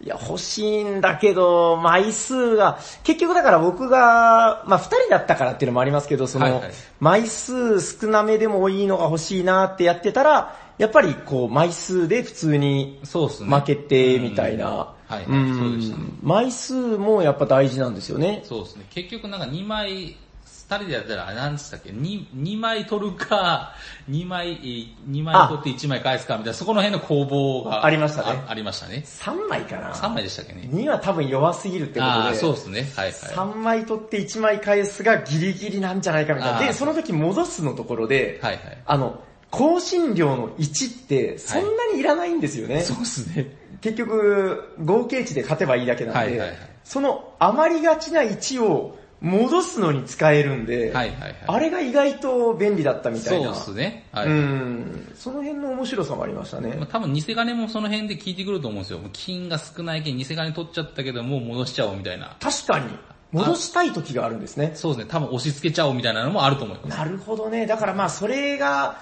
S2: いや、欲しいんだけど、枚数が、結局だから僕が、まあ二人だったからっていうのもありますけど、その、
S3: はいはい
S2: 枚数少なめでもいいのが欲しいなってやってたら、やっぱりこう枚数で普通に
S3: そうですね。
S2: 負けてみたいな。
S3: うんはいはい
S2: うん
S3: そうでしたね
S2: 枚数もやっぱ大事なんですよね。
S3: そうですね。結局なんか2枚、2人でやったら、何でしたっけ 2, 2枚取るか、2枚、え <laughs> ー二枚取って1枚返すかみたいな、そこの辺の攻防が。
S2: ありましたね
S3: あありましたね。
S2: 3枚かな
S3: 3枚でしたっけね。
S2: 2は多分弱すぎるってことで。
S3: ああー、そうですね。はいはい。
S2: 3枚取って1枚返すがギリギリなんじゃないかみたいな。
S3: あー
S2: で、その時戻すのところで、
S3: はいはい。
S2: あの、更新量の1ってそんなにいらないんですよね。
S3: うですね。
S2: 結局、合計値で勝てばいいだけなんで、
S3: はいはいはい
S2: その余りがちな1を戻すのに使えるんで、
S3: はいはいはい
S2: あれが意外と便利だったみた
S3: そ
S2: いうな。
S3: ですね。はい。
S2: うん。その辺の面白さもありましたね。
S3: まあ、多分偽金もその辺で効いてくると思うんですよ。もう金が少ないけん偽金取っちゃったけどもう戻しちゃおうみたいな。
S2: 確かに、戻したい時があるんですね。
S3: そうですね。多分押し付けちゃおうみたいなのもあると思います。
S2: なるほどね。だからまあそれが、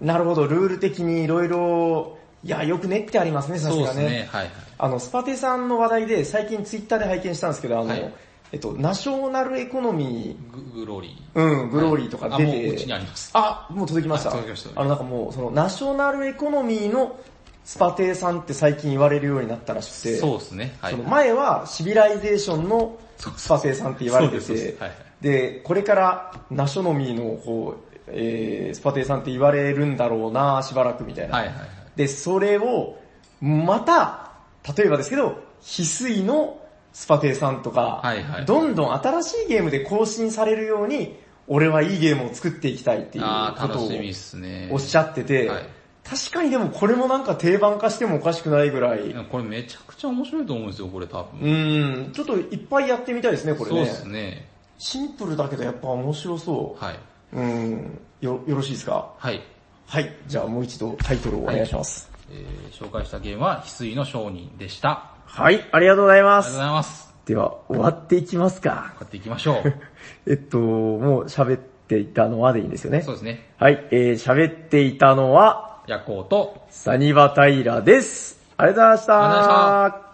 S2: なるほど、ルール的にいろいろいや、よく練ってありますね、さす
S3: そうで
S2: が
S3: す
S2: ね
S3: ね。。はいはい。
S2: あの、スパテさんの話題で、最近ツイッターで拝見したんですけど、あの、
S3: はい
S2: えっと、ナショナルエコノミー、
S3: ググローリー。
S2: うん、グローリーとか出て、
S3: あもううちにあります
S2: あ、もう届きました。
S3: あ届きました
S2: あの、なんかもう、その、ナショナルエコノミーのスパテさんって最近言われるようになったらしくて、
S3: そうですね。はい。
S2: その前はシビライゼーションのスパテさんって言われて
S3: そうですそうで
S2: て
S3: すはいはい、
S2: で、これからナショノミーの、こう、えー、スパテさんって言われるんだろうな、しばらくみたいな。
S3: はいはいはい。
S2: で、それを、また、例えばですけど、翡翠のスパテさんとか、
S3: はいはい
S2: どんどん新しいゲームで更新されるように、俺はいいゲームを作っていきたいっていう
S3: ああ、
S2: こと
S3: 楽
S2: を
S3: しみですね。
S2: おっしゃってて、
S3: はい
S2: 確かにでもこれもなんか定番化してもおかしくないぐらい、
S3: いうやこれめちゃくちゃ面白いと思うんですよ、これ多分。
S2: ーん、ちょっといっぱいやってみたいですね、これ
S3: そう
S2: ね。
S3: ですね。
S2: シンプルだけどやっぱ面白そ
S3: はい。
S2: う。うーん、よ、よろしいですか
S3: はい。
S2: はい、じゃあもう一度タイトルをお願いします。
S3: えー紹介したゲームは、翡翠の商人でした。あ
S2: はい、ありがとうございま
S3: りがとう
S2: す
S3: ご。ざいます。
S2: では、終わっていきますか。
S3: 買っていきまし
S2: <laughs>
S3: ょう。
S2: えっと、もう喋っていたのはでいいんですよね
S3: そう。ですね。
S2: はい、えー、喋っていたのは、
S3: 夜行と、
S2: サニバタイラです。ありがとうございました。
S3: ありがとうございま
S2: した。